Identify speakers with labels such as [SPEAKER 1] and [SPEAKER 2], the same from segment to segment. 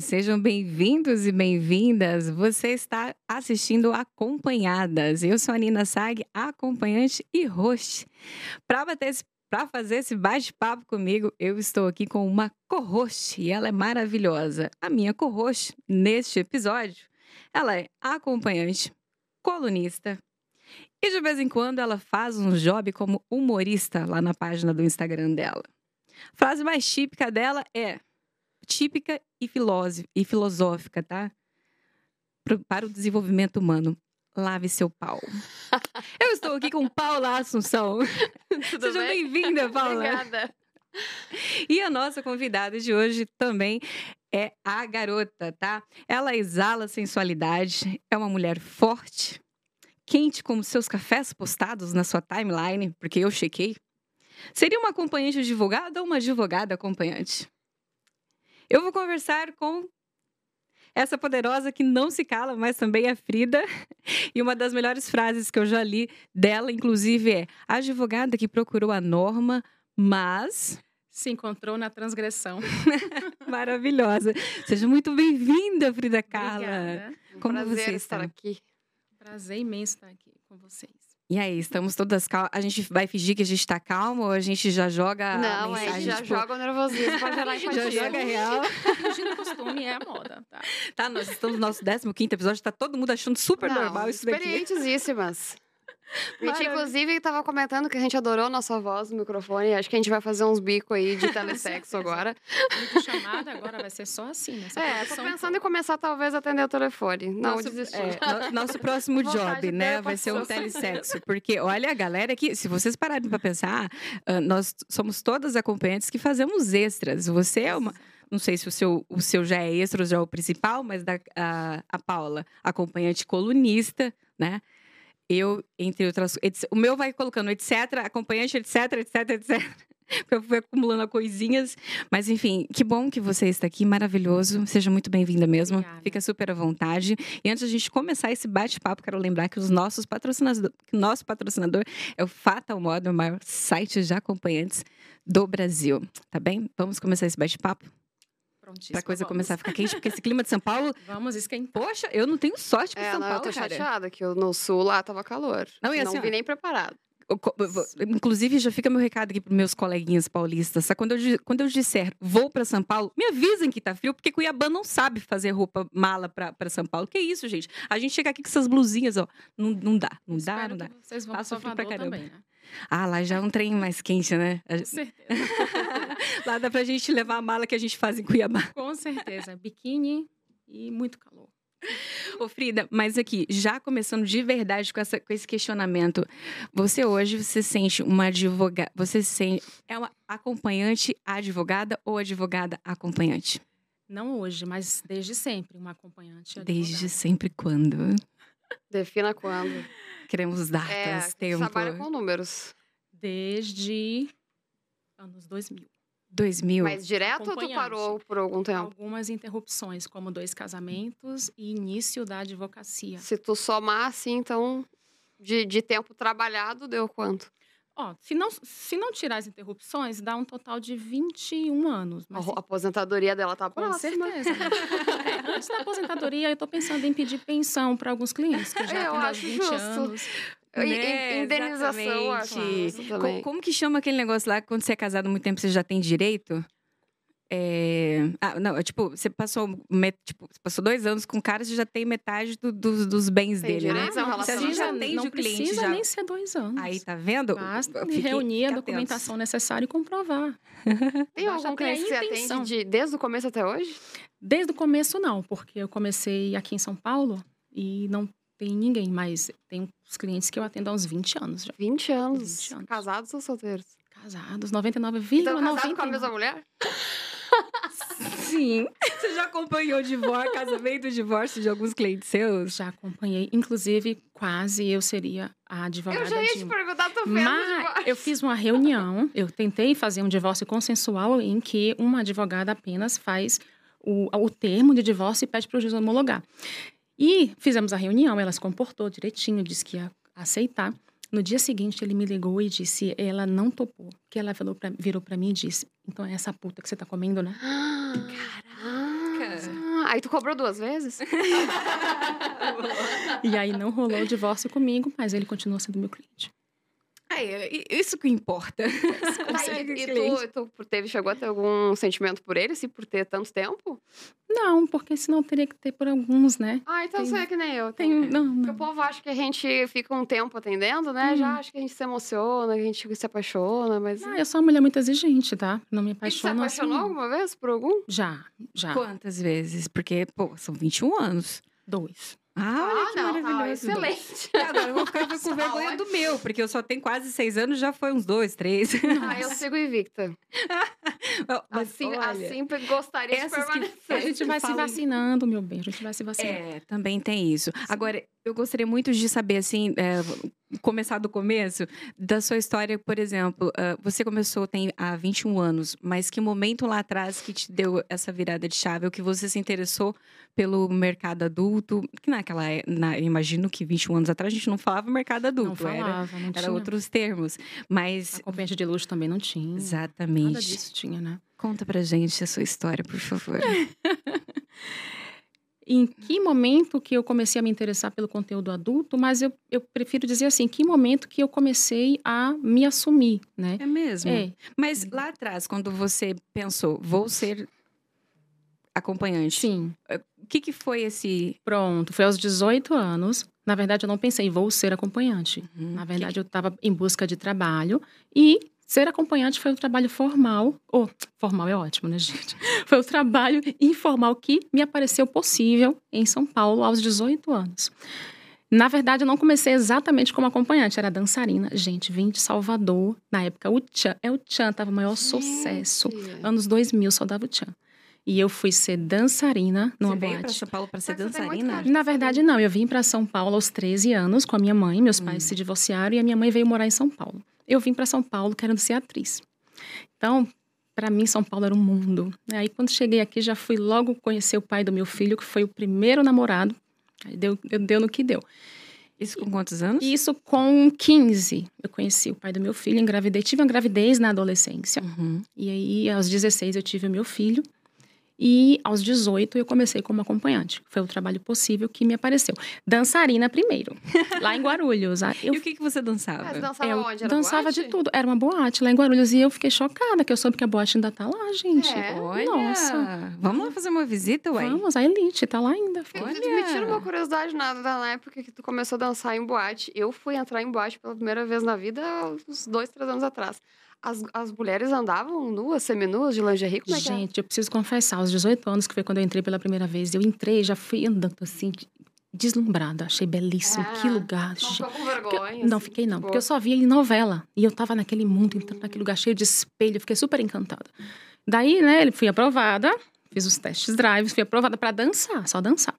[SPEAKER 1] Sejam bem-vindos e bem-vindas. Você está assistindo Acompanhadas. Eu sou a Nina Sag, acompanhante e host. Para bater esse para fazer esse bate-papo comigo, eu estou aqui com uma co-host e ela é maravilhosa. A minha co-host neste episódio, ela é acompanhante, colunista e de vez em quando ela faz um job como humorista lá na página do Instagram dela. A frase mais típica dela é típica e, filóse- e filosófica, tá? Pro- Para o desenvolvimento humano. Lave seu pau. Eu estou aqui com Paula Assunção.
[SPEAKER 2] Tudo
[SPEAKER 1] Seja
[SPEAKER 2] bem?
[SPEAKER 1] bem-vinda, Paula.
[SPEAKER 2] Obrigada.
[SPEAKER 1] e a nossa convidada de hoje também é a garota, tá? Ela exala sensualidade, é uma mulher forte, quente como seus cafés postados na sua timeline, porque eu chequei. Seria uma acompanhante advogada ou uma advogada acompanhante? Eu vou conversar com essa poderosa que não se cala, mas também é Frida. E uma das melhores frases que eu já li dela, inclusive, é: a advogada que procurou a norma, mas
[SPEAKER 2] Se encontrou na transgressão.
[SPEAKER 1] Maravilhosa. Seja muito bem-vinda, Frida Carla.
[SPEAKER 2] Obrigada.
[SPEAKER 1] Como
[SPEAKER 3] Um Prazer
[SPEAKER 1] você
[SPEAKER 3] estar
[SPEAKER 1] está?
[SPEAKER 3] aqui.
[SPEAKER 2] Prazer imenso estar aqui com vocês.
[SPEAKER 1] E aí, estamos todas calmas. A gente vai fingir que a gente está calma ou a gente já joga a
[SPEAKER 3] não, é,
[SPEAKER 1] mensagem,
[SPEAKER 3] já
[SPEAKER 1] tipo,
[SPEAKER 3] joga o nervosismo pra gerar
[SPEAKER 1] já
[SPEAKER 3] empatia.
[SPEAKER 1] joga real.
[SPEAKER 2] Fugindo do costume é a moda, tá?
[SPEAKER 1] Tá, nós estamos no nosso 15 episódio, tá todo mundo achando super
[SPEAKER 3] Não,
[SPEAKER 1] normal isso daqui.
[SPEAKER 3] Experientíssimas. A gente,
[SPEAKER 1] Maravilha.
[SPEAKER 3] inclusive, estava comentando que a gente adorou nossa voz no microfone. Acho que a gente vai fazer uns bico aí de telesexo agora.
[SPEAKER 2] Muito chamada agora vai ser só assim, né? Essa
[SPEAKER 3] É, tô
[SPEAKER 2] produção
[SPEAKER 3] pensando em
[SPEAKER 2] toda.
[SPEAKER 3] começar, talvez, a atender o telefone. Não,
[SPEAKER 2] Nossa,
[SPEAKER 3] desisti.
[SPEAKER 1] um É, no- nosso próximo
[SPEAKER 3] Vontade
[SPEAKER 1] job,
[SPEAKER 3] de
[SPEAKER 1] né,
[SPEAKER 3] ter
[SPEAKER 1] vai ser um
[SPEAKER 3] participação.
[SPEAKER 1] telesexo, porque olha a galera que, se vocês pararem para pensar, ah, nós somos todas acompanhantes que fazemos extras. Você é uma, não sei se o seu, o seu já é extra ou já é o principal, mas da, a, a Paula, acompanhante colunista, né? Eu, entre outras etc, o meu vai colocando etc, acompanhante, etc, etc, etc. Porque eu fui acumulando coisinhas. Mas, enfim, que bom que você está aqui, maravilhoso. Seja muito bem-vinda mesmo.
[SPEAKER 2] Obrigada.
[SPEAKER 1] Fica super à vontade. E antes da gente começar esse bate-papo, quero lembrar que os nossos patrocinadores, nosso patrocinador é o Fatal Moda, o maior site de acompanhantes do Brasil. Tá bem? Vamos começar esse bate-papo?
[SPEAKER 2] Prontíssimo,
[SPEAKER 1] pra coisa
[SPEAKER 2] vamos.
[SPEAKER 1] começar a ficar quente, porque esse clima de São Paulo,
[SPEAKER 2] Vamos esquentar.
[SPEAKER 1] poxa, eu não tenho sorte com
[SPEAKER 3] É,
[SPEAKER 1] tipo São
[SPEAKER 3] não, eu
[SPEAKER 1] Paulo,
[SPEAKER 3] tô
[SPEAKER 1] cara.
[SPEAKER 3] chateada que eu- no sul lá tava calor.
[SPEAKER 1] Não, e assim, ó.
[SPEAKER 3] vi nem preparado.
[SPEAKER 1] Eu co- eu vou- Inclusive, já fica meu recado aqui pros meus coleguinhas paulistas. Sabe? Quando, eu, di- quando eu disser vou pra São Paulo, me avisem que tá frio, porque Cuiabá não sabe fazer roupa mala pra, pra São Paulo. Que isso, gente? A gente chega aqui com essas blusinhas, ó. Não, não dá, não dá, não
[SPEAKER 2] Espero
[SPEAKER 1] dá.
[SPEAKER 2] que vocês vão
[SPEAKER 1] Tá
[SPEAKER 2] pra
[SPEAKER 1] sofrendo pra
[SPEAKER 2] Salvador
[SPEAKER 1] caramba.
[SPEAKER 2] também, né?
[SPEAKER 1] Ah, lá já é um trem mais quente, né?
[SPEAKER 2] Com certeza.
[SPEAKER 1] Lá dá pra gente levar a mala que a gente faz em Cuiabá.
[SPEAKER 2] Com certeza. Biquíni e muito calor.
[SPEAKER 1] Ô, Frida, mas aqui, já começando de verdade com, essa- com esse questionamento, você hoje se sente uma advogada. Você se sente. É uma acompanhante advogada ou advogada acompanhante?
[SPEAKER 2] Não hoje, mas desde sempre, uma acompanhante.
[SPEAKER 1] Desde
[SPEAKER 2] advogada.
[SPEAKER 1] sempre quando?
[SPEAKER 3] Defina quando.
[SPEAKER 1] Queremos
[SPEAKER 3] É,
[SPEAKER 1] datas, tempo.
[SPEAKER 3] trabalha com números.
[SPEAKER 2] Desde anos 2000.
[SPEAKER 1] 2000.
[SPEAKER 3] Mas direto ou tu
[SPEAKER 2] Acompanhante.
[SPEAKER 3] parou por algum
[SPEAKER 1] Então.
[SPEAKER 3] tempo?
[SPEAKER 2] algumas interrupções, como dois casamentos e início da advocacia.
[SPEAKER 3] Se tu somar assim, então, de, de tempo trabalhado, deu quanto?
[SPEAKER 2] Ó, se não, se não tirar as interrupções, dá um total de 21 anos.
[SPEAKER 3] A
[SPEAKER 2] Mas
[SPEAKER 3] ro- aposentadoria dela tá
[SPEAKER 2] com
[SPEAKER 3] próxima.
[SPEAKER 2] certeza. né? É, antes da aposentadoria, eu estou pensando em pedir pensão para alguns clientes que já
[SPEAKER 1] É,
[SPEAKER 3] Eu
[SPEAKER 2] têm mais
[SPEAKER 3] acho
[SPEAKER 2] de 20
[SPEAKER 3] justo.
[SPEAKER 2] anos.
[SPEAKER 3] E- e-
[SPEAKER 1] Né,
[SPEAKER 3] indenização, eu acho.
[SPEAKER 1] exatamente.
[SPEAKER 3] justo
[SPEAKER 1] Co-
[SPEAKER 3] também.
[SPEAKER 1] como que chama aquele negócio lá que quando você é casado há muito tempo, você já tem direito? É... Ah, não, é tipo, você passou, met- tipo, você passou dois anos com o cara, você já tem metade do- dos- dos bens
[SPEAKER 3] Tem
[SPEAKER 1] dele, né?
[SPEAKER 3] direito. Mas é uma
[SPEAKER 2] Ah, não
[SPEAKER 1] relação.
[SPEAKER 2] precisa-
[SPEAKER 1] Se a gente atende
[SPEAKER 2] não
[SPEAKER 1] o cliente
[SPEAKER 2] precisa
[SPEAKER 1] já-
[SPEAKER 2] nem ser dois anos.
[SPEAKER 1] Aí, tá vendo?
[SPEAKER 2] Basta
[SPEAKER 1] Eu fiquei-
[SPEAKER 2] reunir a
[SPEAKER 1] fiquei
[SPEAKER 2] documentação
[SPEAKER 1] atentos.
[SPEAKER 2] necessária e comprovar.
[SPEAKER 3] Tem
[SPEAKER 2] Basta
[SPEAKER 3] algum
[SPEAKER 2] ter a
[SPEAKER 3] cliente que você
[SPEAKER 2] intenção.
[SPEAKER 3] atende de- desde o começo até hoje?
[SPEAKER 2] Desde o começo, não, porque eu comecei aqui em São Paulo e não tem ninguém, mas tem os clientes que eu atendo há uns 20 anos já.
[SPEAKER 3] 20 anos.
[SPEAKER 2] 20 anos.
[SPEAKER 3] Casados ou solteiros?
[SPEAKER 2] Casados,
[SPEAKER 3] Então, casado
[SPEAKER 2] 99,99.
[SPEAKER 3] com a mesma mulher?
[SPEAKER 2] Sim.
[SPEAKER 1] Você já acompanhou o divórcio, casamento e divórcio de alguns clientes seus?
[SPEAKER 2] Já acompanhei, inclusive, quase eu seria a advogada
[SPEAKER 3] Eu já ia
[SPEAKER 2] de
[SPEAKER 3] te
[SPEAKER 2] um.
[SPEAKER 3] perguntar, tu fez
[SPEAKER 2] Mas eu fiz uma reunião, eu tentei fazer um divórcio consensual em que uma advogada apenas faz o, o termo de divórcio e pede para o juiz homologar. E fizemos a reunião, ela se comportou direitinho, disse que ia aceitar. No dia seguinte, ele me ligou e disse, ela não topou. Que ela falou pra- virou para mim e disse, então é essa puta que você tá comendo, né?
[SPEAKER 3] Caraca. Aí tu cobrou duas vezes?
[SPEAKER 2] E aí não rolou o divórcio comigo, mas ele continua sendo meu cliente.
[SPEAKER 3] É,
[SPEAKER 1] Aí, i- isso que importa.
[SPEAKER 3] Aí,
[SPEAKER 1] Consegue
[SPEAKER 3] e
[SPEAKER 1] cliente.
[SPEAKER 3] tu, tu teve, chegou a ter algum sentimento por ele, assim, por ter tanto tempo?
[SPEAKER 2] Não, porque senão teria que ter por alguns, né?
[SPEAKER 3] Ah, então
[SPEAKER 2] Tem-
[SPEAKER 3] você é que nem eu.
[SPEAKER 2] Tem,
[SPEAKER 3] então.
[SPEAKER 2] não,
[SPEAKER 3] Porque
[SPEAKER 2] não.
[SPEAKER 3] o povo acha que a gente fica um tempo atendendo, né? Já acha que a gente se emociona, que a gente se apaixona, mas...
[SPEAKER 2] Ah, eu sou uma mulher muito exigente, tá? Não me
[SPEAKER 3] E tu se
[SPEAKER 2] apaixono assim.
[SPEAKER 3] apaixonou alguma vez por algum?
[SPEAKER 2] Já, já.
[SPEAKER 1] Quantas vezes? Porque, pô, são 21 anos.
[SPEAKER 2] Dois.
[SPEAKER 1] Ah, olha que
[SPEAKER 3] não, tá
[SPEAKER 1] maravilhoso.
[SPEAKER 3] excelente.
[SPEAKER 1] Agora eu vou ficar com
[SPEAKER 3] Tá
[SPEAKER 1] vergonha do meu, porque eu só tenho quase seis anos, já foi uns dois, três.
[SPEAKER 3] Ah, eu sigo invicta.
[SPEAKER 1] Mas
[SPEAKER 3] Assim,
[SPEAKER 1] olha,
[SPEAKER 3] assim gostaria de
[SPEAKER 1] essas que-
[SPEAKER 3] permanecer.
[SPEAKER 2] A gente vai se
[SPEAKER 1] Fala aí.
[SPEAKER 2] vacinando, meu bem. A gente vai se vacinando.
[SPEAKER 1] É, também tem isso. Agora, eu gostaria muito de saber, assim, é, começar do começo, da sua história, por exemplo. ah, você começou tem há 21 anos, mas que momento lá atrás que te deu essa virada de chave, ou que você se interessou pelo mercado adulto? Que naquela, é- na, eu imagino que 21 anos atrás a gente não falava mercado adulto,
[SPEAKER 2] Não falava, não
[SPEAKER 1] era,
[SPEAKER 2] tinha.
[SPEAKER 1] era outros termos.
[SPEAKER 2] A
[SPEAKER 1] Mas,
[SPEAKER 2] companhia de luxo também não tinha. Nada
[SPEAKER 1] exatamente.
[SPEAKER 2] disso tinha, né?
[SPEAKER 1] Hum, Conta pra gente a sua história, por favor.
[SPEAKER 2] em que momento que eu comecei a me interessar pelo conteúdo adulto, mas eu, eu prefiro dizer assim, que momento que eu comecei a me assumir, né?
[SPEAKER 1] É mesmo?
[SPEAKER 2] É,
[SPEAKER 1] Mas lá atrás, quando você pensou, vou ser acompanhante,
[SPEAKER 2] sim,
[SPEAKER 1] o que, que foi esse.
[SPEAKER 2] pronto. Foi aos 18 anos. Na verdade, eu não pensei, vou ser acompanhante.
[SPEAKER 1] Uhum.
[SPEAKER 2] Na verdade, eu estava em busca de trabalho e ser acompanhante foi um trabalho formal. Oh, formal é ótimo, né, gente? Foi o trabalho informal que me apareceu possível em São Paulo aos 18 anos. Na verdade, eu não comecei exatamente como acompanhante, era dançarina. Gente, vim de Salvador. Na época, o Tchan, é o Tchan, tava o maior sucesso.
[SPEAKER 3] Gente.
[SPEAKER 2] Anos 2000, só dava o Tchan. E eu fui ser dançarina numa
[SPEAKER 1] você veio pra
[SPEAKER 2] boate.
[SPEAKER 1] São Paulo pra ser
[SPEAKER 3] Só que você tem muito
[SPEAKER 1] dançarina?
[SPEAKER 3] cara
[SPEAKER 2] Na verdade, não. Eu vim para São Paulo aos 13 anos com a minha mãe. Meus pais se divorciaram e a minha mãe veio morar em São Paulo. Eu vim para São Paulo querendo ser atriz. Então, para mim, São Paulo era um mundo. Aí, quando cheguei aqui, já fui logo conhecer o pai do meu filho, que foi o primeiro namorado. Aí deu, deu no que deu.
[SPEAKER 1] Isso com quantos anos?
[SPEAKER 2] E isso com 15. Eu conheci o pai do meu filho, engravidei. Tive uma gravidez na adolescência.
[SPEAKER 1] Uhum.
[SPEAKER 2] E aí, aos 16, eu tive o meu filho. E aos 18, eu comecei como acompanhante. Foi o trabalho possível que me apareceu. Dançarina primeiro, lá em Guarulhos. Ah, Eu,
[SPEAKER 1] E o que, que você dançava?
[SPEAKER 3] Mas dançava
[SPEAKER 2] É, eu
[SPEAKER 3] onde? Era
[SPEAKER 2] dançava
[SPEAKER 3] boate?
[SPEAKER 2] de tudo. Era uma boate lá em Guarulhos. E eu fiquei chocada, que eu soube que a boate ainda tá lá, gente.
[SPEAKER 3] É.
[SPEAKER 1] Olha,
[SPEAKER 2] Nossa.
[SPEAKER 1] Vamos lá fazer uma visita, uai?
[SPEAKER 2] Vamos, a Elite tá lá ainda.
[SPEAKER 3] Porque
[SPEAKER 1] Olha.
[SPEAKER 3] Tu me tira uma curiosidade na, na época que tu começou a dançar em boate. Eu fui entrar em boate pela primeira vez na vida uns dois, três anos atrás. As, as mulheres andavam nuas, seminuas, de lingerie? Como é que é?
[SPEAKER 2] Gente, eu preciso confessar, aos 18 anos, que foi quando eu entrei pela primeira vez, eu entrei, já fui andando assim, de- deslumbrada. Achei belíssimo.
[SPEAKER 3] Ah,
[SPEAKER 2] que lugar.
[SPEAKER 3] Não
[SPEAKER 2] gente.
[SPEAKER 3] ficou com
[SPEAKER 2] Porque eu-
[SPEAKER 3] vergonha?
[SPEAKER 2] não,
[SPEAKER 3] assim,
[SPEAKER 2] fiquei não,
[SPEAKER 3] de
[SPEAKER 2] porque eu um
[SPEAKER 3] boa?
[SPEAKER 2] só via em novela. E eu tava naquele mundo, entrando naquele lugar cheio de espelho, eu fiquei super encantada. Daí, né, ele- fui aprovada, fiz os testes drives, fui aprovada para dançar, só dançar.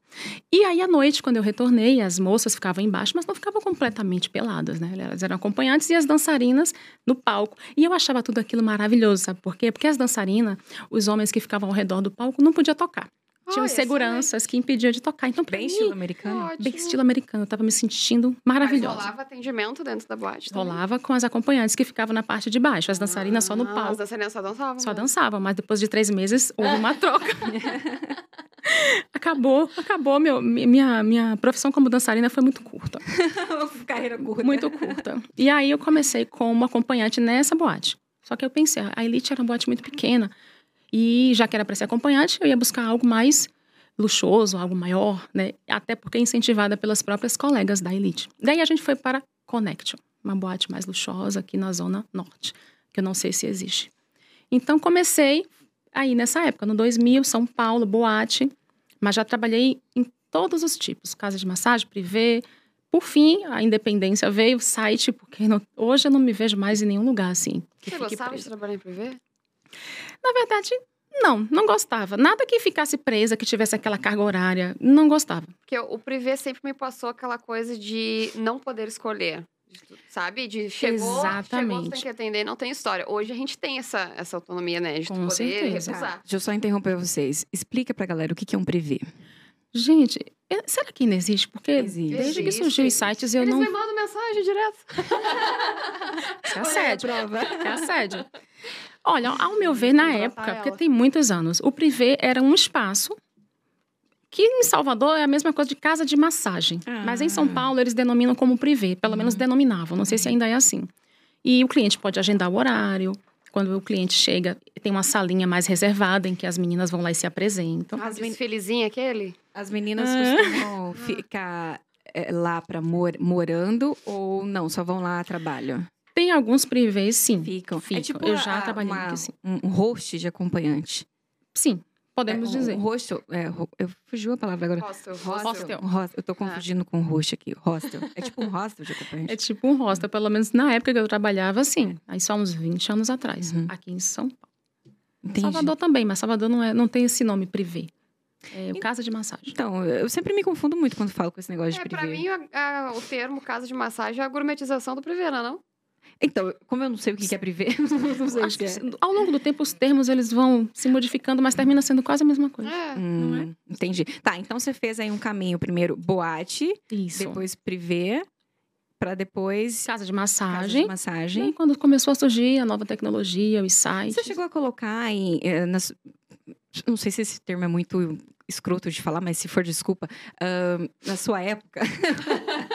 [SPEAKER 2] E aí, à noite, quando eu retornei, as moças ficavam embaixo, mas não ficavam completamente peladas, né? Elas eram acompanhantes e as dançarinas no palco. E eu achava tudo aquilo maravilhoso, sabe por quê? Porque as dançarinas, os homens que ficavam ao redor do palco, não podiam tocar. Tinham
[SPEAKER 3] Olha,
[SPEAKER 2] seguranças que impediam de tocar. Então, pra
[SPEAKER 1] Bem
[SPEAKER 2] mim,
[SPEAKER 1] estilo
[SPEAKER 3] que
[SPEAKER 1] americano?
[SPEAKER 3] ótimo.
[SPEAKER 2] bem estilo americano. Eu tava me sentindo
[SPEAKER 3] Mas
[SPEAKER 2] maravilhosa.
[SPEAKER 3] rolava atendimento dentro da boate? também?
[SPEAKER 2] Rolava com as acompanhantes que ficavam na parte de baixo, as dançarinas só no
[SPEAKER 3] Ah, As
[SPEAKER 2] palco.
[SPEAKER 3] dançarinas só dançavam?
[SPEAKER 2] Só
[SPEAKER 3] né?
[SPEAKER 2] dançavam, mas depois de três meses houve uma troca. acabou, acabou. Meu, mi- minha, minha profissão como dançarina foi muito curta.
[SPEAKER 1] Carreira curta.
[SPEAKER 2] Muito curta. E aí eu comecei como acompanhante nessa boate. Só que eu pensei, a Elite era uma boate muito pequena. E já que era para ser acompanhante, eu ia buscar algo mais luxuoso, algo maior, né? Até porque incentivada pelas próprias colegas da Elite. Daí a gente foi para Connection, uma boate mais luxuosa aqui na Zona Norte, que eu não sei se existe. Então comecei aí nessa época, no 2000, São Paulo, boate, mas já trabalhei em todos os tipos, casa de massagem, privê, por fim, a independência veio, o site, porque não- hoje eu não me vejo mais em nenhum lugar assim. que
[SPEAKER 3] Você
[SPEAKER 2] fique
[SPEAKER 3] gostava de
[SPEAKER 2] presa.
[SPEAKER 3] trabalhar em privê?
[SPEAKER 2] Na verdade, não, não gostava. Nada que ficasse presa, que tivesse aquela carga horária, não gostava.
[SPEAKER 3] Porque o privê sempre me passou aquela coisa de não poder escolher. de tu- Sabe? De chegou, chegou, tu tem
[SPEAKER 2] Exatamente.
[SPEAKER 3] que atender, não tem história. Hoje a gente tem essa, essa autonomia, né? De tu
[SPEAKER 2] Com
[SPEAKER 3] poder
[SPEAKER 2] certeza.
[SPEAKER 3] recusar.
[SPEAKER 1] Deixa eu só interromper vocês. Explica pra galera o que, que é um prevê.
[SPEAKER 2] Gente, é- será que ainda existe? Porque
[SPEAKER 1] Existe.
[SPEAKER 2] desde que
[SPEAKER 3] Existe,
[SPEAKER 2] surgiu os
[SPEAKER 3] existe.
[SPEAKER 2] sites, eu
[SPEAKER 3] Eles
[SPEAKER 2] não.
[SPEAKER 3] me mandam mensagem direto.
[SPEAKER 2] É assédio.
[SPEAKER 1] prova.
[SPEAKER 2] É assédio. Olha, ao meu ver, na
[SPEAKER 3] Contratar
[SPEAKER 2] época, porque
[SPEAKER 3] ela.
[SPEAKER 2] tem muitos anos, o privê era um espaço Que em Salvador é a mesma coisa de casa de massagem.
[SPEAKER 1] Ah. Hum.
[SPEAKER 2] Mas em São Paulo eles denominam como privê, pelo menos denominavam, não sei se ainda é assim. E o cliente pode agendar o horário. Quando o cliente chega, tem uma salinha mais reservada em que as meninas vão lá e se apresentam.
[SPEAKER 1] As, men-
[SPEAKER 3] Felizinho aquele?
[SPEAKER 1] as meninas
[SPEAKER 2] Ah.
[SPEAKER 1] costumam ficar é, lá para mor morando ou não? Só vão lá a trabalho?
[SPEAKER 2] Tem alguns privês, sim.
[SPEAKER 1] Ficam.
[SPEAKER 2] Ficam.
[SPEAKER 1] É tipo
[SPEAKER 2] Eu já
[SPEAKER 1] a-
[SPEAKER 2] trabalhei assim.
[SPEAKER 1] uma-
[SPEAKER 2] aqui,
[SPEAKER 1] um
[SPEAKER 2] sim.
[SPEAKER 1] host de acompanhante.
[SPEAKER 2] Sim, podemos
[SPEAKER 1] É, um-
[SPEAKER 2] dizer.
[SPEAKER 1] Um rosto. É, ro- eu fugiu a palavra agora.
[SPEAKER 3] Hostel.
[SPEAKER 2] Hostel. Tá.
[SPEAKER 1] Um hostel. Eu tô confundindo com rosto aqui. Hostel. É tipo um hostel de acompanhante.
[SPEAKER 2] É tipo um hostel, pelo menos na época que eu trabalhava, assim. Aí só uns 20 anos atrás,
[SPEAKER 1] Uhum.
[SPEAKER 2] aqui em São Paulo.
[SPEAKER 1] Entendi.
[SPEAKER 2] Salvador também, mas Salvador não, é, não tem esse nome privê. É o Casa de Massagem.
[SPEAKER 1] Então, eu sempre me confundo muito quando falo com esse negócio
[SPEAKER 3] É,
[SPEAKER 1] de
[SPEAKER 3] pra
[SPEAKER 1] privê.
[SPEAKER 3] mim, a- a- o termo casa de massagem é a gourmetização do privê, não é não?
[SPEAKER 1] Então, como eu não sei o que que é privê, não sei o
[SPEAKER 2] Acho
[SPEAKER 1] que
[SPEAKER 2] que,
[SPEAKER 1] é.
[SPEAKER 2] ao longo do tempo, os termos eles vão se modificando, mas termina sendo quase a mesma coisa.
[SPEAKER 3] É.
[SPEAKER 1] Hum, Entendi. Tá, então você fez aí um caminho primeiro boate,
[SPEAKER 2] Isso.
[SPEAKER 1] depois privê, pra depois
[SPEAKER 2] Casa de
[SPEAKER 1] casa de
[SPEAKER 2] Massagem. E aí,
[SPEAKER 1] massagem.
[SPEAKER 2] quando começou a surgir a nova tecnologia, os
[SPEAKER 1] Você
[SPEAKER 2] sites.
[SPEAKER 1] chegou a colocar em. eh, nas- Não sei se esse termo é muito escroto de falar, mas se for, desculpa. ahn, na sua época.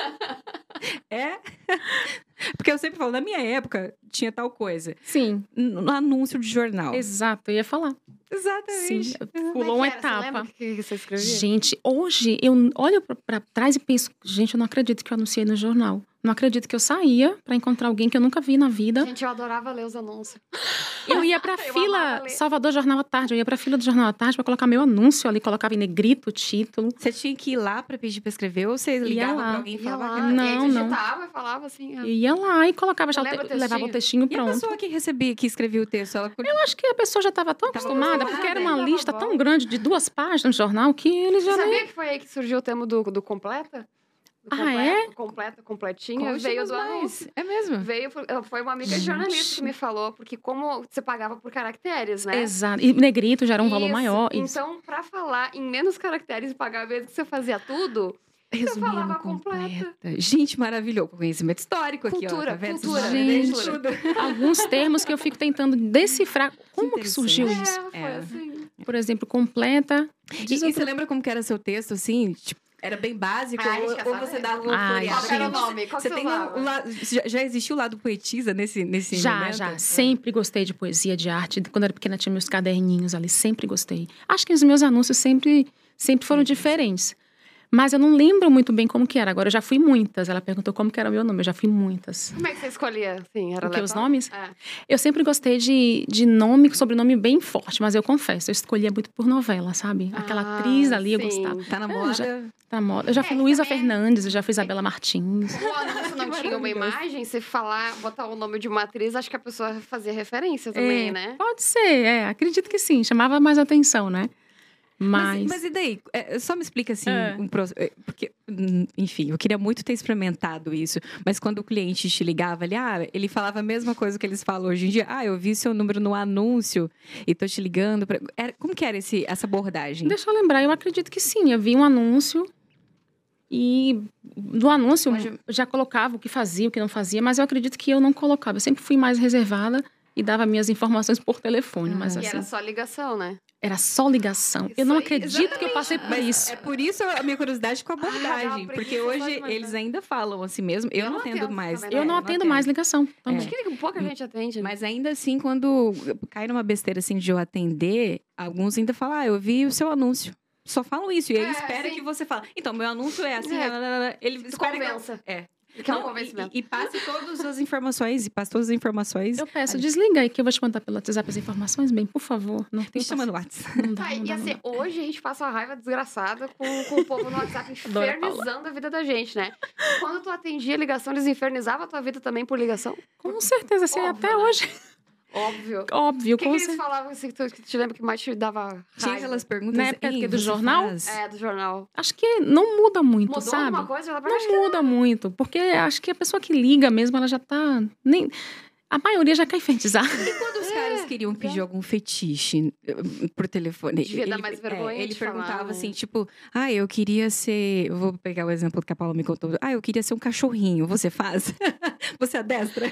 [SPEAKER 1] é? Porque eu sempre falo, na minha época tinha tal coisa.
[SPEAKER 2] Sim,
[SPEAKER 1] No no anúncio de jornal.
[SPEAKER 2] exato, eu ia falar. Sim,
[SPEAKER 1] Exatamente.
[SPEAKER 2] pulou
[SPEAKER 3] Como
[SPEAKER 2] uma
[SPEAKER 3] é que era? Você lembra
[SPEAKER 2] etapa.
[SPEAKER 3] O que que você escrevia?
[SPEAKER 2] Gente, hoje eu olho pra- pra trás e penso, gente, eu não acredito que eu anunciei no jornal. Não acredito que eu saía pra encontrar alguém que eu nunca vi na vida.
[SPEAKER 3] Gente, eu adorava ler os anúncios.
[SPEAKER 2] Eu ia pra
[SPEAKER 3] Eu
[SPEAKER 2] fila
[SPEAKER 3] amava ler.
[SPEAKER 2] Salvador Jornal à Tarde, eu ia pra fila do Jornal à Tarde pra colocar meu anúncio ali, colocava em negrito o título.
[SPEAKER 1] Você tinha que ir lá pra pedir pra escrever ou você
[SPEAKER 2] Ia
[SPEAKER 1] ligava
[SPEAKER 2] lá,
[SPEAKER 1] pra alguém e
[SPEAKER 3] Ia
[SPEAKER 1] falava
[SPEAKER 3] lá,
[SPEAKER 1] que
[SPEAKER 2] Não,
[SPEAKER 3] e aí
[SPEAKER 2] não.
[SPEAKER 3] digitava e falava assim.
[SPEAKER 2] Eu
[SPEAKER 3] ah,
[SPEAKER 2] ia lá e colocava já o
[SPEAKER 3] Leva
[SPEAKER 2] te-
[SPEAKER 3] o
[SPEAKER 2] levava o
[SPEAKER 3] textinho.
[SPEAKER 2] textinho
[SPEAKER 1] E a
[SPEAKER 2] pronto.
[SPEAKER 1] pessoa que recebia, que escrevia o texto, ela
[SPEAKER 2] Eu acho que a pessoa já estava tão
[SPEAKER 1] Tava
[SPEAKER 2] acostumada,
[SPEAKER 1] acostumada,
[SPEAKER 2] porque era
[SPEAKER 3] né?
[SPEAKER 2] uma
[SPEAKER 3] Tava
[SPEAKER 2] lista
[SPEAKER 3] bom.
[SPEAKER 2] tão grande de duas páginas no jornal que eles
[SPEAKER 3] Você
[SPEAKER 2] já nem-
[SPEAKER 3] sabia que foi aí que surgiu o tema do, do completa? Do
[SPEAKER 2] Ah,
[SPEAKER 3] completo, Completa, completinha.
[SPEAKER 1] Conte
[SPEAKER 3] veio
[SPEAKER 1] nos
[SPEAKER 3] do anúncio.
[SPEAKER 1] tipo, mais. É mesmo?
[SPEAKER 3] Veio, por- eu- foi uma amiga jornalista
[SPEAKER 2] Gente.
[SPEAKER 3] que me falou, porque como você pagava por caracteres, né?
[SPEAKER 2] Exato. E negrito já era um valor
[SPEAKER 3] Isso.
[SPEAKER 2] maior. Isso.
[SPEAKER 3] Então, pra falar em menos caracteres e pagar mesmo que você fazia tudo,
[SPEAKER 1] Resumindo
[SPEAKER 3] falava
[SPEAKER 1] completa.
[SPEAKER 3] completa.
[SPEAKER 1] Gente, maravilhou. com Conhecimento histórico aqui, ó.
[SPEAKER 3] Cultura,
[SPEAKER 1] Tá vendo?
[SPEAKER 3] cultura, né?
[SPEAKER 1] Gente,
[SPEAKER 3] cultura.
[SPEAKER 2] alguns termos que eu fico tentando decifrar. Como que surgiu
[SPEAKER 1] interessante.
[SPEAKER 2] isso?
[SPEAKER 3] é, foi
[SPEAKER 1] É.
[SPEAKER 3] assim.
[SPEAKER 2] Por exemplo, completa.
[SPEAKER 1] E,
[SPEAKER 2] Diz
[SPEAKER 1] e
[SPEAKER 2] outra-
[SPEAKER 1] você lembra como que era seu texto, assim? Tipo, era bem básico?
[SPEAKER 3] Ah, a gente
[SPEAKER 1] ou,
[SPEAKER 3] quer
[SPEAKER 1] ou
[SPEAKER 3] saber.
[SPEAKER 1] você dava uma
[SPEAKER 2] Ai,
[SPEAKER 1] floreada?
[SPEAKER 3] Qual que era o
[SPEAKER 2] gente.
[SPEAKER 3] nome? Qual
[SPEAKER 1] Você
[SPEAKER 3] que
[SPEAKER 1] tem
[SPEAKER 3] você usava?
[SPEAKER 1] um lado- já, já existiu o lado poetisa nesse, nesse
[SPEAKER 2] já,
[SPEAKER 1] momento?
[SPEAKER 3] é.
[SPEAKER 2] já. Sempre gostei de poesia, de arte. Quando era pequena tinha meus caderninhos ali, sempre gostei. Acho que os meus anúncios sempre, sempre foram diferentes. Mas eu não lembro muito bem como que era. Agora eu já fui muitas. Ela perguntou como que era o meu nome. Eu já fui muitas.
[SPEAKER 3] Como é que você escolhia? Assim, era
[SPEAKER 2] O que, os
[SPEAKER 3] aleatório?
[SPEAKER 2] nomes?
[SPEAKER 3] É.
[SPEAKER 2] Eu sempre gostei de, de nome, sobrenome bem forte, mas eu confesso, eu escolhia muito por novela, sabe? Aquela
[SPEAKER 3] Ah,
[SPEAKER 2] atriz ali, eu
[SPEAKER 3] sim.
[SPEAKER 2] gostava.
[SPEAKER 1] Tá na
[SPEAKER 2] Ah,
[SPEAKER 1] moda.
[SPEAKER 2] Da moda. Eu já
[SPEAKER 3] É,
[SPEAKER 2] fui
[SPEAKER 3] que
[SPEAKER 2] Luísa
[SPEAKER 3] também-
[SPEAKER 2] Fernandes, eu já fui Isabela Martins.
[SPEAKER 3] Como o anúncio não tinha uma imagem, você falar, botar o nome de uma atriz, acho que a pessoa fazia referência também,
[SPEAKER 2] É,
[SPEAKER 3] né?
[SPEAKER 2] Pode ser, é. Acredito que sim. Chamava mais atenção, né? Mas.
[SPEAKER 1] Mas, mas e daí? É, só me explica assim,
[SPEAKER 2] É.
[SPEAKER 1] um pro- é, porque, hum, enfim, eu queria muito ter experimentado isso, mas quando o cliente te ligava ali, ah, ele falava a mesma coisa que eles falam hoje em dia, ah, eu vi seu número no anúncio e tô te ligando. pra- Era- como que era esse, essa abordagem?
[SPEAKER 2] Deixa eu lembrar, eu acredito que sim. Eu vi um anúncio e no anúncio
[SPEAKER 1] Hoje-
[SPEAKER 2] já colocava o que fazia, o que não fazia, mas eu acredito que eu não colocava. Eu sempre fui mais reservada e dava minhas informações por telefone, mas
[SPEAKER 3] Ah. E
[SPEAKER 2] assim,
[SPEAKER 3] era
[SPEAKER 2] era...
[SPEAKER 3] só ligação, né?
[SPEAKER 2] só ligação. Eu
[SPEAKER 3] Isso
[SPEAKER 2] não
[SPEAKER 3] aí,
[SPEAKER 2] acredito que eu passei por
[SPEAKER 1] Mas
[SPEAKER 2] isso.
[SPEAKER 1] É por isso a minha curiosidade com a
[SPEAKER 3] dá uma
[SPEAKER 1] abordagem,
[SPEAKER 3] preguiça
[SPEAKER 1] porque
[SPEAKER 3] só de
[SPEAKER 1] hoje
[SPEAKER 3] imaginar.
[SPEAKER 1] eles ainda falam assim mesmo, eu,
[SPEAKER 3] Eu
[SPEAKER 1] não
[SPEAKER 3] não
[SPEAKER 1] atendo
[SPEAKER 3] atendo É.
[SPEAKER 1] mais.
[SPEAKER 3] também,
[SPEAKER 1] é,
[SPEAKER 2] Eu não atendo mais ligação também.
[SPEAKER 3] Acho que pouca
[SPEAKER 2] Hum.
[SPEAKER 3] gente atende. né?
[SPEAKER 1] Mas ainda assim, quando cai numa besteira assim de eu atender, alguns ainda falam, ah, eu vi o seu anúncio. Só falam isso. E ele
[SPEAKER 3] É,
[SPEAKER 1] espera
[SPEAKER 3] sim.
[SPEAKER 1] que você fale. Então, meu anúncio é assim.
[SPEAKER 3] É.
[SPEAKER 1] nananana." Ele
[SPEAKER 3] Tu
[SPEAKER 1] espera
[SPEAKER 3] convença.
[SPEAKER 1] que eu... É.
[SPEAKER 3] Que é um
[SPEAKER 1] Não,
[SPEAKER 3] convencimento.
[SPEAKER 1] E, e passe todas as informações. E passe todas as informações.
[SPEAKER 2] Eu peço, desliga aí que eu vou te mandar pelo WhatsApp as informações, bem, por favor. Não
[SPEAKER 1] Me
[SPEAKER 2] tem
[SPEAKER 1] chama no WhatsApp.
[SPEAKER 2] Não dá,
[SPEAKER 3] Tá,
[SPEAKER 2] não
[SPEAKER 3] e
[SPEAKER 2] dá, não
[SPEAKER 3] assim,
[SPEAKER 2] dá.
[SPEAKER 3] hoje a gente passa uma raiva desgraçada com, com o povo no WhatsApp
[SPEAKER 2] Adoro falar.
[SPEAKER 3] infernizando a vida da gente, né? Quando tu atendia a ligação, eles infernizavam a tua vida também por ligação?
[SPEAKER 2] Com certeza, assim,
[SPEAKER 3] Óbvio,
[SPEAKER 2] até
[SPEAKER 3] né?
[SPEAKER 2] hoje.
[SPEAKER 3] Óbvio.
[SPEAKER 2] Óbvio,
[SPEAKER 3] O que, que
[SPEAKER 2] com
[SPEAKER 3] eles
[SPEAKER 2] certeza.
[SPEAKER 3] falavam assim, que tu, que te lembra que mais te dava
[SPEAKER 1] Tinha
[SPEAKER 3] raiva?
[SPEAKER 1] aquelas perguntas.
[SPEAKER 2] Na época
[SPEAKER 1] "Ei,
[SPEAKER 2] que do
[SPEAKER 1] você
[SPEAKER 2] jornal?
[SPEAKER 1] faz?"
[SPEAKER 3] É, do jornal.
[SPEAKER 2] Acho que não muda muito,
[SPEAKER 3] Mudou
[SPEAKER 2] sabe?
[SPEAKER 3] alguma coisa? Ela
[SPEAKER 2] Não muda muito, porque acho que a pessoa que liga mesmo, ela já tá. Nem... A maioria já quer enfeitizar.
[SPEAKER 1] E quando
[SPEAKER 3] É,
[SPEAKER 1] os caras queriam pedir algum fetiche eh, pro telefone?
[SPEAKER 3] Devia dar mais vergonha
[SPEAKER 1] ele
[SPEAKER 3] de falar,
[SPEAKER 1] perguntava
[SPEAKER 3] né?
[SPEAKER 1] assim, tipo, ah, eu queria ser. eu Vou pegar o exemplo que a Paula me contou. Ah, eu queria ser um cachorrinho. Você faz? Você é destra?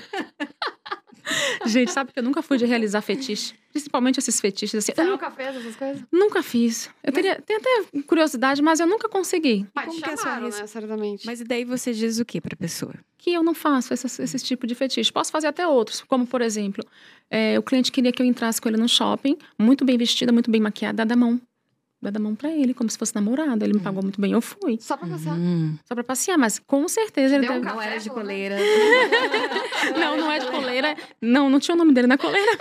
[SPEAKER 2] Gente, sabe que eu nunca fui de realizar fetiche. Principalmente esses fetiches. Assim,
[SPEAKER 3] Você
[SPEAKER 2] eu
[SPEAKER 3] nunca fez essas coisas?
[SPEAKER 2] nu- nunca fiz. Eu teria, tenho até curiosidade, mas eu nunca consegui.
[SPEAKER 3] Mas
[SPEAKER 1] como que é a sua
[SPEAKER 3] chamaram,
[SPEAKER 1] res-
[SPEAKER 3] né? Certamente.
[SPEAKER 1] Mas e daí você diz o que pra pessoa?
[SPEAKER 2] Que eu não faço esses, esses tipos de fetiche. Posso fazer até outros, como por exemplo, é, o cliente queria que eu entrasse com ele no shopping, muito bem vestida, muito bem maquiada, dada a mão. Dada a mão pra ele, como se fosse namorada. Ele
[SPEAKER 3] Uhum.
[SPEAKER 2] me pagou muito bem, eu fui.
[SPEAKER 3] Só pra passar.
[SPEAKER 1] Hum.
[SPEAKER 2] Só pra passear, mas com certeza ele
[SPEAKER 3] Deu um
[SPEAKER 2] deve...
[SPEAKER 3] Não era
[SPEAKER 1] né?
[SPEAKER 3] de coleira.
[SPEAKER 2] Não, não é de coleira. Não, não tinha o nome dele na coleira.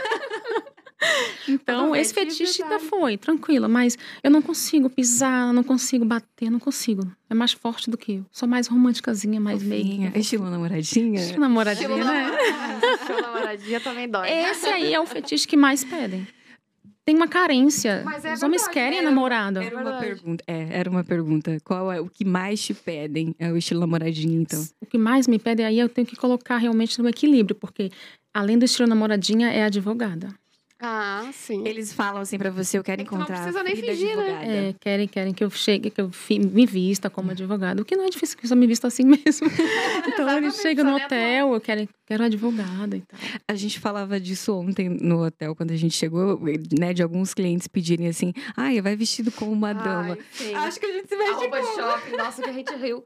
[SPEAKER 2] Então,
[SPEAKER 3] Não, é
[SPEAKER 2] esse
[SPEAKER 3] de
[SPEAKER 2] fetiche ainda
[SPEAKER 3] verdade.
[SPEAKER 2] foi, tranquila, mas eu não consigo pisar, não consigo bater, não consigo. É mais forte do que eu. Sou mais românticazinha, mais meio.
[SPEAKER 1] Fofinha. Estilo namoradinha?
[SPEAKER 2] Estilo namoradinha,
[SPEAKER 3] Estilo
[SPEAKER 1] Uhum.
[SPEAKER 2] né?
[SPEAKER 3] namoradinha. Estilo namoradinha também dói.
[SPEAKER 2] Esse aí é o fetiche que mais pedem. Tem uma carência.
[SPEAKER 3] Mas é
[SPEAKER 2] Os homens
[SPEAKER 3] verdade,
[SPEAKER 2] querem a
[SPEAKER 3] né?
[SPEAKER 2] namorada.
[SPEAKER 1] Era uma
[SPEAKER 3] Verdade.
[SPEAKER 1] pergunta. É, era uma pergunta. Qual é o que mais te pedem? É o estilo namoradinho, então.
[SPEAKER 2] O que mais me pedem aí eu tenho que colocar realmente no equilíbrio, porque além do estilo namoradinha, é advogada.
[SPEAKER 3] Ah, sim.
[SPEAKER 1] Eles falam assim pra você, eu quero
[SPEAKER 3] É que tu não
[SPEAKER 1] encontrar.
[SPEAKER 3] precisa nem
[SPEAKER 1] filha
[SPEAKER 3] fingir, né?
[SPEAKER 1] advogada.
[SPEAKER 2] É, querem, querem que eu chegue, que eu fi- me vista como advogada. O que não é difícil, porque eu só me visto assim mesmo. então eles
[SPEAKER 3] Exatamente,
[SPEAKER 2] chegam no
[SPEAKER 3] só nem
[SPEAKER 2] hotel, eu quero, quero advogada e tal.
[SPEAKER 1] A gente falava disso ontem no hotel, quando a gente chegou, né? De alguns clientes pedirem assim, ai, vai vestido como é uma dama.
[SPEAKER 3] Ai, sim.
[SPEAKER 1] que a gente se
[SPEAKER 3] A roupa de shopping, nossa, que a gente riu.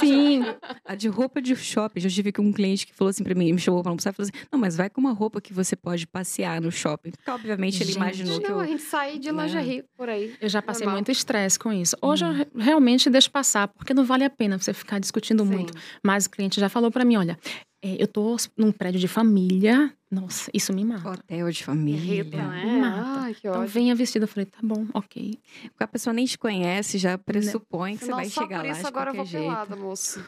[SPEAKER 2] Sim,
[SPEAKER 1] A de roupa de shopping. Já tive aqui um cliente que falou assim pra mim, me chamou pra almoçar e falou assim: Não, mas vai com uma roupa que você pode passear no shopping. Porque, obviamente, ele
[SPEAKER 2] Gente.
[SPEAKER 1] imaginou que
[SPEAKER 3] Não, é a
[SPEAKER 1] eu.
[SPEAKER 3] gente sai de
[SPEAKER 1] Né?
[SPEAKER 3] lingerie por aí.
[SPEAKER 2] eu já passei
[SPEAKER 3] Normal. Uhum.
[SPEAKER 2] muito estresse com isso. Hoje eu re- realmente deixo passar, porque não vale a pena você ficar discutindo
[SPEAKER 3] Sim.
[SPEAKER 2] muito. Mas o cliente já falou pra mim, olha, é, eu tô num prédio de família, nossa, isso me mata.
[SPEAKER 1] Hotel de família.
[SPEAKER 3] Irrita, né?
[SPEAKER 2] Mata.
[SPEAKER 3] Ai, que
[SPEAKER 2] Então
[SPEAKER 3] ódio.
[SPEAKER 2] venha vestida, eu falei, tá bom, ok.
[SPEAKER 1] Porque a pessoa nem te conhece, já pressupõe que você
[SPEAKER 3] Não,
[SPEAKER 1] vai
[SPEAKER 3] só
[SPEAKER 1] chegar
[SPEAKER 3] por
[SPEAKER 1] lá.
[SPEAKER 3] isso
[SPEAKER 1] de
[SPEAKER 3] agora eu vou
[SPEAKER 1] qualquer jeito. Então tá
[SPEAKER 3] pelada, moço.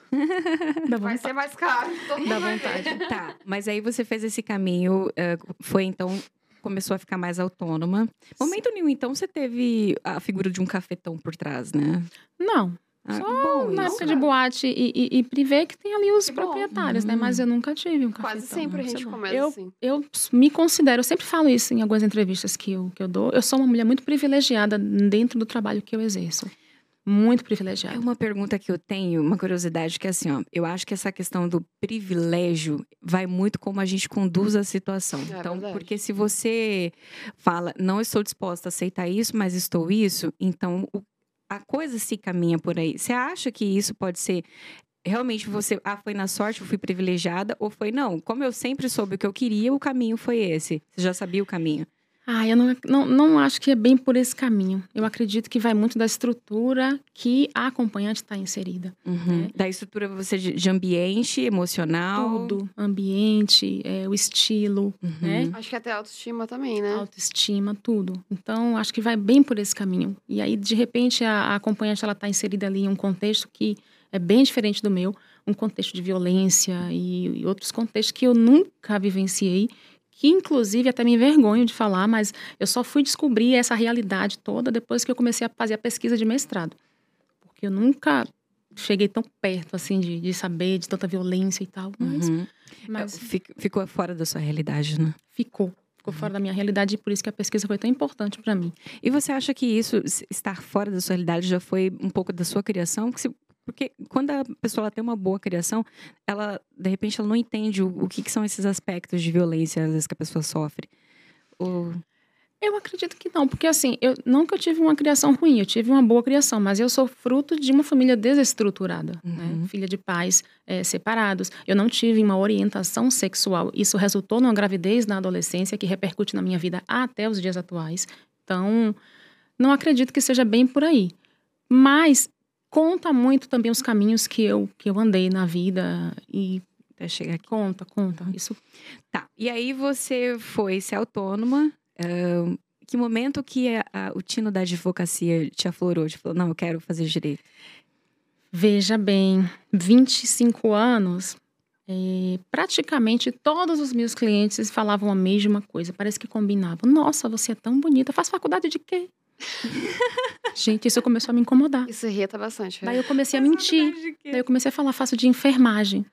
[SPEAKER 2] Dá
[SPEAKER 3] Vai
[SPEAKER 2] vontade.
[SPEAKER 3] ser mais caro. Todo mundo
[SPEAKER 1] Dá
[SPEAKER 3] vai ver.
[SPEAKER 1] vontade. tá, mas aí você fez esse caminho, eh, foi então. Começou a ficar mais autônoma. Momento nenhum, então, você teve a figura de um cafetão por trás, né?
[SPEAKER 2] Não,
[SPEAKER 1] Ah,
[SPEAKER 2] Só
[SPEAKER 1] bom,
[SPEAKER 2] na
[SPEAKER 1] isso.
[SPEAKER 2] época de boate e, e, e privê que tem ali os
[SPEAKER 3] né? Que bom. Uhum.
[SPEAKER 2] proprietários, né?
[SPEAKER 1] Hum.
[SPEAKER 2] Mas eu nunca tive um cafetão.
[SPEAKER 3] Quase sempre a
[SPEAKER 2] sei
[SPEAKER 1] tá
[SPEAKER 3] gente
[SPEAKER 2] lá.
[SPEAKER 3] começa
[SPEAKER 2] eu,
[SPEAKER 3] assim.
[SPEAKER 2] eu me considero, eu sempre falo isso em algumas entrevistas que eu, que eu dou, eu sou uma mulher muito privilegiada dentro do trabalho que eu exerço. Muito
[SPEAKER 1] É
[SPEAKER 2] privilegiada.
[SPEAKER 1] uma pergunta que eu tenho, uma curiosidade, que é assim, ó, eu acho que essa questão do privilégio vai muito como a gente conduz a situação.
[SPEAKER 3] É
[SPEAKER 1] então,
[SPEAKER 3] verdade.
[SPEAKER 1] porque se você fala, não estou disposta a aceitar isso, mas estou isso, então o- a coisa se caminha por aí. Você acha que isso pode ser realmente você, ah, foi na sorte, eu fui privilegiada, ou foi não? Como eu sempre soube o que eu queria, o caminho foi esse. Você já sabia o caminho.
[SPEAKER 2] Ah, eu não, não, não acho que é bem por esse caminho. Eu acredito que vai muito da estrutura que a acompanhante está inserida.
[SPEAKER 1] Uhum.
[SPEAKER 2] É.
[SPEAKER 1] Da estrutura você de, de ambiente emocional.
[SPEAKER 2] Tudo, ambiente, é, o estilo,
[SPEAKER 1] Uhum.
[SPEAKER 2] né?
[SPEAKER 3] Acho que até autoestima também, né?
[SPEAKER 2] autoestima, tudo. Então, acho que vai bem por esse caminho. E aí, de repente, a, a acompanhante ela está inserida ali em um contexto que é bem diferente do meu, um contexto de violência e, e outros contextos que eu nunca vivenciei, que inclusive até me envergonho de falar, mas eu só fui descobrir essa realidade toda depois que eu comecei a fazer a pesquisa de mestrado, porque eu nunca cheguei tão perto assim de, de saber de tanta violência e tal, mas,
[SPEAKER 1] Uhum.
[SPEAKER 2] mas
[SPEAKER 1] Fic- Ficou fora da sua realidade, né?
[SPEAKER 2] ficou. Ficou fora da minha realidade e por isso que a pesquisa foi tão importante para mim.
[SPEAKER 1] E você acha que isso, s- estar fora da sua realidade, já foi um pouco da sua criação? Porque, se- porque quando a pessoa ela tem uma boa criação, ela, de repente, ela não entende o, o que, que são esses aspectos de violência, às vezes, que a pessoa sofre. Ou-
[SPEAKER 2] Eu acredito que não, porque assim, eu, não que eu tive uma criação ruim, eu tive uma boa criação, mas eu sou fruto de uma família desestruturada,
[SPEAKER 1] Uhum.
[SPEAKER 2] né? filha de pais eh, separados. Eu não tive uma orientação sexual. Isso resultou numa gravidez na adolescência que repercute na minha vida até os dias atuais. Então, não acredito que seja bem por aí. Mas conta muito também os caminhos que eu, que eu andei na vida e
[SPEAKER 1] até chegar aqui.
[SPEAKER 2] conta, conta. Isso
[SPEAKER 1] Tá. E aí você foi ser autônoma. ahn, que momento que a- a- o tino da advocacia te aflorou? Te falou, não, eu quero fazer direito.
[SPEAKER 2] Veja bem, 25 anos, eh, praticamente todos os meus clientes falavam a mesma coisa. Parece que combinavam. Nossa, você é tão bonita. Faz faculdade de quê? Gente, isso começou a me incomodar.
[SPEAKER 3] Isso irrita bastante.
[SPEAKER 2] Daí eu comecei a mentir. Daí eu comecei a falar, faço de enfermagem.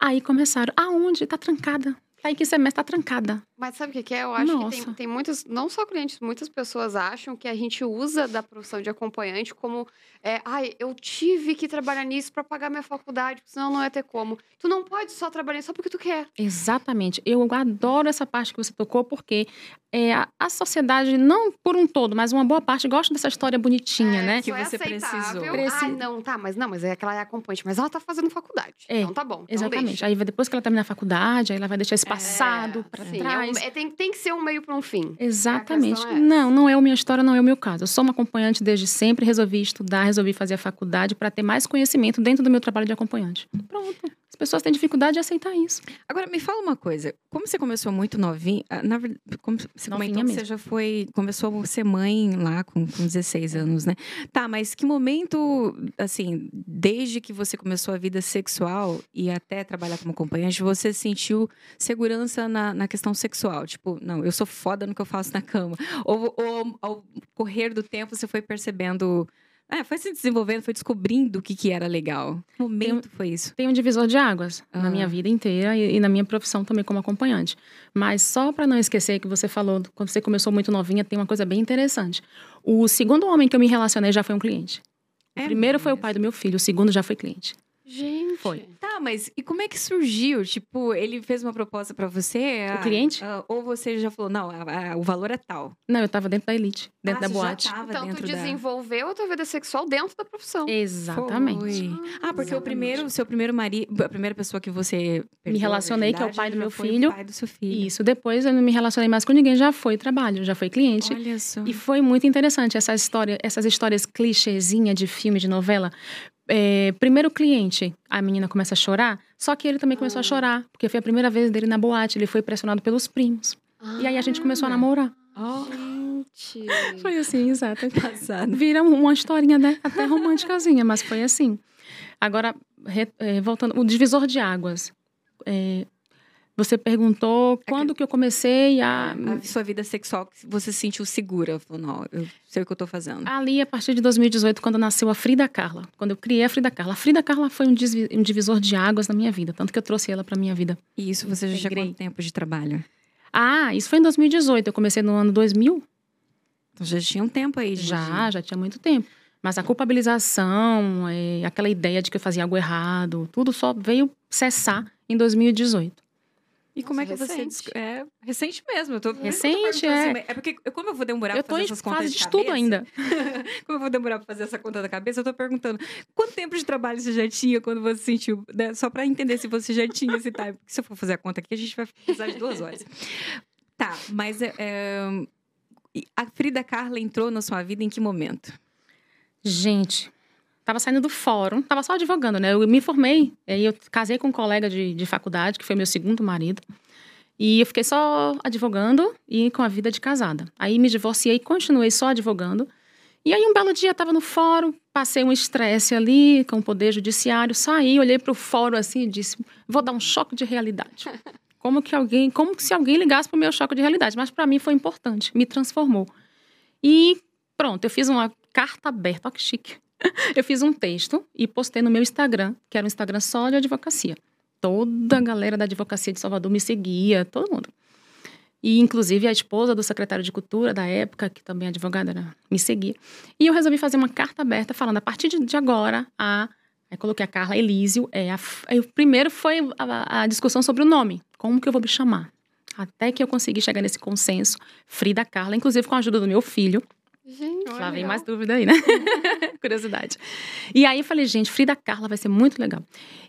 [SPEAKER 2] Aí começaram, aonde? Tá trancada. Tá em que semestre tá trancada.
[SPEAKER 3] Mas sabe o que, que é? Eu acho que tem,
[SPEAKER 2] Nossa.
[SPEAKER 3] tem muitos, não só clientes, muitas pessoas acham que a gente usa da profissão de acompanhante como, é, ai, eu tive que trabalhar nisso para pagar minha faculdade, porque senão não ia ter como. Tu não pode só trabalhar só porque tu quer.
[SPEAKER 2] Exatamente. Eu adoro essa parte que você tocou, porque é, a, a sociedade, não por um todo, mas uma boa parte, gosta dessa história bonitinha,
[SPEAKER 3] É,
[SPEAKER 2] né?
[SPEAKER 1] que
[SPEAKER 3] só é
[SPEAKER 1] você
[SPEAKER 3] aceitável.
[SPEAKER 1] precisou.
[SPEAKER 3] Ah,
[SPEAKER 2] Preci-
[SPEAKER 3] não, tá, mas não, mas é aquela é acompanhante, mas ela tá fazendo faculdade.
[SPEAKER 2] É,
[SPEAKER 3] então tá bom. então
[SPEAKER 2] Exatamente.
[SPEAKER 3] deixa.
[SPEAKER 2] Aí vai- depois que ela terminar a faculdade, aí ela vai deixar esse passado
[SPEAKER 3] É,
[SPEAKER 2] pra
[SPEAKER 3] sim, é um-
[SPEAKER 2] trás.
[SPEAKER 3] é, tem, tem que ser um meio para um fim.
[SPEAKER 2] Exatamente.
[SPEAKER 3] questão é essa.
[SPEAKER 2] não, não é a minha história, não é o meu caso. Eu sou uma acompanhante desde sempre, resolvi estudar, resolvi fazer a faculdade para ter mais conhecimento dentro do meu trabalho de acompanhante. Pronto. As pessoas têm dificuldade de aceitar isso.
[SPEAKER 1] Agora, me fala uma coisa. Como você começou muito novinha, ah, na verdade, como você
[SPEAKER 2] Novinha
[SPEAKER 1] comentou que você
[SPEAKER 2] mesmo.
[SPEAKER 1] já foi, começou a ser mãe lá com, com
[SPEAKER 2] É.
[SPEAKER 1] 16 anos, né? Tá, mas que momento, assim, desde que você começou a vida sexual e até trabalhar como acompanhante, você sentiu segurança na, na questão sexual? Tipo, não, eu sou foda no que eu faço na cama. Ou, ou ao correr do tempo você foi percebendo... Ah, foi se desenvolvendo, foi descobrindo o que, que era legal. Que momento foi isso?
[SPEAKER 2] Tem um divisor de águas
[SPEAKER 1] Ah.
[SPEAKER 2] na minha vida inteira e, e na minha profissão também como acompanhante. Mas só para não esquecer que você falou, quando você começou muito novinha, tem uma coisa bem interessante. O segundo homem que eu me relacionei já foi um cliente. O
[SPEAKER 1] É
[SPEAKER 2] primeiro foi o
[SPEAKER 1] mesmo?
[SPEAKER 2] pai do meu filho, o segundo já foi cliente.
[SPEAKER 3] Gente.
[SPEAKER 2] Foi.
[SPEAKER 1] Tá, mas e como é que surgiu? Tipo, ele fez uma proposta pra você?
[SPEAKER 2] O
[SPEAKER 1] ah,
[SPEAKER 2] cliente?
[SPEAKER 1] ah, ou você já falou, não, ah, ah, o valor é tal.
[SPEAKER 2] Não, eu tava dentro da elite, dentro
[SPEAKER 1] Ah,
[SPEAKER 2] da
[SPEAKER 1] você já
[SPEAKER 2] boate.
[SPEAKER 1] tava
[SPEAKER 3] Então tu
[SPEAKER 1] dentro da-
[SPEAKER 3] desenvolveu a tua vida sexual dentro da profissão.
[SPEAKER 2] Exatamente.
[SPEAKER 1] Foi. Ah, porque o
[SPEAKER 2] Exatamente.
[SPEAKER 1] primeiro, o seu primeiro marido, a primeira pessoa que você perdeu a
[SPEAKER 2] relacionei, que é o
[SPEAKER 1] virgindade,
[SPEAKER 2] pai do
[SPEAKER 1] já
[SPEAKER 2] meu
[SPEAKER 1] foi
[SPEAKER 2] filho.
[SPEAKER 1] O pai do seu filho.
[SPEAKER 2] Isso, depois eu não me relacionei mais com ninguém, já foi trabalho, já foi cliente.
[SPEAKER 1] Olha só.
[SPEAKER 2] E foi muito interessante essa história, essas histórias clichêzinha de filme, de novela. É, primeiro cliente, a menina começa a chorar, só que ele também começou a
[SPEAKER 1] Ah.
[SPEAKER 2] chorar, porque foi a primeira vez dele na boate, ele foi pressionado pelos primos. E
[SPEAKER 3] Ah,
[SPEAKER 2] aí a gente começou a
[SPEAKER 1] Ah.
[SPEAKER 2] namorar.
[SPEAKER 1] Ó,
[SPEAKER 3] Gente.
[SPEAKER 2] Foi assim, exato.
[SPEAKER 1] passado.
[SPEAKER 2] Vira uma historinha, né? Até românticazinha, mas foi assim. Agora, re- é, voltando, o divisor de águas. É, você perguntou quando que eu comecei a
[SPEAKER 1] A sua vida sexual, que você se sentiu segura. Falou, não, eu sei o que eu tô fazendo.
[SPEAKER 2] Ali, a partir de 2018, quando nasceu a Frida Carla, quando eu criei a Frida Carla. A Frida Carla foi um, desvi- um divisor de águas na minha vida, tanto que eu trouxe ela para minha vida.
[SPEAKER 1] E isso você já tinha
[SPEAKER 2] Integrei.
[SPEAKER 1] quanto tempo de trabalho?
[SPEAKER 2] Ah, isso foi em 2018, eu comecei no ano 2000.
[SPEAKER 1] Então já tinha um tempo aí. de-
[SPEAKER 2] Já, já tinha muito tempo. Mas a culpabilização, eh, aquela ideia de que eu fazia algo errado, tudo só veio cessar em 2018.
[SPEAKER 1] E como é que
[SPEAKER 3] Nossa,
[SPEAKER 1] você.
[SPEAKER 3] recente.
[SPEAKER 1] desco- É recente mesmo. Eu tô, por isso que eu tô
[SPEAKER 2] Recente,
[SPEAKER 1] perguntando
[SPEAKER 2] é.
[SPEAKER 1] mas é porque eu- como eu vou demorar pra
[SPEAKER 2] eu tô
[SPEAKER 1] fazer
[SPEAKER 2] em
[SPEAKER 1] essas contas
[SPEAKER 2] fase de
[SPEAKER 1] de
[SPEAKER 2] estudo
[SPEAKER 1] cabeça,
[SPEAKER 2] ainda.
[SPEAKER 1] Como eu vou demorar pra fazer essa conta da cabeça, eu tô perguntando quanto tempo de trabalho você já tinha quando você sentiu. né? Só pra entender se você já tinha esse time. Porque se eu for fazer a conta aqui, a gente vai precisar de duas horas. Tá, mas é, é, e a Frida Carla entrou na sua vida em que momento?
[SPEAKER 2] Gente, tava saindo do fórum, tava só advogando, né? Eu me formei, aí eu casei com um colega de, de faculdade, que foi meu segundo marido. E eu fiquei só advogando e com a vida de casada. Aí me divorciei, continuei só advogando. E aí um belo dia tava no fórum, passei um estresse ali com o poder judiciário, saí, olhei pro fórum assim e disse: "Vou dar um choque de realidade". Como que alguém, como que se alguém ligasse pro meu choque de realidade, mas para mim foi importante, me transformou. E pronto, eu fiz uma carta aberta, ó que chique. Eu fiz um texto e postei no meu Instagram, que era um Instagram só de advocacia. Toda a galera da advocacia de Salvador me seguia, todo mundo. E, inclusive, a esposa do secretário de Cultura da época, que também é advogada, né, me seguia. E eu resolvi fazer uma carta aberta falando, a partir de de agora, a... Aí coloquei a Carla Elísio. É a... f- aí o primeiro foi a, a discussão sobre o nome. Como que eu vou me chamar? Até que eu consegui chegar nesse consenso. Frida Carla, inclusive com a ajuda do meu filho.
[SPEAKER 3] Gente.
[SPEAKER 2] Lá vem
[SPEAKER 3] legal.
[SPEAKER 2] mais dúvida aí, né? Curiosidade. E aí eu falei, gente, Frida Carla vai ser muito legal.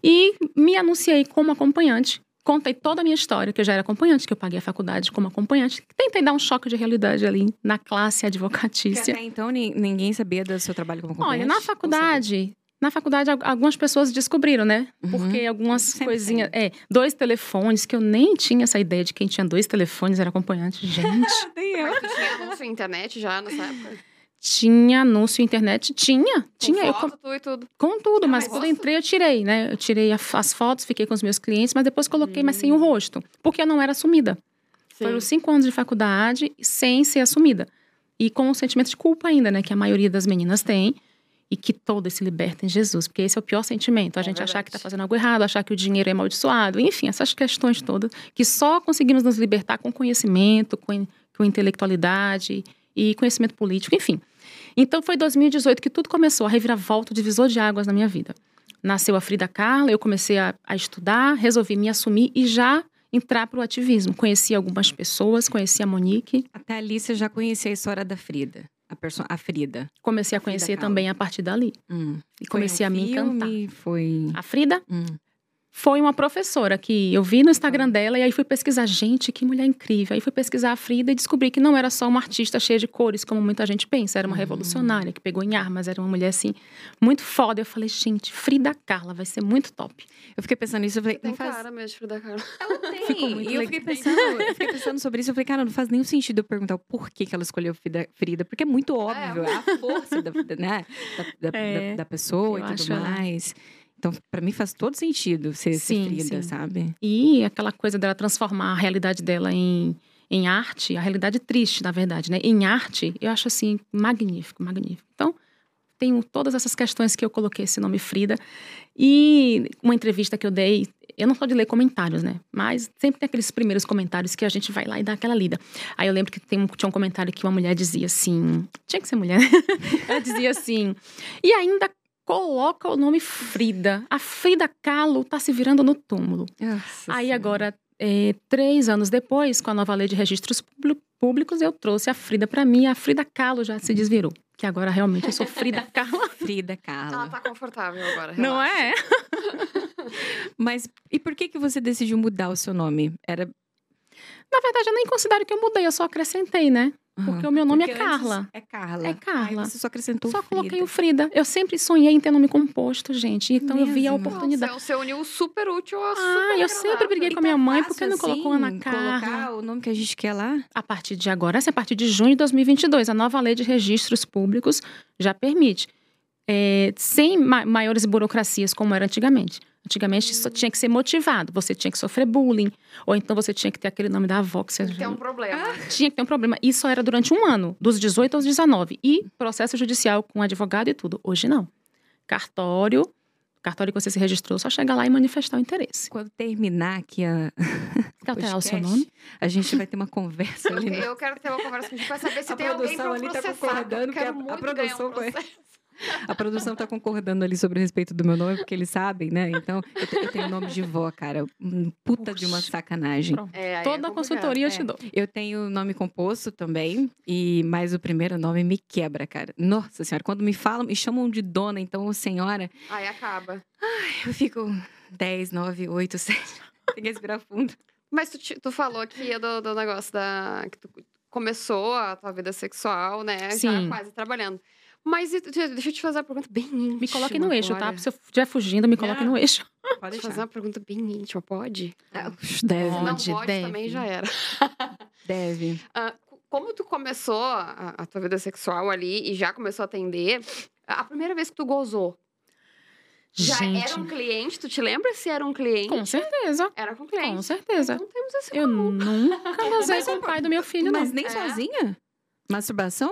[SPEAKER 2] E me anunciei como acompanhante. Contei toda a minha história, que eu já era acompanhante, que eu paguei a faculdade como acompanhante. Tentei dar um choque de realidade ali na classe
[SPEAKER 1] Porque
[SPEAKER 2] advocatícia.
[SPEAKER 1] até então ni- ninguém sabia do seu trabalho como
[SPEAKER 2] Olha,
[SPEAKER 1] acompanhante?
[SPEAKER 2] na
[SPEAKER 1] Ou sabia?
[SPEAKER 2] faculdade, na faculdade al- algumas pessoas descobriram, né?
[SPEAKER 1] Uhum.
[SPEAKER 2] Porque algumas
[SPEAKER 1] Sempre
[SPEAKER 2] coisinhas, é, dois telefones que eu nem tinha essa ideia de quem tinha dois telefones era acompanhante. Gente,
[SPEAKER 1] Ah, nem eu.
[SPEAKER 3] Mas tu tinha anúncio na internet já nessa época?
[SPEAKER 2] tinha anúncio internet, tinha, tinha.
[SPEAKER 3] Com
[SPEAKER 2] eu
[SPEAKER 3] foto, tu e tudo.
[SPEAKER 2] Com tudo,
[SPEAKER 3] Ah,
[SPEAKER 2] mas
[SPEAKER 3] mas
[SPEAKER 2] quando
[SPEAKER 3] gosta?
[SPEAKER 2] entrei eu tirei, né? Eu tirei a- as fotos, fiquei com os meus clientes, mas depois coloquei, mas
[SPEAKER 3] Hum.
[SPEAKER 2] sem o rosto. Porque eu não era assumida. Foram cinco anos de um faculdade sem ser assumida. E com o sentimento de culpa ainda, né? Que a maioria das meninas tem. e que todas se libertem em Jesus, porque esse é o pior sentimento, a
[SPEAKER 3] É
[SPEAKER 2] gente achar que
[SPEAKER 3] verdade.
[SPEAKER 2] está fazendo algo errado, achar que o dinheiro é amaldiçoado, enfim, essas questões todas que só conseguimos nos libertar com conhecimento, com, in- com intelectualidade e conhecimento político, enfim. Então foi 2018 que tudo começou, a reviravolta, o divisor de águas na minha vida. Nasceu a Frida Kahlo, eu comecei a, a estudar, resolvi me assumir e já entrar para o ativismo. Conheci algumas pessoas, conheci a Monique,
[SPEAKER 1] Até ali você já conhecia a história da Frida. A, perso- a Frida.
[SPEAKER 2] comecei a
[SPEAKER 1] Frida
[SPEAKER 2] conhecer
[SPEAKER 1] Kahlo.
[SPEAKER 2] também a partir dali.
[SPEAKER 1] Hum.
[SPEAKER 2] E
[SPEAKER 1] Foi
[SPEAKER 2] comecei
[SPEAKER 1] um
[SPEAKER 2] a me encantar. Ah,
[SPEAKER 1] filme, Foi.
[SPEAKER 2] A Frida
[SPEAKER 1] Hum.
[SPEAKER 2] foi uma professora que eu vi no Instagram dela e aí fui pesquisar. Gente, que mulher incrível. Aí fui pesquisar a Frida e descobri que não era só uma artista cheia de cores, como muita gente pensa. Era uma
[SPEAKER 1] Hum.
[SPEAKER 2] revolucionária que pegou em armas, era uma mulher assim, muito foda. Eu falei, gente, Frida Carla vai ser muito top.
[SPEAKER 1] Eu fiquei pensando nisso, eu falei,
[SPEAKER 3] Tem
[SPEAKER 1] não faz.
[SPEAKER 3] cara mesmo de Frida Kahlo.
[SPEAKER 1] Ela tem.
[SPEAKER 2] Ficou muito
[SPEAKER 1] e eu
[SPEAKER 2] legal.
[SPEAKER 1] fiquei pensando, eu fiquei pensando sobre isso, eu falei, cara, não faz nenhum sentido eu perguntar o porquê que ela escolheu Frida, Frida porque é muito óbvio, é a força da, da- né, da, da-
[SPEAKER 2] É.
[SPEAKER 1] da- da pessoa
[SPEAKER 2] Eu
[SPEAKER 1] e tudo
[SPEAKER 2] acho, né?
[SPEAKER 1] mais. Então, pra mim faz todo sentido ser, ser
[SPEAKER 2] Sim,
[SPEAKER 1] Frida,
[SPEAKER 2] sim.
[SPEAKER 1] sabe?
[SPEAKER 2] E aquela coisa dela transformar a realidade dela em, em arte, a realidade triste, na verdade, né? Em arte, eu acho assim, magnífico, magnífico. Então, tenho todas essas questões que eu coloquei esse nome Frida. E uma entrevista que eu dei, eu não sou de ler comentários, né? Mas sempre tem aqueles primeiros comentários que a gente vai lá e dá aquela lida. Aí eu lembro que tem um- tinha um comentário que uma mulher dizia assim. Tinha que ser mulher, né? Ela dizia assim. E ainda coloca o nome Frida. A Frida Kahlo tá se virando no túmulo. Aí agora, é, três anos depois, com a nova lei de registros públi- públicos, eu trouxe a Frida para mim. A Frida Kahlo já se desvirou. Que agora realmente eu sou Frida Kahlo.
[SPEAKER 1] Frida
[SPEAKER 3] Ela
[SPEAKER 1] Carla.
[SPEAKER 3] tá confortável agora.
[SPEAKER 2] Ah, Não
[SPEAKER 3] relaxa.
[SPEAKER 2] é?
[SPEAKER 1] Mas e por que que você decidiu mudar o seu nome? Era
[SPEAKER 2] Na verdade, eu nem considero que eu mudei, eu só acrescentei, né? Porque o meu nome é
[SPEAKER 1] Ah, Porque antes
[SPEAKER 2] Carla.
[SPEAKER 1] É Carla.
[SPEAKER 2] É Carla.
[SPEAKER 1] Aí você só acrescentou
[SPEAKER 2] Só
[SPEAKER 1] Frida.
[SPEAKER 2] coloquei o Frida. Eu sempre sonhei em ter nome composto, gente. Então eu vi a
[SPEAKER 1] Mesmo?
[SPEAKER 2] oportunidade.
[SPEAKER 3] Nossa, você uniu o super útil ao super
[SPEAKER 2] Ah, eu sempre
[SPEAKER 3] agradável.
[SPEAKER 2] briguei com a
[SPEAKER 1] tá
[SPEAKER 2] minha mãe
[SPEAKER 1] fácil
[SPEAKER 2] porque não colocou Ana
[SPEAKER 1] assim,
[SPEAKER 2] Carla.
[SPEAKER 1] Colocar o nome que a gente quer lá?
[SPEAKER 2] A partir de agora, assim, a partir de junho de 2022, a nova lei de registros públicos já permite. É, sem ma- maiores burocracias como era antigamente. Antigamente só tinha que ser motivado, você tinha que sofrer bullying, ou então você tinha que ter aquele nome da avó que você
[SPEAKER 3] Tem um problema.
[SPEAKER 2] tinha que ter um problema. Isso era durante um ano, dos 18 aos 19. E processo judicial com advogado e tudo. Hoje não. Cartório, cartório que você se registrou, só chega lá e manifestar o interesse.
[SPEAKER 1] Quando terminar aqui a,
[SPEAKER 2] Quer alterar o seu
[SPEAKER 1] podcast,
[SPEAKER 2] nome?
[SPEAKER 1] A gente vai ter uma conversa ali.
[SPEAKER 3] Eu,
[SPEAKER 1] no-
[SPEAKER 3] eu quero ter uma conversa contigo pra saber se
[SPEAKER 1] A
[SPEAKER 3] tem alguém pra
[SPEAKER 1] produção
[SPEAKER 3] eu
[SPEAKER 1] ali tá
[SPEAKER 3] processar.
[SPEAKER 1] concordando
[SPEAKER 3] eu
[SPEAKER 1] que
[SPEAKER 3] quero
[SPEAKER 1] a- a
[SPEAKER 3] muito
[SPEAKER 1] produção
[SPEAKER 3] ganhar um
[SPEAKER 1] vai-
[SPEAKER 3] processo.
[SPEAKER 1] A produção tá concordando ali sobre o respeito do meu nome, porque eles sabem, né? Então, eu, te- eu tenho nome de vó, cara. Hum, Puta de uma
[SPEAKER 2] Puxa.
[SPEAKER 1] sacanagem.
[SPEAKER 2] Pronto.
[SPEAKER 3] É, aí é
[SPEAKER 2] Toda a
[SPEAKER 3] complicado.
[SPEAKER 2] consultoria eu
[SPEAKER 1] é.
[SPEAKER 2] te dou.
[SPEAKER 1] Eu tenho nome composto também, e mas o primeiro nome me quebra, cara. Nossa senhora, quando me falam, me chamam de dona, então, ou senhora,
[SPEAKER 3] Aí acaba.
[SPEAKER 1] eu fico 10, 9, 8, 7. Tem que respirar fundo.
[SPEAKER 3] Mas tu, te- tu falou aqui do, do negócio da. que tu começou a tua vida sexual, né?
[SPEAKER 2] Sim.
[SPEAKER 3] Já quase trabalhando. Mas e tu- deixa eu te fazer uma pergunta bem íntima.
[SPEAKER 2] Me coloque no eixo, tá?
[SPEAKER 3] agora.
[SPEAKER 2] Se eu estiver fugindo, me coloque
[SPEAKER 1] Ah.
[SPEAKER 2] no eixo.
[SPEAKER 1] Pode
[SPEAKER 3] Deixa eu fazer uma pergunta bem íntima, pode?
[SPEAKER 1] Deve,
[SPEAKER 3] Se
[SPEAKER 2] Pode,
[SPEAKER 3] É. não pode, também
[SPEAKER 2] deve.
[SPEAKER 3] já era.
[SPEAKER 1] deve.
[SPEAKER 3] Ah, co- como tu começou a, a tua vida sexual ali e já começou a atender, a primeira vez que tu gozou, já
[SPEAKER 2] Gente,
[SPEAKER 3] era um cliente? Tu te lembra se era um cliente?
[SPEAKER 2] com certeza.
[SPEAKER 3] Era com
[SPEAKER 2] Com
[SPEAKER 3] cliente.
[SPEAKER 2] certeza.
[SPEAKER 3] Então temos esse
[SPEAKER 2] Eu nunca casei com o pai do meu filho, não.
[SPEAKER 1] Mas nem
[SPEAKER 3] É.
[SPEAKER 1] sozinha? Masturbação?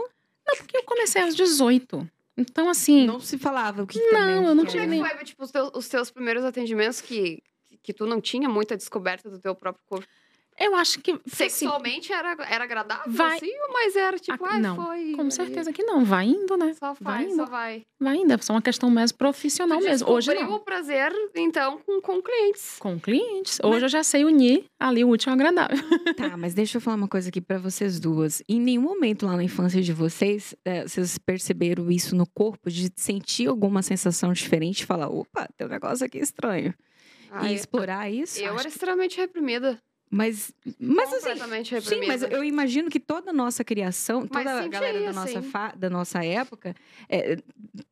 [SPEAKER 2] Não, porque eu comecei aos 18. Então, assim,
[SPEAKER 1] Não se falava o que
[SPEAKER 2] Não,
[SPEAKER 1] também
[SPEAKER 2] eu não
[SPEAKER 1] que
[SPEAKER 2] tive
[SPEAKER 1] era.
[SPEAKER 2] nem-
[SPEAKER 3] Como é que foi, tipo, os teus, os teus primeiros atendimentos que, que tu não tinha muita descoberta do teu próprio corpo?
[SPEAKER 2] eu acho que. foi assim,
[SPEAKER 3] Sexualmente era, era agradável,
[SPEAKER 2] Vai-
[SPEAKER 3] assim, ou mas era tipo,
[SPEAKER 2] Ah,
[SPEAKER 3] ai,
[SPEAKER 2] não.
[SPEAKER 3] foi.
[SPEAKER 2] com
[SPEAKER 3] ali.
[SPEAKER 2] certeza que não. Vai indo, né?
[SPEAKER 3] Só
[SPEAKER 2] Vai
[SPEAKER 3] vai,
[SPEAKER 2] indo.
[SPEAKER 3] só vai.
[SPEAKER 2] Vai indo. É só uma questão mais profissional
[SPEAKER 3] Tu
[SPEAKER 2] mesmo. Hoje
[SPEAKER 3] descobriu
[SPEAKER 2] não.
[SPEAKER 3] o prazer, então, com, com clientes.
[SPEAKER 2] Com clientes. Hoje eu já sei unir ali o útil ao agradável.
[SPEAKER 1] Tá, mas deixa eu falar uma coisa aqui pra vocês duas. Em nenhum momento lá na infância de vocês, eh, vocês perceberam isso no corpo, de sentir alguma sensação diferente e falar, opa, tem um negócio aqui estranho.
[SPEAKER 3] Ai,
[SPEAKER 1] e explorar isso.
[SPEAKER 3] Ah, eu
[SPEAKER 1] acho
[SPEAKER 3] era
[SPEAKER 1] que-
[SPEAKER 3] extremamente reprimida.
[SPEAKER 1] Mas, mas assim.
[SPEAKER 3] completamente reprimida.
[SPEAKER 1] Sim, mas eu imagino que toda a nossa criação,
[SPEAKER 3] Mas é
[SPEAKER 1] toda a
[SPEAKER 3] sentia,
[SPEAKER 1] galera da nossa,
[SPEAKER 3] sim.
[SPEAKER 1] fa- da nossa época eh,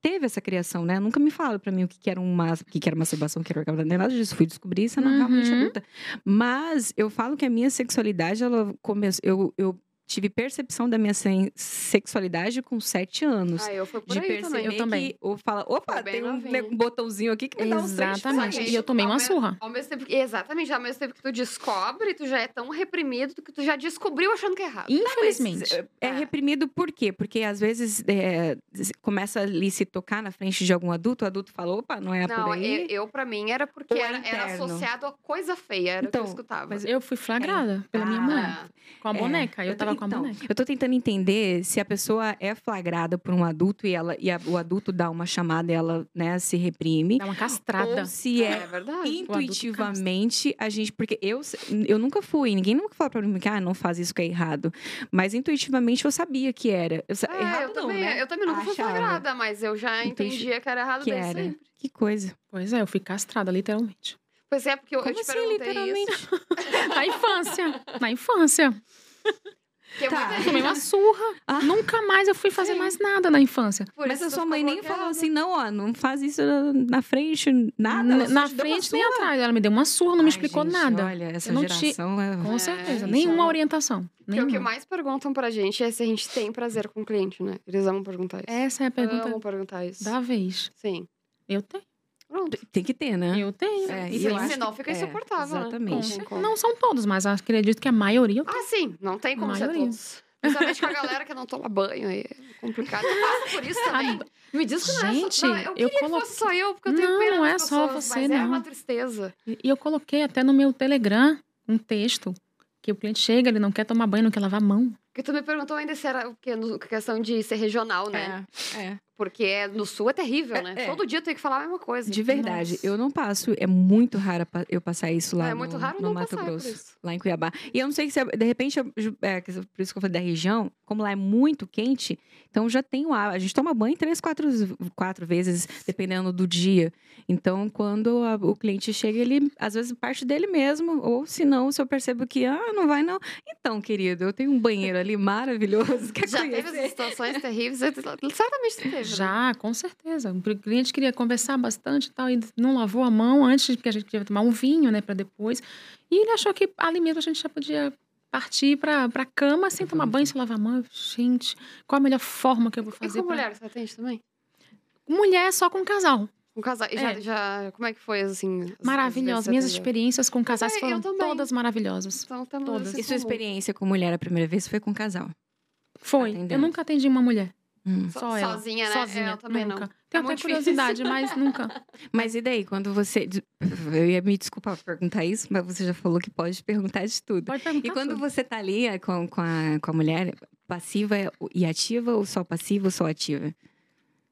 [SPEAKER 1] teve essa criação, né? Nunca me falaram pra mim o que, que era um mas- o que, que era masturbação, o que era orgasmo, nem nada disso. Fui descobrir isso é na
[SPEAKER 2] Uhum.
[SPEAKER 1] realmente adulta. Mas eu falo que a minha sexualidade, ela começou. Eu, eu tive percepção da minha sen- sexualidade com sete anos.
[SPEAKER 3] Ah, eu fui por
[SPEAKER 1] de
[SPEAKER 3] aí também.
[SPEAKER 1] perceber
[SPEAKER 2] Eu também.
[SPEAKER 1] que ou fala, opa,
[SPEAKER 3] Foi bem
[SPEAKER 1] tem um
[SPEAKER 3] novinha.
[SPEAKER 1] ne- um botãozinho aqui que me dá um
[SPEAKER 3] Exatamente.
[SPEAKER 2] Exatamente.
[SPEAKER 1] três
[SPEAKER 2] E eu tomei uma surra.
[SPEAKER 3] Ao mesmo tempo que, exatamente, ao mesmo tempo que tu descobre, tu já é tão reprimido que tu já descobriu achando que é errado.
[SPEAKER 2] Infelizmente.
[SPEAKER 1] É
[SPEAKER 3] Ah.
[SPEAKER 1] reprimido por quê? Porque às vezes é, se- começa ali se tocar na frente de algum adulto, o adulto fala, opa, não é
[SPEAKER 3] Não,
[SPEAKER 1] por
[SPEAKER 3] eu,
[SPEAKER 1] aí.
[SPEAKER 3] eu pra mim era porque
[SPEAKER 1] Ou é
[SPEAKER 3] era, era
[SPEAKER 1] interno?
[SPEAKER 3] associado a coisa feia, era o
[SPEAKER 1] Então,
[SPEAKER 3] que eu escutava.
[SPEAKER 1] mas
[SPEAKER 2] Eu fui flagrada pela minha mãe.
[SPEAKER 3] Ah,
[SPEAKER 2] Com a
[SPEAKER 1] É,
[SPEAKER 2] boneca. Eu
[SPEAKER 1] tô-
[SPEAKER 2] tava com a
[SPEAKER 1] então,
[SPEAKER 2] boneca.
[SPEAKER 1] Eu tô tentando entender se a pessoa é flagrada por um adulto e, ela, e a- o adulto dá uma chamada e ela né, se reprime.
[SPEAKER 2] Dá uma castrada.
[SPEAKER 1] Ou se é
[SPEAKER 3] é verdade.
[SPEAKER 2] adulto
[SPEAKER 1] intuitivamente a gente porque eu eu nunca fui ninguém nunca falou pra mim que ah não faz isso que é errado mas intuitivamente eu sabia que era eu, sa-
[SPEAKER 3] É,
[SPEAKER 1] errado
[SPEAKER 3] eu,
[SPEAKER 1] não
[SPEAKER 3] também,
[SPEAKER 1] né
[SPEAKER 3] eu também nunca fui
[SPEAKER 1] Achava.
[SPEAKER 3] flagrada, mas eu já
[SPEAKER 1] Entendi
[SPEAKER 3] entendia que era errado
[SPEAKER 1] que
[SPEAKER 3] desde
[SPEAKER 1] era
[SPEAKER 3] sempre.
[SPEAKER 1] que coisa
[SPEAKER 2] Pois é, eu fui castrada, literalmente.
[SPEAKER 3] Pois é, porque eu, eu
[SPEAKER 1] como
[SPEAKER 3] te
[SPEAKER 1] assim
[SPEAKER 3] perguntei isso.
[SPEAKER 1] literalmente
[SPEAKER 2] Na infância. Na infância.
[SPEAKER 3] Porque
[SPEAKER 1] Tá.
[SPEAKER 3] muita
[SPEAKER 2] Eu
[SPEAKER 3] gente-
[SPEAKER 2] tomei uma surra.
[SPEAKER 1] Ah.
[SPEAKER 2] Nunca mais eu fui fazer
[SPEAKER 3] Sim.
[SPEAKER 2] mais nada na infância.
[SPEAKER 3] por
[SPEAKER 1] mas
[SPEAKER 3] isso
[SPEAKER 1] a
[SPEAKER 3] tu
[SPEAKER 1] sua
[SPEAKER 3] ficou
[SPEAKER 1] mãe nem falou
[SPEAKER 3] bloqueada.
[SPEAKER 1] assim não ó não faz isso na frente nada
[SPEAKER 2] N-
[SPEAKER 1] ela só
[SPEAKER 2] na
[SPEAKER 1] te deu uma
[SPEAKER 2] frente nem
[SPEAKER 1] surra.
[SPEAKER 2] atrás. Ela me deu uma surra, não me
[SPEAKER 1] Ai,
[SPEAKER 2] explicou
[SPEAKER 1] gente,
[SPEAKER 2] nada.
[SPEAKER 1] olha essa
[SPEAKER 2] Eu não te-
[SPEAKER 1] geração é...
[SPEAKER 2] Com
[SPEAKER 3] É,
[SPEAKER 2] certeza.
[SPEAKER 3] isso
[SPEAKER 2] Nenhuma
[SPEAKER 3] não.
[SPEAKER 2] orientação.
[SPEAKER 3] Porque é o que
[SPEAKER 2] nenhuma.
[SPEAKER 3] mais perguntam pra gente é se a gente tem prazer com o cliente, né? Eles amam perguntar isso.
[SPEAKER 2] Essa é a pergunta
[SPEAKER 3] Amam perguntar isso.
[SPEAKER 2] da vez.
[SPEAKER 3] Sim.
[SPEAKER 2] Eu tenho.
[SPEAKER 3] Pronto.
[SPEAKER 1] tem que ter né
[SPEAKER 2] Eu tenho.
[SPEAKER 1] É,
[SPEAKER 2] E
[SPEAKER 1] e eu
[SPEAKER 2] tem
[SPEAKER 3] Sim,
[SPEAKER 1] acho
[SPEAKER 2] mais-
[SPEAKER 1] que-
[SPEAKER 3] senão fica
[SPEAKER 1] é,
[SPEAKER 3] insuportável. né?
[SPEAKER 1] exatamente.
[SPEAKER 3] Não tem como.
[SPEAKER 2] Não são todos, mas acredito que a maioria.
[SPEAKER 3] Ah, sim, não tem como ser
[SPEAKER 2] Maioria.
[SPEAKER 3] todos. Principalmente com a galera que não toma banho, aí é complicado. Eu passo por
[SPEAKER 1] Ah,
[SPEAKER 3] isso também. Me diz que não é
[SPEAKER 2] Gente,
[SPEAKER 3] só... Não, eu
[SPEAKER 2] eu
[SPEAKER 3] queria que
[SPEAKER 2] colo-
[SPEAKER 3] fosse só eu, porque eu tenho
[SPEAKER 2] Não,
[SPEAKER 3] pena
[SPEAKER 2] não
[SPEAKER 3] das
[SPEAKER 2] é só
[SPEAKER 3] pessoas,
[SPEAKER 2] você,
[SPEAKER 3] mas é
[SPEAKER 2] não.
[SPEAKER 3] uma tristeza.
[SPEAKER 2] E e eu coloquei até no meu Telegram um texto que o cliente chega, ele não quer tomar banho, não quer lavar a mão.
[SPEAKER 3] Porque tu me perguntou ainda se era o quê? No- questão de ser regional, né?
[SPEAKER 1] é, é.
[SPEAKER 3] Porque é- no sul é terrível, né?
[SPEAKER 1] É, é.
[SPEAKER 3] Todo dia tem que falar a mesma coisa.
[SPEAKER 1] De verdade,
[SPEAKER 2] Nossa.
[SPEAKER 1] eu não passo. É muito raro pa- eu passar isso lá
[SPEAKER 3] Ah, é
[SPEAKER 1] no,
[SPEAKER 3] muito raro
[SPEAKER 1] no
[SPEAKER 3] não
[SPEAKER 1] Mato
[SPEAKER 3] passar por
[SPEAKER 1] Grosso,
[SPEAKER 3] isso.
[SPEAKER 1] lá em Cuiabá. E eu não sei se, é- de repente, eu- ju- é, que- por isso que eu falei da região, como lá é muito quente, então já tem o ar. A gente toma banho três, quatro, quatro vezes, dependendo do dia. Então, quando a- o cliente chega, ele, às vezes, parte dele mesmo. Ou se não, se eu percebo que, ah, não vai não. Então, querido, eu tenho um banheiro ali maravilhoso. Quer
[SPEAKER 3] Já teve
[SPEAKER 1] conhecer?
[SPEAKER 3] essas situações terríveis? Certamente tu teve. né?
[SPEAKER 2] Já, com certeza. O cliente queria conversar bastante e tal, e não lavou a mão antes, porque a gente queria tomar um vinho, né, para depois. E ele achou que alimento a gente já podia partir para a cama sem tomar banho, sem lavar a mão. Eu, Gente, qual a melhor forma que eu vou
[SPEAKER 3] E
[SPEAKER 2] fazer?
[SPEAKER 3] com
[SPEAKER 2] pra-
[SPEAKER 3] mulher, você atende também?
[SPEAKER 2] Mulher só com casal.
[SPEAKER 3] Com casal. E já,
[SPEAKER 2] É.
[SPEAKER 3] já- como é que foi, assim? as- as vezes que
[SPEAKER 2] Maravilhosa.
[SPEAKER 3] você
[SPEAKER 2] Minhas
[SPEAKER 3] atendeu?
[SPEAKER 2] experiências com casais
[SPEAKER 3] É, eu
[SPEAKER 2] foram
[SPEAKER 3] também.
[SPEAKER 2] todas maravilhosas.
[SPEAKER 3] Então, tamo
[SPEAKER 2] Todas.
[SPEAKER 3] nesse
[SPEAKER 1] E sua
[SPEAKER 3] comum.
[SPEAKER 1] experiência com mulher a primeira vez foi com casal?
[SPEAKER 2] Foi. Eu
[SPEAKER 1] Atendendo.
[SPEAKER 2] nunca atendi uma mulher.
[SPEAKER 1] Hum.
[SPEAKER 3] So-
[SPEAKER 2] Só ela.
[SPEAKER 3] Sozinha, né?
[SPEAKER 2] Sozinha.
[SPEAKER 3] Eu também não. É
[SPEAKER 2] nunca. Tenho até
[SPEAKER 3] muito difícil.
[SPEAKER 2] curiosidade, mas nunca.
[SPEAKER 1] Mas e daí, quando você. Eu ia me desculpar por perguntar isso, mas você já falou que pode perguntar de tudo.
[SPEAKER 2] Pode perguntar.
[SPEAKER 1] E quando
[SPEAKER 2] tudo.
[SPEAKER 1] você tá ali é, com, com, a, com a mulher, passiva é e ativa, ou só passiva ou só ativa? O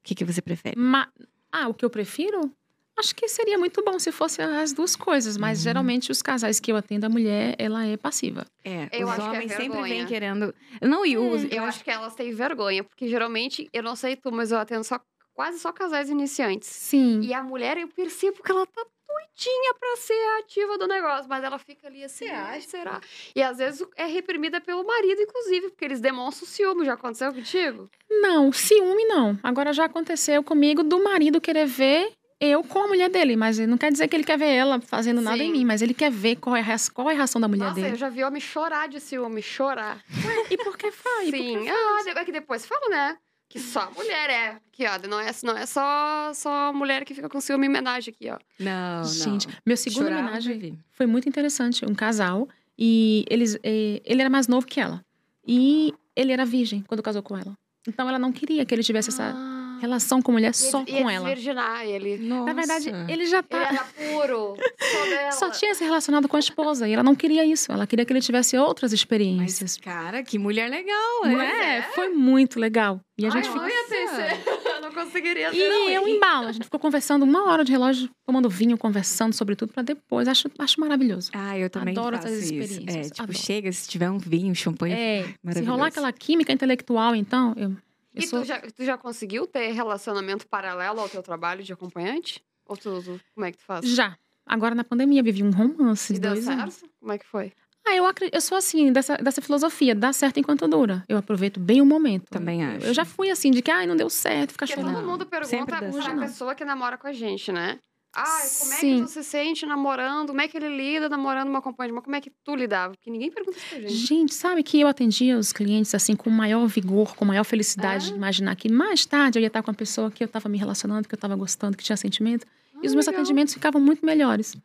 [SPEAKER 1] que, que você prefere?
[SPEAKER 2] Ma- Ah, o que eu prefiro? Acho que seria muito bom se fosse as duas coisas,
[SPEAKER 3] Uhum.
[SPEAKER 2] mas geralmente os casais que eu atendo, a mulher, ela é passiva.
[SPEAKER 1] É,
[SPEAKER 3] Eu
[SPEAKER 1] os
[SPEAKER 3] acho que é
[SPEAKER 1] homens sempre vêm
[SPEAKER 3] vergonha.
[SPEAKER 1] querendo. Não, e
[SPEAKER 2] Hum,
[SPEAKER 1] os.
[SPEAKER 3] Eu acho que elas têm vergonha, porque geralmente, eu não sei tu, mas eu atendo só, quase só casais iniciantes.
[SPEAKER 2] Sim.
[SPEAKER 3] E a mulher, eu percebo que ela tá doidinha pra ser ativa do negócio, mas ela fica ali assim, ai, será? E às vezes é reprimida pelo marido, inclusive, porque eles demonstram ciúme. Já aconteceu contigo?
[SPEAKER 2] Não, ciúme não. Agora já aconteceu comigo do marido querer ver eu com a mulher dele, mas não quer dizer que ele quer ver ela fazendo nada em
[SPEAKER 3] Sim.
[SPEAKER 2] mim, mas ele quer ver qual é a, rea- qual é a reação da mulher
[SPEAKER 3] Nossa, eu
[SPEAKER 2] dele.
[SPEAKER 3] já vi homem chorar de ciúme, chorar.
[SPEAKER 2] E por que faz? E por que
[SPEAKER 3] Sim. Ah, de- é que depois falo, né? Que só a mulher é. Aqui, ó, não é, não é só, só a mulher que fica com ciúme em homenagem aqui, ó.
[SPEAKER 1] Não, não.
[SPEAKER 2] Gente, meu segundo
[SPEAKER 1] Chorar,
[SPEAKER 2] homenagem
[SPEAKER 1] nunca vi.
[SPEAKER 2] foi muito interessante. Um casal e eles, eh, ele era mais novo que ela e ele era virgem quando casou com ela. Então ela não queria que ele tivesse essa
[SPEAKER 3] Ah.
[SPEAKER 2] relação com mulher
[SPEAKER 3] Ia
[SPEAKER 2] só
[SPEAKER 3] des- ia
[SPEAKER 2] com ela.
[SPEAKER 3] desvirginar é ah, ele.
[SPEAKER 2] Na verdade,
[SPEAKER 1] Nossa.
[SPEAKER 2] ele já
[SPEAKER 3] Ele
[SPEAKER 2] tá,
[SPEAKER 3] era puro. Só dela.
[SPEAKER 2] só tinha se relacionado com a esposa e ela não queria isso. Ela queria que ele tivesse outras
[SPEAKER 1] Mas,
[SPEAKER 2] experiências.
[SPEAKER 1] cara, que mulher legal,
[SPEAKER 2] Não
[SPEAKER 1] é?
[SPEAKER 2] é? Foi muito legal. E a
[SPEAKER 3] Ai,
[SPEAKER 2] gente
[SPEAKER 3] eu
[SPEAKER 2] ficou...
[SPEAKER 3] não ia ter esse- Eu não conseguiria ter. não.
[SPEAKER 2] E eu embalo. A gente ficou conversando uma hora de relógio, tomando vinho, conversando sobre tudo pra depois. Acho, acho maravilhoso.
[SPEAKER 1] Ah, eu também
[SPEAKER 2] Adoro
[SPEAKER 1] faço
[SPEAKER 2] essas
[SPEAKER 1] isso. É,
[SPEAKER 2] experiências,
[SPEAKER 1] tipo,
[SPEAKER 2] adoro.
[SPEAKER 1] chega, se tiver um vinho, um champanhe,
[SPEAKER 2] É, se
[SPEAKER 1] maravilhoso.
[SPEAKER 2] rolar aquela química intelectual, então, eu, eu
[SPEAKER 3] E
[SPEAKER 2] sou
[SPEAKER 3] tu já, tu já conseguiu ter relacionamento paralelo ao teu trabalho de acompanhante? Ou tu, tu- como é que tu faz?
[SPEAKER 2] Já. Agora na pandemia vivi um romance
[SPEAKER 3] E
[SPEAKER 2] de
[SPEAKER 3] deu
[SPEAKER 2] dois anos.
[SPEAKER 3] certo? Como é que foi?
[SPEAKER 2] Ah, eu acredito, eu sou assim, dessa, dessa filosofia, dá certo enquanto dura. Eu aproveito bem o momento.
[SPEAKER 1] Também
[SPEAKER 2] eu,
[SPEAKER 1] acho.
[SPEAKER 2] Eu já fui assim, de que ai, não deu certo, ficar
[SPEAKER 3] Porque
[SPEAKER 2] chorando.
[SPEAKER 3] todo mundo
[SPEAKER 1] Sempre
[SPEAKER 3] pergunta
[SPEAKER 1] dá
[SPEAKER 3] pra
[SPEAKER 2] certo.
[SPEAKER 3] pessoa que namora com a gente, né? Ai, como é
[SPEAKER 2] Sim.
[SPEAKER 3] que tu se sente namorando? Como é que ele lida namorando uma companhia? Mas como é que tu lidava? Porque ninguém pergunta isso pra gente.
[SPEAKER 2] Gente, sabe que eu atendia os clientes assim com maior vigor, com maior felicidade
[SPEAKER 3] É?
[SPEAKER 2] de imaginar que mais tarde eu ia estar com uma pessoa que eu estava me relacionando, que eu estava gostando, que tinha sentimento. e os meus
[SPEAKER 3] Ah, legal.
[SPEAKER 2] atendimentos ficavam muito melhores.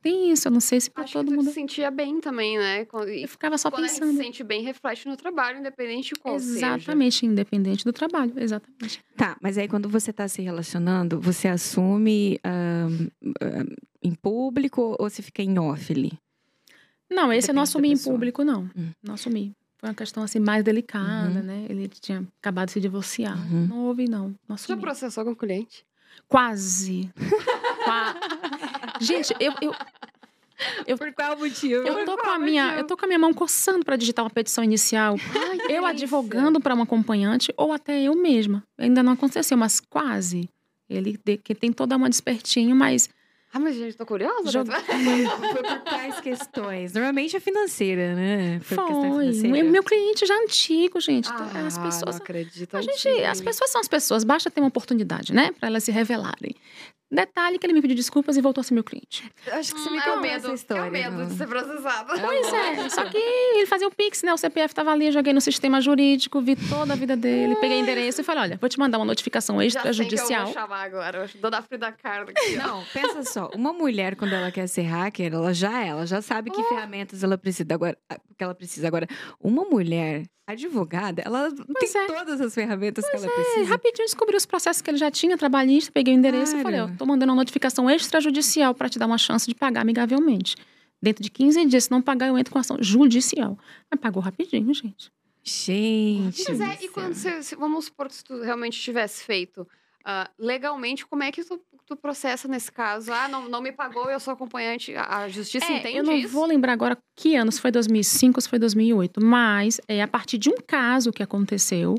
[SPEAKER 2] Tem isso, eu não sei se para
[SPEAKER 3] Acho que
[SPEAKER 2] todo
[SPEAKER 3] tu
[SPEAKER 2] mundo.
[SPEAKER 3] te sentia bem também, né? Quando- E
[SPEAKER 2] Eu ficava só
[SPEAKER 3] quando a
[SPEAKER 2] pensando.
[SPEAKER 3] gente se sente bem, reflete no trabalho, independente de qual seja.
[SPEAKER 2] Exatamente, independente do trabalho, exatamente.
[SPEAKER 1] Tá, mas aí quando você tá se relacionando, você assume ahn, ahn, em público ou você fica em off ali?
[SPEAKER 2] Não, esse
[SPEAKER 1] Depende
[SPEAKER 2] eu não
[SPEAKER 1] da
[SPEAKER 2] assumi em
[SPEAKER 1] pessoa.
[SPEAKER 2] público, não.
[SPEAKER 1] Hum.
[SPEAKER 2] Não assumi. Foi uma questão assim mais delicada,
[SPEAKER 1] Uhum.
[SPEAKER 2] né? Ele tinha acabado de se divorciar.
[SPEAKER 1] Uhum.
[SPEAKER 2] Não houve, não. Não
[SPEAKER 3] Já
[SPEAKER 2] assumi.
[SPEAKER 3] processou com o cliente?
[SPEAKER 2] Quase. Qua- Gente, eu, eu,
[SPEAKER 1] Por qual motivo?
[SPEAKER 2] eu, tô com a
[SPEAKER 3] quase,
[SPEAKER 2] minha,
[SPEAKER 3] eu-
[SPEAKER 2] eu tô com a minha mão coçando para digitar uma petição inicial.
[SPEAKER 3] Ai, que
[SPEAKER 2] Eu
[SPEAKER 3] delícia.
[SPEAKER 2] advogando para um acompanhante ou até eu mesma. Ainda não aconteceu, mas quase. Ele de- que tem toda uma despertinho, mas
[SPEAKER 3] Ah, mas gente, tô curiosa.
[SPEAKER 2] Jogo-
[SPEAKER 3] né?
[SPEAKER 1] Foi por quais questões? Normalmente é financeira, né?
[SPEAKER 2] foi.
[SPEAKER 1] por questão
[SPEAKER 2] Meu, meu cliente já é antigo, gente. Então,
[SPEAKER 3] Ah,
[SPEAKER 2] as pessoas
[SPEAKER 3] não acredito.
[SPEAKER 2] A gente,
[SPEAKER 3] antiga.
[SPEAKER 2] as pessoas são as pessoas, basta ter uma oportunidade, né? Pra elas se revelarem. Detalhe que ele me pediu desculpas e voltou a ser meu cliente.
[SPEAKER 1] Acho que você
[SPEAKER 3] Hum,
[SPEAKER 1] me
[SPEAKER 3] é o
[SPEAKER 1] contou
[SPEAKER 3] medo,
[SPEAKER 1] essa história.
[SPEAKER 3] É o medo
[SPEAKER 1] não?
[SPEAKER 3] de ser processada.
[SPEAKER 2] Pois né? é, só que ele fazia o Pix, né? O CPF tava ali, eu joguei no sistema jurídico, vi toda a vida dele, peguei endereço e falei: olha, vou te mandar uma notificação
[SPEAKER 3] Já sei que eu
[SPEAKER 2] extrajudicial.
[SPEAKER 3] vou chamar agora. Eu acho- Dou da Frida Kahlo aqui, ó.
[SPEAKER 1] Não, pensa só. Uma mulher, quando ela quer ser hacker, ela já é, ela já sabe que ferramentas ela precisa agora. ah, Que ela precisa agora. Uma mulher advogada, ela tem
[SPEAKER 2] é.
[SPEAKER 1] todas as ferramentas que ela
[SPEAKER 2] E
[SPEAKER 1] precisa.
[SPEAKER 2] rapidinho descobri os processos que ele já tinha, trabalhista, peguei o endereço e falei: ó,
[SPEAKER 1] Cara.
[SPEAKER 2] tô mandando uma notificação extrajudicial pra te dar uma chance de pagar amigavelmente. Dentro de 15 dias, se não pagar, eu entro com ação judicial. Mas pagou rapidinho, gente.
[SPEAKER 1] Gente.
[SPEAKER 3] Pois é,
[SPEAKER 1] do
[SPEAKER 3] e
[SPEAKER 1] céu.
[SPEAKER 2] né?
[SPEAKER 3] quando você, se- vamos supor que se tu realmente tivesse feito ah, legalmente, como é que tu, tu processa nesse caso? Ah, não, não me pagou, eu sou acompanhante. A, a justiça
[SPEAKER 1] assim,
[SPEAKER 2] É,
[SPEAKER 3] entende
[SPEAKER 2] eu não
[SPEAKER 3] isso?
[SPEAKER 2] vou lembrar agora que anos foi 2005, se foi 2008, mas é a partir de um caso que aconteceu,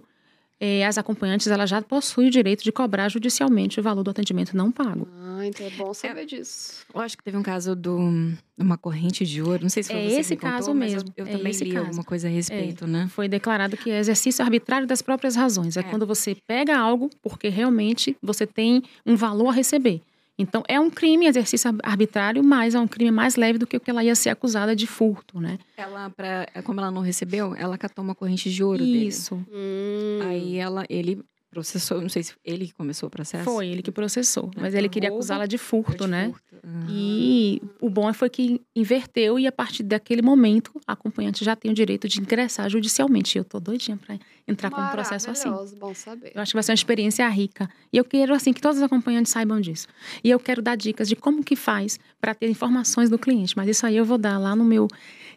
[SPEAKER 2] é, as acompanhantes elas já possuem o direito de cobrar judicialmente o valor do atendimento não pago.
[SPEAKER 3] Ah, então é bom saber disso.
[SPEAKER 1] Eu acho que teve um caso do- de uma corrente de ouro. Não sei se foi
[SPEAKER 2] É
[SPEAKER 1] você que
[SPEAKER 2] esse
[SPEAKER 1] me contou,
[SPEAKER 2] caso
[SPEAKER 1] mas eu-
[SPEAKER 2] mesmo,
[SPEAKER 1] Eu,
[SPEAKER 2] é
[SPEAKER 1] também
[SPEAKER 2] esse
[SPEAKER 1] li
[SPEAKER 2] caso.
[SPEAKER 1] alguma coisa a respeito, né?
[SPEAKER 2] Foi declarado que é exercício arbitrário das próprias razões. É,
[SPEAKER 1] É.
[SPEAKER 2] quando você pega algo porque realmente você tem um valor a receber. Então é um crime exercício ar- arbitrário, mas é um crime mais leve do que o que ela ia ser acusada de furto, né?
[SPEAKER 1] Ela, pra, é, como ela não recebeu, ela catou uma corrente de ouro
[SPEAKER 2] Isso.
[SPEAKER 3] Hum.
[SPEAKER 1] dele. Aí ela, ele processou, não sei se ele que começou o processo.
[SPEAKER 2] Foi ele que processou,
[SPEAKER 1] É,
[SPEAKER 2] mas ele
[SPEAKER 1] por
[SPEAKER 2] queria
[SPEAKER 1] Tá roubo,
[SPEAKER 2] acusá-la de
[SPEAKER 1] Foi
[SPEAKER 2] furto,
[SPEAKER 1] de
[SPEAKER 2] né?
[SPEAKER 1] furto. Ah.
[SPEAKER 2] E o bom é foi que inverteu e a partir daquele momento a acompanhante já tem o direito de ingressar judicialmente. E Eu tô doidinha para entrar com um processo assim.
[SPEAKER 3] Maravilhoso, bom saber.
[SPEAKER 2] Eu acho que vai ser uma experiência rica. E eu quero assim que todos os acompanhantes saibam disso. E eu quero dar dicas de como que faz para ter informações do cliente, mas isso aí eu vou dar lá no meu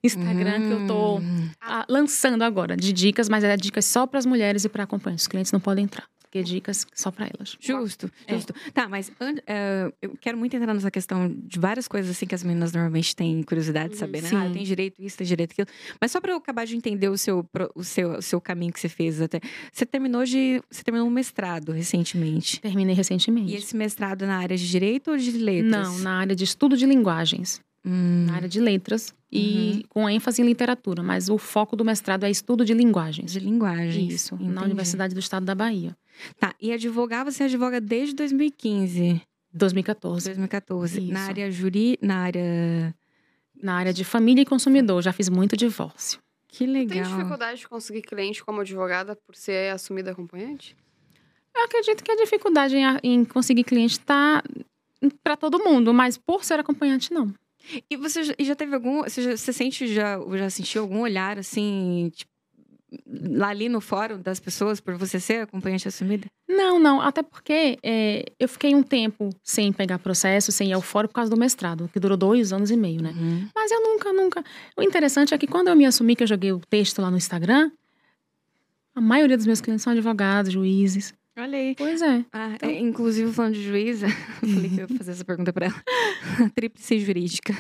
[SPEAKER 2] Instagram que eu tô
[SPEAKER 1] Hum.
[SPEAKER 2] ah, lançando agora de dicas, mas é dicas só para as mulheres e para acompanhantes. Os clientes não podem entrar, porque é dicas só para elas.
[SPEAKER 1] Justo,
[SPEAKER 2] É.
[SPEAKER 1] justo. Tá, mas an- eh, eu quero muito entrar nessa questão de várias coisas assim que as meninas normalmente têm curiosidade de
[SPEAKER 3] Uhum.
[SPEAKER 1] saber, né? Ah,
[SPEAKER 2] Sim.
[SPEAKER 1] tem direito isso, tem direito aquilo. Mas só pra eu acabar de entender o seu, pro- o seu, o seu caminho que você fez até. Você terminou de. Você terminou um mestrado recentemente.
[SPEAKER 2] Terminei recentemente.
[SPEAKER 1] E esse mestrado é na área de direito ou de letras?
[SPEAKER 2] Não, na área de estudo de linguagens,
[SPEAKER 1] Hum,
[SPEAKER 2] na área de letras e com ênfase em literatura, mas o foco do mestrado é estudo de linguagens.
[SPEAKER 1] de linguagem.
[SPEAKER 2] Isso, na Universidade do Estado da Bahia,
[SPEAKER 1] Tá, e advogar, você advoga desde 2015,
[SPEAKER 2] 2014,
[SPEAKER 1] 2014. Na
[SPEAKER 2] Isso.
[SPEAKER 1] área juri, na área.
[SPEAKER 2] na área de família e consumidor, já fiz muito divórcio.
[SPEAKER 1] Que
[SPEAKER 3] Tu Tem
[SPEAKER 1] legal.
[SPEAKER 3] dificuldade de conseguir cliente como advogada por ser assumida acompanhante?
[SPEAKER 2] Eu acredito que a dificuldade em, a- em conseguir cliente está para todo mundo, mas por ser acompanhante não.
[SPEAKER 1] E você já- e já teve algum. Você, já, você sente, já, já sentiu algum olhar assim, tipo, lá ali no fórum das pessoas por você ser acompanhante assumida?
[SPEAKER 2] Não, não, até porque é, eu fiquei um tempo sem pegar processo, sem ir ao fórum por causa do mestrado, que durou dois anos e meio, né?
[SPEAKER 1] Uhum.
[SPEAKER 2] Mas eu nunca, nunca. O interessante é que quando eu me assumi, que eu joguei o texto lá no Instagram, a maioria dos meus clientes são advogados, juízes.
[SPEAKER 1] Olha aí.
[SPEAKER 2] Pois é.
[SPEAKER 1] Ah, é, inclusive, falando de juíza, eu falei que eu ia fazer essa pergunta pra ela. Tríplice jurídica.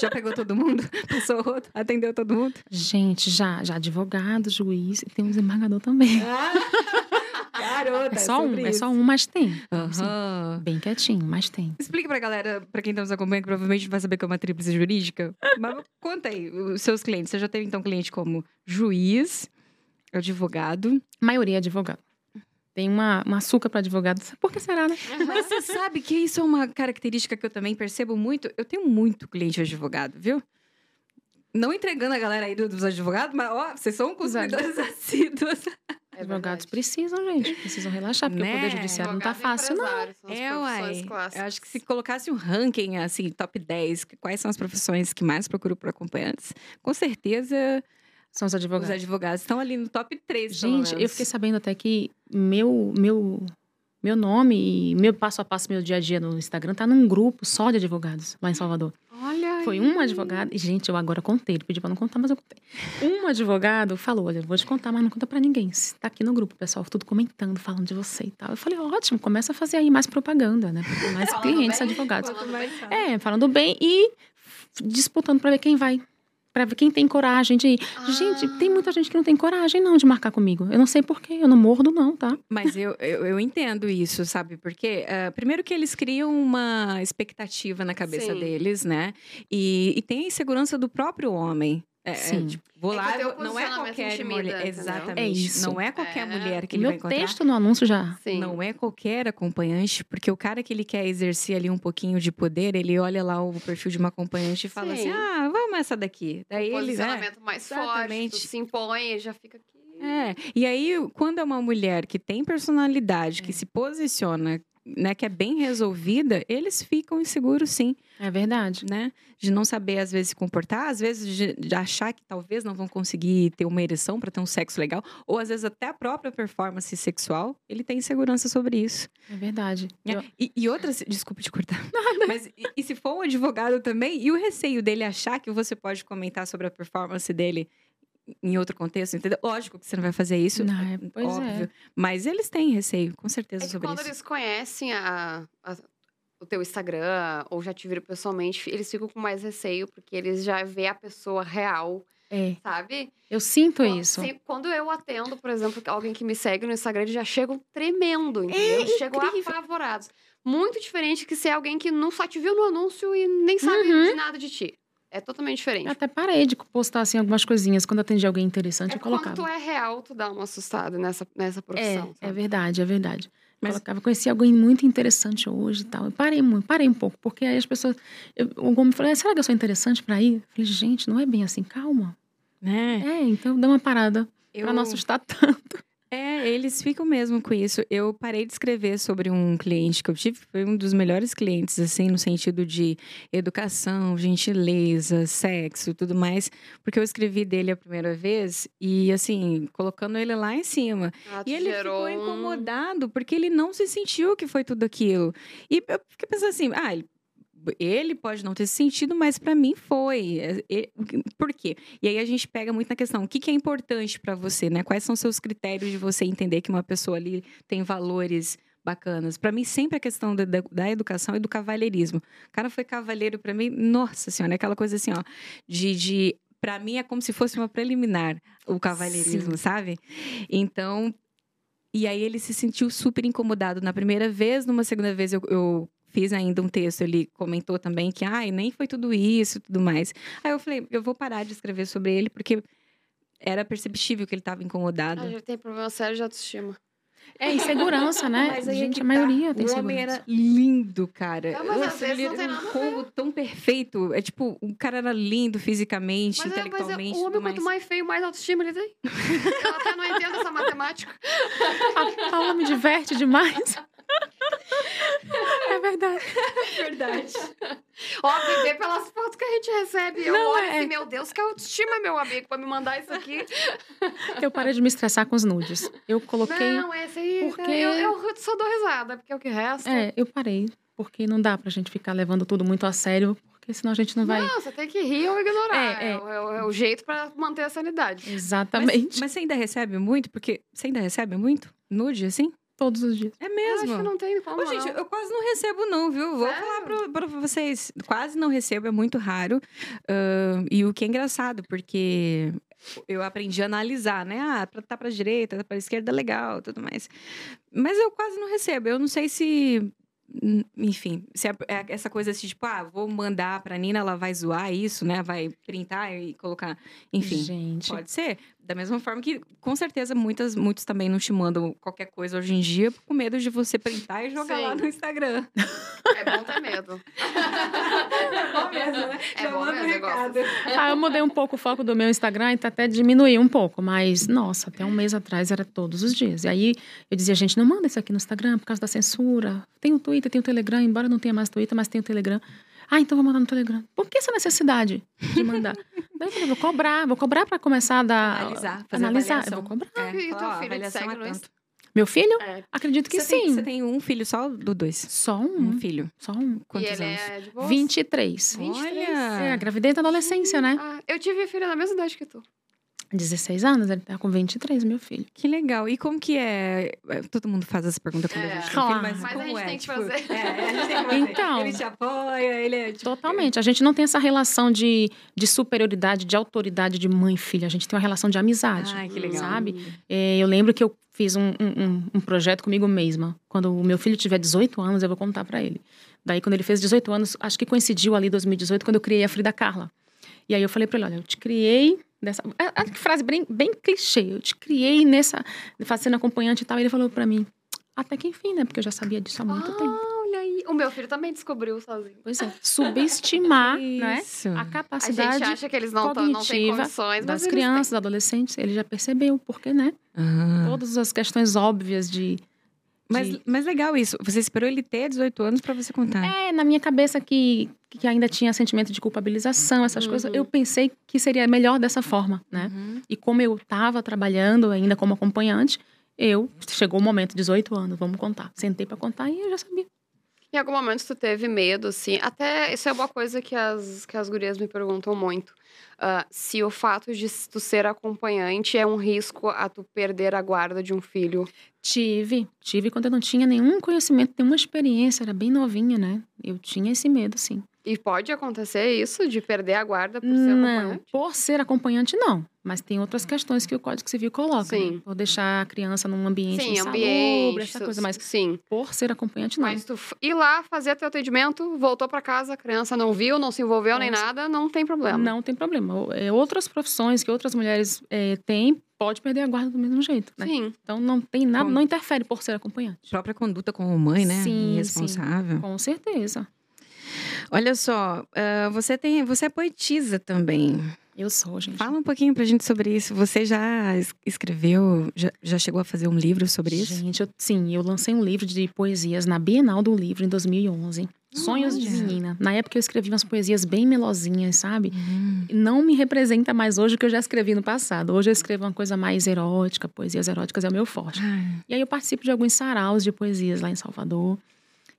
[SPEAKER 1] já pegou todo mundo? Passou o rodo? Atendeu todo mundo?
[SPEAKER 2] Gente, já, já advogado, juiz, e tem um desembargador também.
[SPEAKER 1] Garota,
[SPEAKER 2] Ah! É só um, é só um, mas tem.
[SPEAKER 1] Aham.
[SPEAKER 2] Bem quietinho, mas tem.
[SPEAKER 1] Explica pra galera, pra quem tá nos acompanhando, que provavelmente vai saber que é uma tríplice jurídica. Mas conta aí, os seus clientes. Você já teve, então, cliente como juiz, advogado.
[SPEAKER 2] A maioria é advogado. Tem uma, uma açúcar para advogado. Por que será, né?
[SPEAKER 1] Mas você sabe que isso é uma característica que eu também percebo muito. Eu tenho muito cliente advogado, viu? Não entregando a galera aí dos advogados, mas ó, vocês são consumidores assíduos.
[SPEAKER 3] É
[SPEAKER 2] Advogados
[SPEAKER 3] verdade.
[SPEAKER 2] precisam, gente. Precisam relaxar, porque o
[SPEAKER 1] Né?
[SPEAKER 2] poder judiciário não tá
[SPEAKER 3] Advogado e
[SPEAKER 2] fácil, não.
[SPEAKER 3] empresário são as
[SPEAKER 1] É,
[SPEAKER 3] profissões
[SPEAKER 1] uai. Eu
[SPEAKER 3] clássicas.
[SPEAKER 1] acho que se colocasse um ranking, assim, top 10, que- quais são as profissões que mais procuram por acompanhantes, com certeza
[SPEAKER 2] São os advogados.
[SPEAKER 1] os advogados estão ali no top 3,
[SPEAKER 2] Gente, eu fiquei sabendo até que meu, meu, meu nome e meu passo a passo, meu dia a dia no Instagram tá num grupo só de advogados lá em Salvador.
[SPEAKER 3] Olha.
[SPEAKER 2] Foi
[SPEAKER 3] aí.
[SPEAKER 2] um advogado. e, Gente, eu agora contei. Ele pediu pra não contar, mas eu contei. Um advogado falou: Olha, eu vou te contar, mas não conta pra ninguém. Você Tá aqui no grupo, pessoal, tudo comentando, falando de você e tal. Eu falei: Ótimo, começa a fazer aí mais propaganda, né? Pra ter mais
[SPEAKER 3] Falando
[SPEAKER 2] clientes,
[SPEAKER 3] bem.
[SPEAKER 2] advogados.
[SPEAKER 1] sabendo.
[SPEAKER 2] É, falando bem e disputando pra ver quem vai. Pra ver quem tem coragem de ir. Gente, tem
[SPEAKER 3] Ah,
[SPEAKER 2] muita gente que não tem coragem, não, de marcar comigo. Eu não sei porquê, eu não mordo, não, tá?
[SPEAKER 1] Mas eu, eu, eu entendo isso, sabe? Porque, ah, primeiro, que eles criam uma expectativa na cabeça
[SPEAKER 3] Sim.
[SPEAKER 1] deles, né? E, e tem a insegurança do próprio homem. É, é,
[SPEAKER 2] Sim.
[SPEAKER 1] tipo, vou
[SPEAKER 3] É que
[SPEAKER 1] lá,
[SPEAKER 3] o teu
[SPEAKER 1] não é
[SPEAKER 3] posicionamento
[SPEAKER 1] qualquer
[SPEAKER 3] intimida,
[SPEAKER 1] mulher.
[SPEAKER 3] entendeu?
[SPEAKER 1] Exatamente.
[SPEAKER 2] É isso.
[SPEAKER 1] Não é qualquer
[SPEAKER 3] É.
[SPEAKER 1] mulher que
[SPEAKER 2] o
[SPEAKER 1] ele vai
[SPEAKER 2] meu
[SPEAKER 1] encontrar.
[SPEAKER 2] texto no anúncio já.
[SPEAKER 3] Sim.
[SPEAKER 1] Não é qualquer acompanhante, porque o cara que ele quer exercer ali um pouquinho de poder, ele olha lá o perfil de uma acompanhante e fala
[SPEAKER 3] Sim.
[SPEAKER 1] assim: ah, vamos essa daqui. Daí ele.
[SPEAKER 2] é,
[SPEAKER 1] Né?
[SPEAKER 3] Posicionamento mais
[SPEAKER 1] Exatamente.
[SPEAKER 3] forte, tu se impõe, já fica aqui.
[SPEAKER 1] É. E aí, quando é uma mulher que tem personalidade, que
[SPEAKER 2] É.
[SPEAKER 1] se posiciona, né, que é bem resolvida, eles ficam inseguros, sim,
[SPEAKER 2] É verdade.
[SPEAKER 1] né? De não saber, às vezes, se comportar, às vezes, de, de achar que talvez não vão conseguir ter uma ereção para ter um sexo legal, ou às vezes até a própria performance sexual, ele tem insegurança sobre isso.
[SPEAKER 2] É verdade.
[SPEAKER 1] É,
[SPEAKER 2] Eu-
[SPEAKER 1] E, e outra, se- desculpa te cortar. Mas e, e se for um advogado também, e o receio dele achar que você pode comentar sobre a performance dele em outro contexto, entendeu? Lógico que você não vai fazer isso.
[SPEAKER 2] Não, é- pois
[SPEAKER 1] óbvio.
[SPEAKER 2] é.
[SPEAKER 1] Mas eles têm receio, com certeza,
[SPEAKER 3] É que
[SPEAKER 1] sobre
[SPEAKER 3] quando
[SPEAKER 1] isso.
[SPEAKER 3] eles conhecem a- a- o teu Instagram ou já te viram pessoalmente, eles ficam com mais receio, porque eles já vê a pessoa real,
[SPEAKER 2] É.
[SPEAKER 3] sabe?
[SPEAKER 2] Eu sinto
[SPEAKER 3] Quando-
[SPEAKER 2] isso.
[SPEAKER 3] se- Quando eu atendo, por exemplo, alguém que me segue no Instagram, eles já chegam tremendo, entendeu?
[SPEAKER 2] É
[SPEAKER 3] Eles chegam apavorados. Muito diferente que ser alguém que não só te viu no anúncio e nem sabe
[SPEAKER 2] Uhum.
[SPEAKER 3] de nada de ti. É totalmente diferente.
[SPEAKER 2] Eu até parei de postar assim algumas coisinhas quando atendi alguém interessante,
[SPEAKER 3] É
[SPEAKER 2] eu
[SPEAKER 3] quando
[SPEAKER 2] colocava.
[SPEAKER 3] tu é real, tu dá uma assustada nessa, nessa
[SPEAKER 2] É,
[SPEAKER 3] profissão.
[SPEAKER 2] é
[SPEAKER 3] sabe?
[SPEAKER 2] verdade, é verdade.
[SPEAKER 1] Mas-
[SPEAKER 2] Mas... Colocava, conheci alguém muito interessante hoje e tal. Eu parei muito, parei um pouco, porque aí as pessoas. eu- o Gomes falou: "Ah, será que eu sou interessante pra ir? Eu falei, gente, não é bem assim, calma.
[SPEAKER 1] Né?
[SPEAKER 2] É, então dá uma parada.
[SPEAKER 3] É,
[SPEAKER 1] Eu,
[SPEAKER 2] Pra não assustar tanto.
[SPEAKER 1] É, eles ficam mesmo com isso. Eu parei de escrever sobre um cliente que eu tive, foi um dos melhores clientes, assim, no sentido de educação, gentileza, sexo e tudo mais, porque eu escrevi dele a primeira vez e, assim, colocando ele lá em cima.
[SPEAKER 3] Ah, tu
[SPEAKER 1] E ele ficou
[SPEAKER 3] gerou um-
[SPEAKER 1] incomodado porque ele não se sentiu que foi tudo aquilo. E eu fiquei pensando assim, ah, ele, ele pode não ter se sentido, mas pra mim foi. É, é, Por quê? E aí a gente pega muito na questão, o que, que é importante pra você, né? Quais são seus critérios de você entender que uma pessoa ali tem valores bacanas? Pra mim sempre a questão da, da- da educação e do cavalheirismo. O cara foi cavalheiro pra mim, nossa senhora, é aquela coisa assim, ó, de, de para mim é como se fosse uma preliminar o cavalheirismo, sabe? Então, e aí ele se sentiu super incomodado na primeira vez, numa segunda vez eu, eu fiz ainda um texto, ele comentou também que, ai, nem foi tudo isso e tudo mais. Aí eu falei, eu vou parar de escrever sobre ele, porque era perceptível que ele estava
[SPEAKER 3] Ah,
[SPEAKER 1] incomodado.
[SPEAKER 3] já tem problema sério de autoestima.
[SPEAKER 2] É insegurança, né?
[SPEAKER 1] Mas aí é
[SPEAKER 2] gente,
[SPEAKER 1] que
[SPEAKER 2] a maioria
[SPEAKER 1] tá.
[SPEAKER 2] tem
[SPEAKER 1] O homem era
[SPEAKER 2] segurança.
[SPEAKER 1] lindo, cara.
[SPEAKER 3] Não, mas às
[SPEAKER 1] Nossa,
[SPEAKER 3] vezes
[SPEAKER 1] ele
[SPEAKER 3] não tem
[SPEAKER 1] era um
[SPEAKER 3] nada a
[SPEAKER 1] combo tão perfeito. É tipo, o cara era lindo fisicamente,
[SPEAKER 3] Mas, é, mas é,
[SPEAKER 1] intelectualmente,
[SPEAKER 3] o homem,
[SPEAKER 1] tudo
[SPEAKER 3] quanto
[SPEAKER 1] mais.
[SPEAKER 3] mais feio, mais autoestima ele tem. eu até não entendo essa matemática.
[SPEAKER 2] A Paula me diverte demais. É verdade.
[SPEAKER 1] verdade.
[SPEAKER 3] Óbvio, vê pelas fotos que a gente recebe. Eu
[SPEAKER 2] Não,
[SPEAKER 3] olho
[SPEAKER 2] é.
[SPEAKER 3] assim, meu Deus, que autoestima, meu amigo, pra me mandar isso aqui.
[SPEAKER 2] Eu parei de me estressar com os nudes. Eu coloquei.
[SPEAKER 3] Não, essa aí.
[SPEAKER 2] Porque-
[SPEAKER 3] Eu, eu só dou risada, porque é o que resta.
[SPEAKER 2] É, eu parei. Porque não dá pra gente ficar levando tudo muito a sério, porque senão a gente não vai.
[SPEAKER 3] Não, você tem que rir ou ignorar.
[SPEAKER 2] É,
[SPEAKER 3] É,
[SPEAKER 2] é.
[SPEAKER 3] o- é o, é o jeito pra manter a sanidade.
[SPEAKER 2] Exatamente.
[SPEAKER 1] Mas, mas você ainda recebe muito? Porque você ainda recebe muito? Nude, assim?
[SPEAKER 2] Todos os dias.
[SPEAKER 1] É
[SPEAKER 3] Eu
[SPEAKER 1] mesmo.
[SPEAKER 3] acho que não tem como.
[SPEAKER 1] Ô, gente,
[SPEAKER 3] não. É,
[SPEAKER 1] eu quase não recebo, não, viu? Vou
[SPEAKER 3] Sério?
[SPEAKER 1] falar pra, pra vocês. Quase não recebo, é muito raro. Ahn, e o que é engraçado, porque eu aprendi a analisar, né? Ah, pra, tá pra direita, tá pra esquerda, legal, tudo mais. Mas eu quase não recebo. Eu não sei se. hum, Enfim, se é- é essa coisa assim, tipo, ah, vou mandar pra Nina, ela vai zoar isso, né? Vai printar e colocar. Enfim,
[SPEAKER 2] Gente.
[SPEAKER 1] pode ser. Da mesma forma que, com certeza, muitas, muitos também não te mandam qualquer coisa hoje em dia com medo de você printar e jogar
[SPEAKER 3] Sim.
[SPEAKER 1] lá no Instagram.
[SPEAKER 3] É bom ter medo.
[SPEAKER 1] É bom mesmo, né?
[SPEAKER 3] É
[SPEAKER 1] Já
[SPEAKER 3] bom
[SPEAKER 1] manda o
[SPEAKER 3] mesmo, eu gosto.
[SPEAKER 1] recado.
[SPEAKER 2] Ah, eu mudei um pouco o foco do meu Instagram e tá até diminuiu um pouco, mas nossa, até um mês atrás era todos os dias. E aí eu dizia, gente, não manda isso aqui no Instagram por causa da censura. Tem o Twitter, tem o Telegram, embora não tenha mais Twitter, mas tem o Telegram. Ah, então vou mandar no Telegram. Por que essa necessidade de mandar? Daí eu falei, vou cobrar, vou cobrar pra começar a
[SPEAKER 3] Ah,
[SPEAKER 2] dar.
[SPEAKER 1] Analisar, fazer
[SPEAKER 2] analisar. Eu
[SPEAKER 1] avaliação.
[SPEAKER 2] vou cobrar.
[SPEAKER 1] É,
[SPEAKER 3] E teu
[SPEAKER 1] fala, ó,
[SPEAKER 3] filho te
[SPEAKER 1] avaliação
[SPEAKER 3] segue
[SPEAKER 1] é
[SPEAKER 3] no
[SPEAKER 1] tanto.
[SPEAKER 3] Insta?
[SPEAKER 2] Meu filho?
[SPEAKER 3] É.
[SPEAKER 2] Acredito que
[SPEAKER 1] você
[SPEAKER 2] sim.
[SPEAKER 1] Tem, você tem um filho só do dois?
[SPEAKER 2] Só um,
[SPEAKER 1] Um filho.
[SPEAKER 2] só um.
[SPEAKER 1] Quantos
[SPEAKER 3] Uhum. e ele
[SPEAKER 1] anos?
[SPEAKER 3] é de boa?
[SPEAKER 2] 23.
[SPEAKER 3] 23?
[SPEAKER 2] É, a
[SPEAKER 1] Olha!
[SPEAKER 2] gravidez da adolescência, né?
[SPEAKER 3] Ah, eu tive filha da mesma idade que tu.
[SPEAKER 2] 16 anos, ele tá com 23, meu filho.
[SPEAKER 1] Que legal. E como que é? Todo mundo faz essa pergunta quando a
[SPEAKER 3] É.
[SPEAKER 1] gente tem
[SPEAKER 2] Claro.
[SPEAKER 1] filho, mas,
[SPEAKER 3] Mas a
[SPEAKER 1] como
[SPEAKER 3] gente
[SPEAKER 1] é?
[SPEAKER 3] tem que
[SPEAKER 1] Tipo,
[SPEAKER 3] fazer.
[SPEAKER 1] É, a gente tem que fazer.
[SPEAKER 2] Então.
[SPEAKER 1] Ele te apoia, ele é tipo...
[SPEAKER 2] Totalmente. A gente não tem essa relação de, de superioridade, de autoridade de mãe e filha. A gente tem uma relação de
[SPEAKER 3] Ah,
[SPEAKER 2] amizade.
[SPEAKER 1] Ai, que
[SPEAKER 3] tipo,
[SPEAKER 1] legal.
[SPEAKER 2] Sabe? É, eu lembro que eu fiz um, um- um- um projeto comigo mesma. Quando o meu filho tiver 18 anos, eu vou contar pra ele. Daí, quando ele fez 18 anos, acho que coincidiu ali 2018, quando eu criei a Frida Carla. E aí eu falei pra ele: olha, eu te criei. Dessa, a, a frase bem, bem clichê. Eu te criei nessa. fazendo acompanhante e tal. E ele falou pra mim: até que enfim, né? Porque eu já sabia disso há muito
[SPEAKER 3] ah,
[SPEAKER 2] tempo.
[SPEAKER 3] olha aí. O meu filho também descobriu sozinho.
[SPEAKER 2] Pois é, subestimar,
[SPEAKER 3] é?
[SPEAKER 2] né?
[SPEAKER 1] Isso.
[SPEAKER 2] A
[SPEAKER 3] Uhum. A gente
[SPEAKER 2] capacidade
[SPEAKER 3] acha que eles não, tão, não têm
[SPEAKER 2] cognitiva
[SPEAKER 3] condições, mas
[SPEAKER 2] das
[SPEAKER 3] eles
[SPEAKER 2] crianças, dos adolescentes, ele já percebeu, porque, né?
[SPEAKER 3] Uhum.
[SPEAKER 1] Ah.
[SPEAKER 2] Todas as questões óbvias de.
[SPEAKER 1] Mas, mas legal isso. Você esperou ele ter 18 anos pra você contar. né?
[SPEAKER 2] É, na minha cabeça que, que ainda tinha sentimento de culpabilização, essas
[SPEAKER 3] Uhum.
[SPEAKER 2] coisas, eu pensei que seria melhor dessa forma, né?
[SPEAKER 1] Uhum.
[SPEAKER 2] E como eu estava trabalhando ainda como acompanhante, eu. Chegou o momento, 18 anos, vamos contar. Sentei pra contar e eu já sabia.
[SPEAKER 3] Em algum momento tu teve medo, assim. Até isso é uma coisa que as, que as gurias me perguntam muito. Ah, se o fato de tu ser acompanhante é um risco a tu perder a guarda de um filho.
[SPEAKER 2] Tive, tive quando eu não tinha nenhum conhecimento, nenhuma experiência, era bem novinha, né? Eu tinha esse medo, sim.
[SPEAKER 3] E pode acontecer isso, de perder a guarda por ser
[SPEAKER 2] Não,
[SPEAKER 3] acompanhante? Hum.
[SPEAKER 2] por ser acompanhante, não. Mas tem outras questões que o Código Civil coloca.
[SPEAKER 3] Sim.
[SPEAKER 2] né? Por deixar a criança num ambiente
[SPEAKER 3] Sim,
[SPEAKER 2] insalubre,
[SPEAKER 3] ambiente.
[SPEAKER 2] essa
[SPEAKER 3] su-
[SPEAKER 2] coisa. Mas
[SPEAKER 3] Sim.
[SPEAKER 2] por ser acompanhante, não.
[SPEAKER 3] Mas tu f- ir lá fazer teu atendimento, voltou pra casa, a criança não viu, não se envolveu nem
[SPEAKER 2] Mas-
[SPEAKER 3] nada, não é, né? tem problema.
[SPEAKER 2] Não tem problema. O- é, Outras profissões que outras mulheres eh, têm, pode perder a guarda do mesmo jeito, né?
[SPEAKER 3] Sim.
[SPEAKER 2] Então não tem nada,
[SPEAKER 1] Com-
[SPEAKER 2] não interfere por ser acompanhante.
[SPEAKER 1] Própria conduta como mãe, né?
[SPEAKER 2] Sim, sim.
[SPEAKER 1] Irresponsável.
[SPEAKER 2] Com certeza.
[SPEAKER 1] Olha só, ah, você tem, você é poetisa também.
[SPEAKER 2] Eu sou, gente.
[SPEAKER 1] Fala um pouquinho pra gente sobre isso. Você já es- escreveu, já, já chegou a fazer um livro sobre isso?
[SPEAKER 2] Gente, eu- sim, eu lancei um livro de poesias na Bienal do Livro em 2011. Sonhos de
[SPEAKER 1] Olha.
[SPEAKER 2] Menina. Na época eu escrevi umas poesias bem melosinhas, sabe?
[SPEAKER 1] Hum.
[SPEAKER 2] não me representa mais hoje o que eu já escrevi no passado. Hoje eu escrevo uma coisa mais erótica, poesias eróticas é o meu forte.
[SPEAKER 1] Ai,
[SPEAKER 2] E aí eu participo de alguns saraus de poesias lá em Salvador.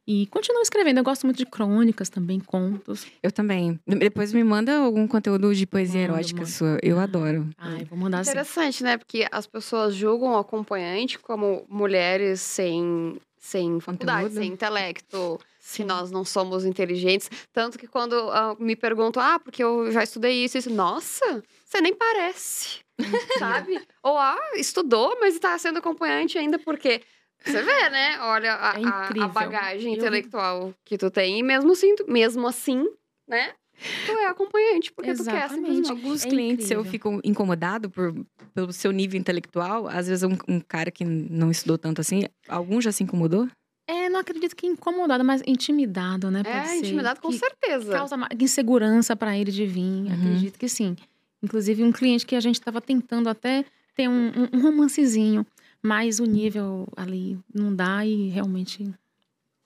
[SPEAKER 2] E continuo escrevendo. Eu gosto muito de crônicas também, contos.
[SPEAKER 1] Eu também. Depois me manda algum conteúdo de poesia
[SPEAKER 2] Mando,
[SPEAKER 1] erótica
[SPEAKER 2] mando. Ah.
[SPEAKER 1] sua. Eu adoro.
[SPEAKER 2] Ai, vou mandar assim.
[SPEAKER 3] Interessante, né? Porque as pessoas julgam o acompanhante como mulheres sem, sem faculdade,
[SPEAKER 1] Conteúdo.
[SPEAKER 3] sem intelecto, que nós não somos inteligentes. Tanto que quando ah, me perguntam, ah, porque eu já estudei isso, isso, nossa, você nem parece, sabe? Ou, ah, estudou, mas está sendo acompanhante ainda porque... Você vê, né? Olha a,
[SPEAKER 2] É
[SPEAKER 3] a- a
[SPEAKER 2] incrível.
[SPEAKER 3] bagagem
[SPEAKER 2] Eu-
[SPEAKER 3] intelectual que tu tem. E mesmo assim, tu- mesmo assim, né? Tu é acompanhante, porque tu quer assim
[SPEAKER 2] Exatamente.
[SPEAKER 3] simplesmente.
[SPEAKER 1] Alguns
[SPEAKER 2] É
[SPEAKER 1] clientes eu
[SPEAKER 2] incrível.
[SPEAKER 1] fico incomodado por, pelo seu nível intelectual. Às vezes um, um cara que não estudou tanto assim, algum já se incomodou?
[SPEAKER 2] É, não acredito que incomodado, mas intimidado, né? Pode
[SPEAKER 3] É,
[SPEAKER 2] ser.
[SPEAKER 3] intimidade com
[SPEAKER 2] Que-
[SPEAKER 3] certeza.
[SPEAKER 2] causa ma- insegurança para ele de vir.
[SPEAKER 1] Uhum.
[SPEAKER 2] Acredito que sim. Inclusive, um cliente que a gente estava tentando até ter um, um- um romancezinho, mas o nível ali não dá e realmente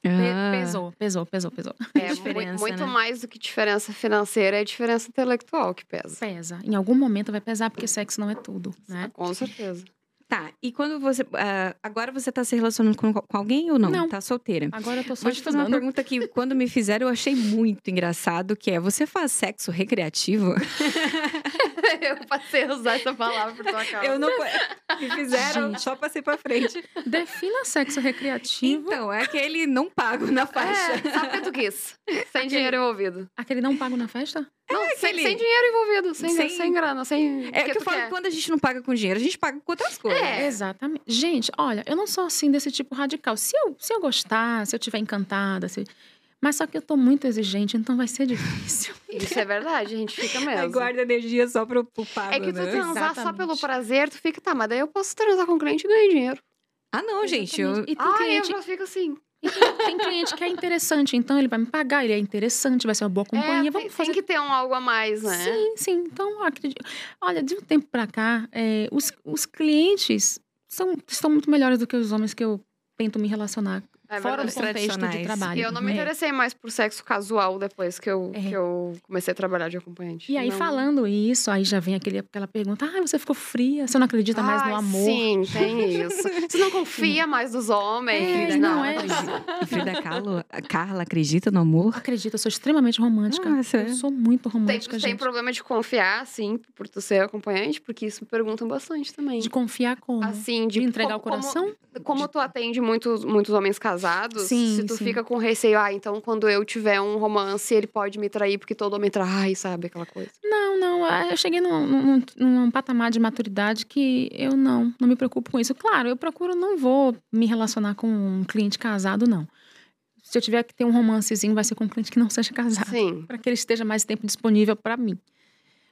[SPEAKER 2] pe-
[SPEAKER 1] Ah.
[SPEAKER 2] pesou, pesou, pesou, pesou.
[SPEAKER 3] É,
[SPEAKER 1] diferença,
[SPEAKER 3] mu- muito
[SPEAKER 1] né?
[SPEAKER 3] mais do que diferença financeira, é diferença intelectual que pesa.
[SPEAKER 2] Pesa. Em algum momento vai pesar, porque sexo não é tudo, né?
[SPEAKER 3] Com certeza.
[SPEAKER 1] Tá, e quando você. ah, agora você tá se relacionando com, com alguém ou não?
[SPEAKER 2] Não.
[SPEAKER 1] Tá solteira.
[SPEAKER 2] Agora eu tô só
[SPEAKER 1] Vou te fazer uma
[SPEAKER 2] estudando.
[SPEAKER 1] pergunta que quando me fizeram eu achei muito engraçado, que é, você faz sexo recreativo?
[SPEAKER 3] Eu passei a usar essa palavra por tua causa.
[SPEAKER 1] Eu não... co- Me fizeram,
[SPEAKER 2] Gente.
[SPEAKER 1] só passei pra frente.
[SPEAKER 2] Defina sexo recreativo,
[SPEAKER 1] Então, é aquele não pago na faixa.
[SPEAKER 3] É, sabe o que tu quis? Sem dinheiro envolvido.
[SPEAKER 2] aquele não pago na festa?
[SPEAKER 3] Não, sem,
[SPEAKER 1] aquele-
[SPEAKER 3] sem dinheiro envolvido, sem,
[SPEAKER 1] Sem-
[SPEAKER 3] sem grana, sem.
[SPEAKER 1] É, o que eu
[SPEAKER 3] tu
[SPEAKER 1] falo,
[SPEAKER 3] quer.
[SPEAKER 1] quando a gente não paga com dinheiro, a gente paga com outras coisas.
[SPEAKER 3] É.
[SPEAKER 2] Exatamente. Gente, olha, eu não sou assim desse tipo radical. Se eu, se eu gostar, se eu estiver encantada, se... Mas só que eu tô muito exigente, então vai ser difícil.
[SPEAKER 3] Isso é verdade, a gente fica
[SPEAKER 1] Aí
[SPEAKER 3] mesmo.
[SPEAKER 1] guarda energia só pro, pro pago,
[SPEAKER 3] É que tu
[SPEAKER 1] né?
[SPEAKER 3] transar só
[SPEAKER 2] Exatamente.
[SPEAKER 3] pelo prazer, tu fica, tá, mas daí eu posso transar com o cliente e ganhar dinheiro.
[SPEAKER 1] Ah, não, gente. Eu...
[SPEAKER 2] Exatamente. E tem
[SPEAKER 3] Ah, eu
[SPEAKER 2] cliente,
[SPEAKER 3] já fico assim.
[SPEAKER 2] tem cliente que é interessante, então ele vai me pagar, ele é interessante, vai ser uma boa companhia.
[SPEAKER 3] é, tem,
[SPEAKER 2] vamos fazer
[SPEAKER 3] tem que ter um algo a mais, né?
[SPEAKER 2] Sim, sim. Então, eu acredito. Olha, de um tempo pra cá, é, os, os clientes são, estão muito melhores do que os homens que eu tento me relacionar.
[SPEAKER 3] É
[SPEAKER 2] fora do
[SPEAKER 1] Os
[SPEAKER 3] verdade.
[SPEAKER 2] contexto de
[SPEAKER 1] tradicionais.
[SPEAKER 2] trabalho.
[SPEAKER 3] E eu não me
[SPEAKER 2] né?
[SPEAKER 3] interessei mais por sexo casual depois que eu,
[SPEAKER 2] É.
[SPEAKER 3] que eu comecei a trabalhar de acompanhante.
[SPEAKER 2] E aí,
[SPEAKER 3] Não.
[SPEAKER 2] falando isso, aí já vem aquele, aquela pergunta: ah, você ficou fria, você não acredita mais
[SPEAKER 3] Ai,
[SPEAKER 2] no amor.
[SPEAKER 3] Sim, tem isso. Você não confia mais nos homens. né?
[SPEAKER 2] É,
[SPEAKER 1] Frida Kahlo acredita- Frida
[SPEAKER 2] não é.
[SPEAKER 1] Kahlo, Carla acredita no amor?
[SPEAKER 2] Acredita, eu sou extremamente
[SPEAKER 3] Ah,
[SPEAKER 2] romântica.
[SPEAKER 3] é.
[SPEAKER 1] Nossa.
[SPEAKER 2] Eu sou muito
[SPEAKER 3] Tem,
[SPEAKER 2] romântica,
[SPEAKER 3] tem
[SPEAKER 2] gente.
[SPEAKER 3] problema de confiar, sim, por tu ser acompanhante, porque isso me perguntam bastante também.
[SPEAKER 2] De confiar como?
[SPEAKER 3] assim, de,
[SPEAKER 2] de entregar o
[SPEAKER 3] co-
[SPEAKER 2] coração?
[SPEAKER 3] Como, como tu atende muitos, muitos homens casados,
[SPEAKER 2] Sim,
[SPEAKER 3] se tu
[SPEAKER 2] sim.
[SPEAKER 3] fica com receio, ah, então quando eu tiver um romance, ele pode me trair, porque todo homem trai, sabe? Aquela coisa.
[SPEAKER 2] Não, não. ah, Eu cheguei num, num, num patamar de maturidade que eu não, não me preocupo com isso. Claro, eu procuro, não vou me relacionar com um cliente casado, não. Se eu tiver que ter um romancezinho, vai ser com um cliente que não seja casado.
[SPEAKER 3] Sim.
[SPEAKER 2] Para que ele esteja mais tempo disponível para mim.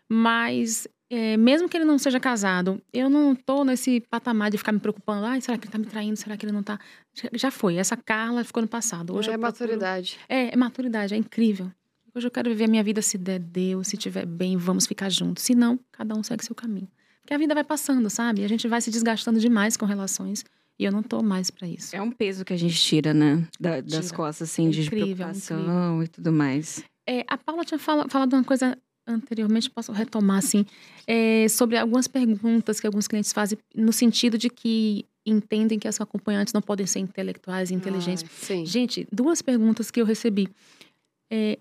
[SPEAKER 2] Mas, é, mesmo que ele não seja casado, eu não tô nesse patamar de ficar me preocupando. Ai, será que ele tá me traindo? Será que ele não tá. Já- Já foi. Essa Carla ficou no passado. Hoje
[SPEAKER 3] é
[SPEAKER 2] eu procuro-
[SPEAKER 3] maturidade.
[SPEAKER 2] é, é maturidade, é incrível. Hoje eu quero viver a minha vida se der Deus, se tiver bem, vamos ficar juntos. Se não, cada um segue seu caminho. Porque a vida vai passando, sabe? A gente vai se desgastando demais com relações e eu não tô mais pra isso.
[SPEAKER 1] É um peso que a gente tira, né? Da- das
[SPEAKER 2] Tira.
[SPEAKER 1] costas, assim,
[SPEAKER 2] É
[SPEAKER 1] de
[SPEAKER 2] incrível,
[SPEAKER 1] preocupação
[SPEAKER 2] incrível.
[SPEAKER 1] e tudo mais.
[SPEAKER 2] É, a Paula tinha fala- falado uma coisa anteriormente, posso retomar assim, é, sobre algumas perguntas que alguns clientes fazem no sentido de que entendem que as acompanhantes não podem ser intelectuais e inteligentes.
[SPEAKER 3] Ah, sim.
[SPEAKER 2] Gente, duas perguntas que eu recebi. É,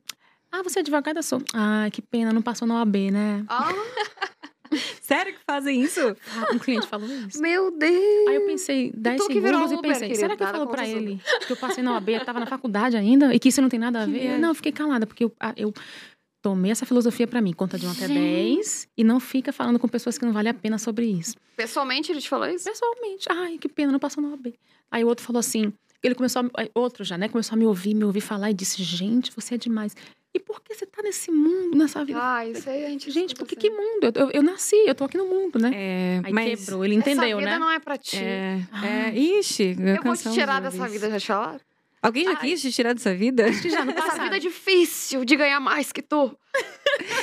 [SPEAKER 2] ah, você é advogada? Sou. Ah, que pena, não passou na OAB, né?
[SPEAKER 3] Ah,
[SPEAKER 1] Sério que fazem isso?
[SPEAKER 2] Ah, Um cliente falou isso.
[SPEAKER 3] meu Deus!
[SPEAKER 2] Aí eu pensei 10
[SPEAKER 3] tu que virou
[SPEAKER 2] segundos e
[SPEAKER 3] Uber,
[SPEAKER 2] pensei,
[SPEAKER 3] querida,
[SPEAKER 2] será que eu
[SPEAKER 3] nada
[SPEAKER 2] falo pra
[SPEAKER 3] contra os
[SPEAKER 2] ele que eu passei na OAB, eu tava na faculdade ainda e que isso não tem nada a
[SPEAKER 1] Que
[SPEAKER 2] ver?
[SPEAKER 1] viagem.
[SPEAKER 2] Não, eu fiquei calada, porque eu, a- eu tomei essa filosofia pra mim, conta de 1 até
[SPEAKER 1] Gente.
[SPEAKER 2] 10 e não fica falando com pessoas que não vale a pena sobre isso.
[SPEAKER 3] Pessoalmente ele te falou isso?
[SPEAKER 2] Pessoalmente, ai, que pena, não passou na OAB. Aí o outro falou assim, ele começou, a, aí outro já, né, começou a me ouvir, me ouvir falar e disse, gente, você é demais. E por que você tá nesse mundo, nessa vida?
[SPEAKER 3] Ah, isso aí a gente.
[SPEAKER 2] gente,
[SPEAKER 3] escuta
[SPEAKER 2] porque que mundo? Eu, eu, eu nasci, eu tô aqui no mundo, né?
[SPEAKER 1] É,
[SPEAKER 2] Aí
[SPEAKER 1] mas...
[SPEAKER 2] quebrou, ele
[SPEAKER 3] sempre.
[SPEAKER 2] entendeu,
[SPEAKER 3] Essa vida
[SPEAKER 2] né?
[SPEAKER 3] não é pra ti.
[SPEAKER 1] É, é,
[SPEAKER 2] Ai.
[SPEAKER 1] ixi,
[SPEAKER 3] Eu vou te tirar dessa vida, já te falaram?
[SPEAKER 1] Alguém já
[SPEAKER 3] Ai.
[SPEAKER 1] quis te tirar dessa vida?
[SPEAKER 2] Acho que já, no
[SPEAKER 3] Essa
[SPEAKER 2] passado.
[SPEAKER 3] vida é difícil de ganhar mais que tu.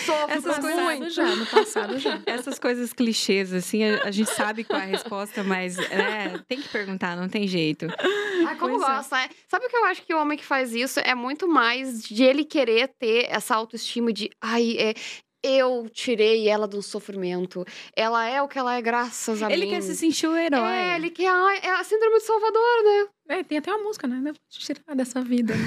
[SPEAKER 3] Sofro
[SPEAKER 1] Essas
[SPEAKER 3] com
[SPEAKER 1] coisas-
[SPEAKER 3] muito.
[SPEAKER 2] Passado já, no passado já.
[SPEAKER 1] Essas coisas clichês, assim, a, a gente sabe qual é a resposta, mas é, tem que perguntar, não tem jeito.
[SPEAKER 3] Ah, como
[SPEAKER 2] Pois é.
[SPEAKER 3] gosta, né? Sabe o que eu acho que o homem que faz isso é muito mais de ele querer ter essa autoestima de ai, é, eu tirei ela do sofrimento. Ela é o que ela é, graças a
[SPEAKER 1] Ele
[SPEAKER 3] mim.
[SPEAKER 1] quer se sentir o herói.
[SPEAKER 3] É, ele quer. ai, é a síndrome de Salvador, né?
[SPEAKER 2] É, tem até uma música, né? Não vou te tirar dessa vida. né?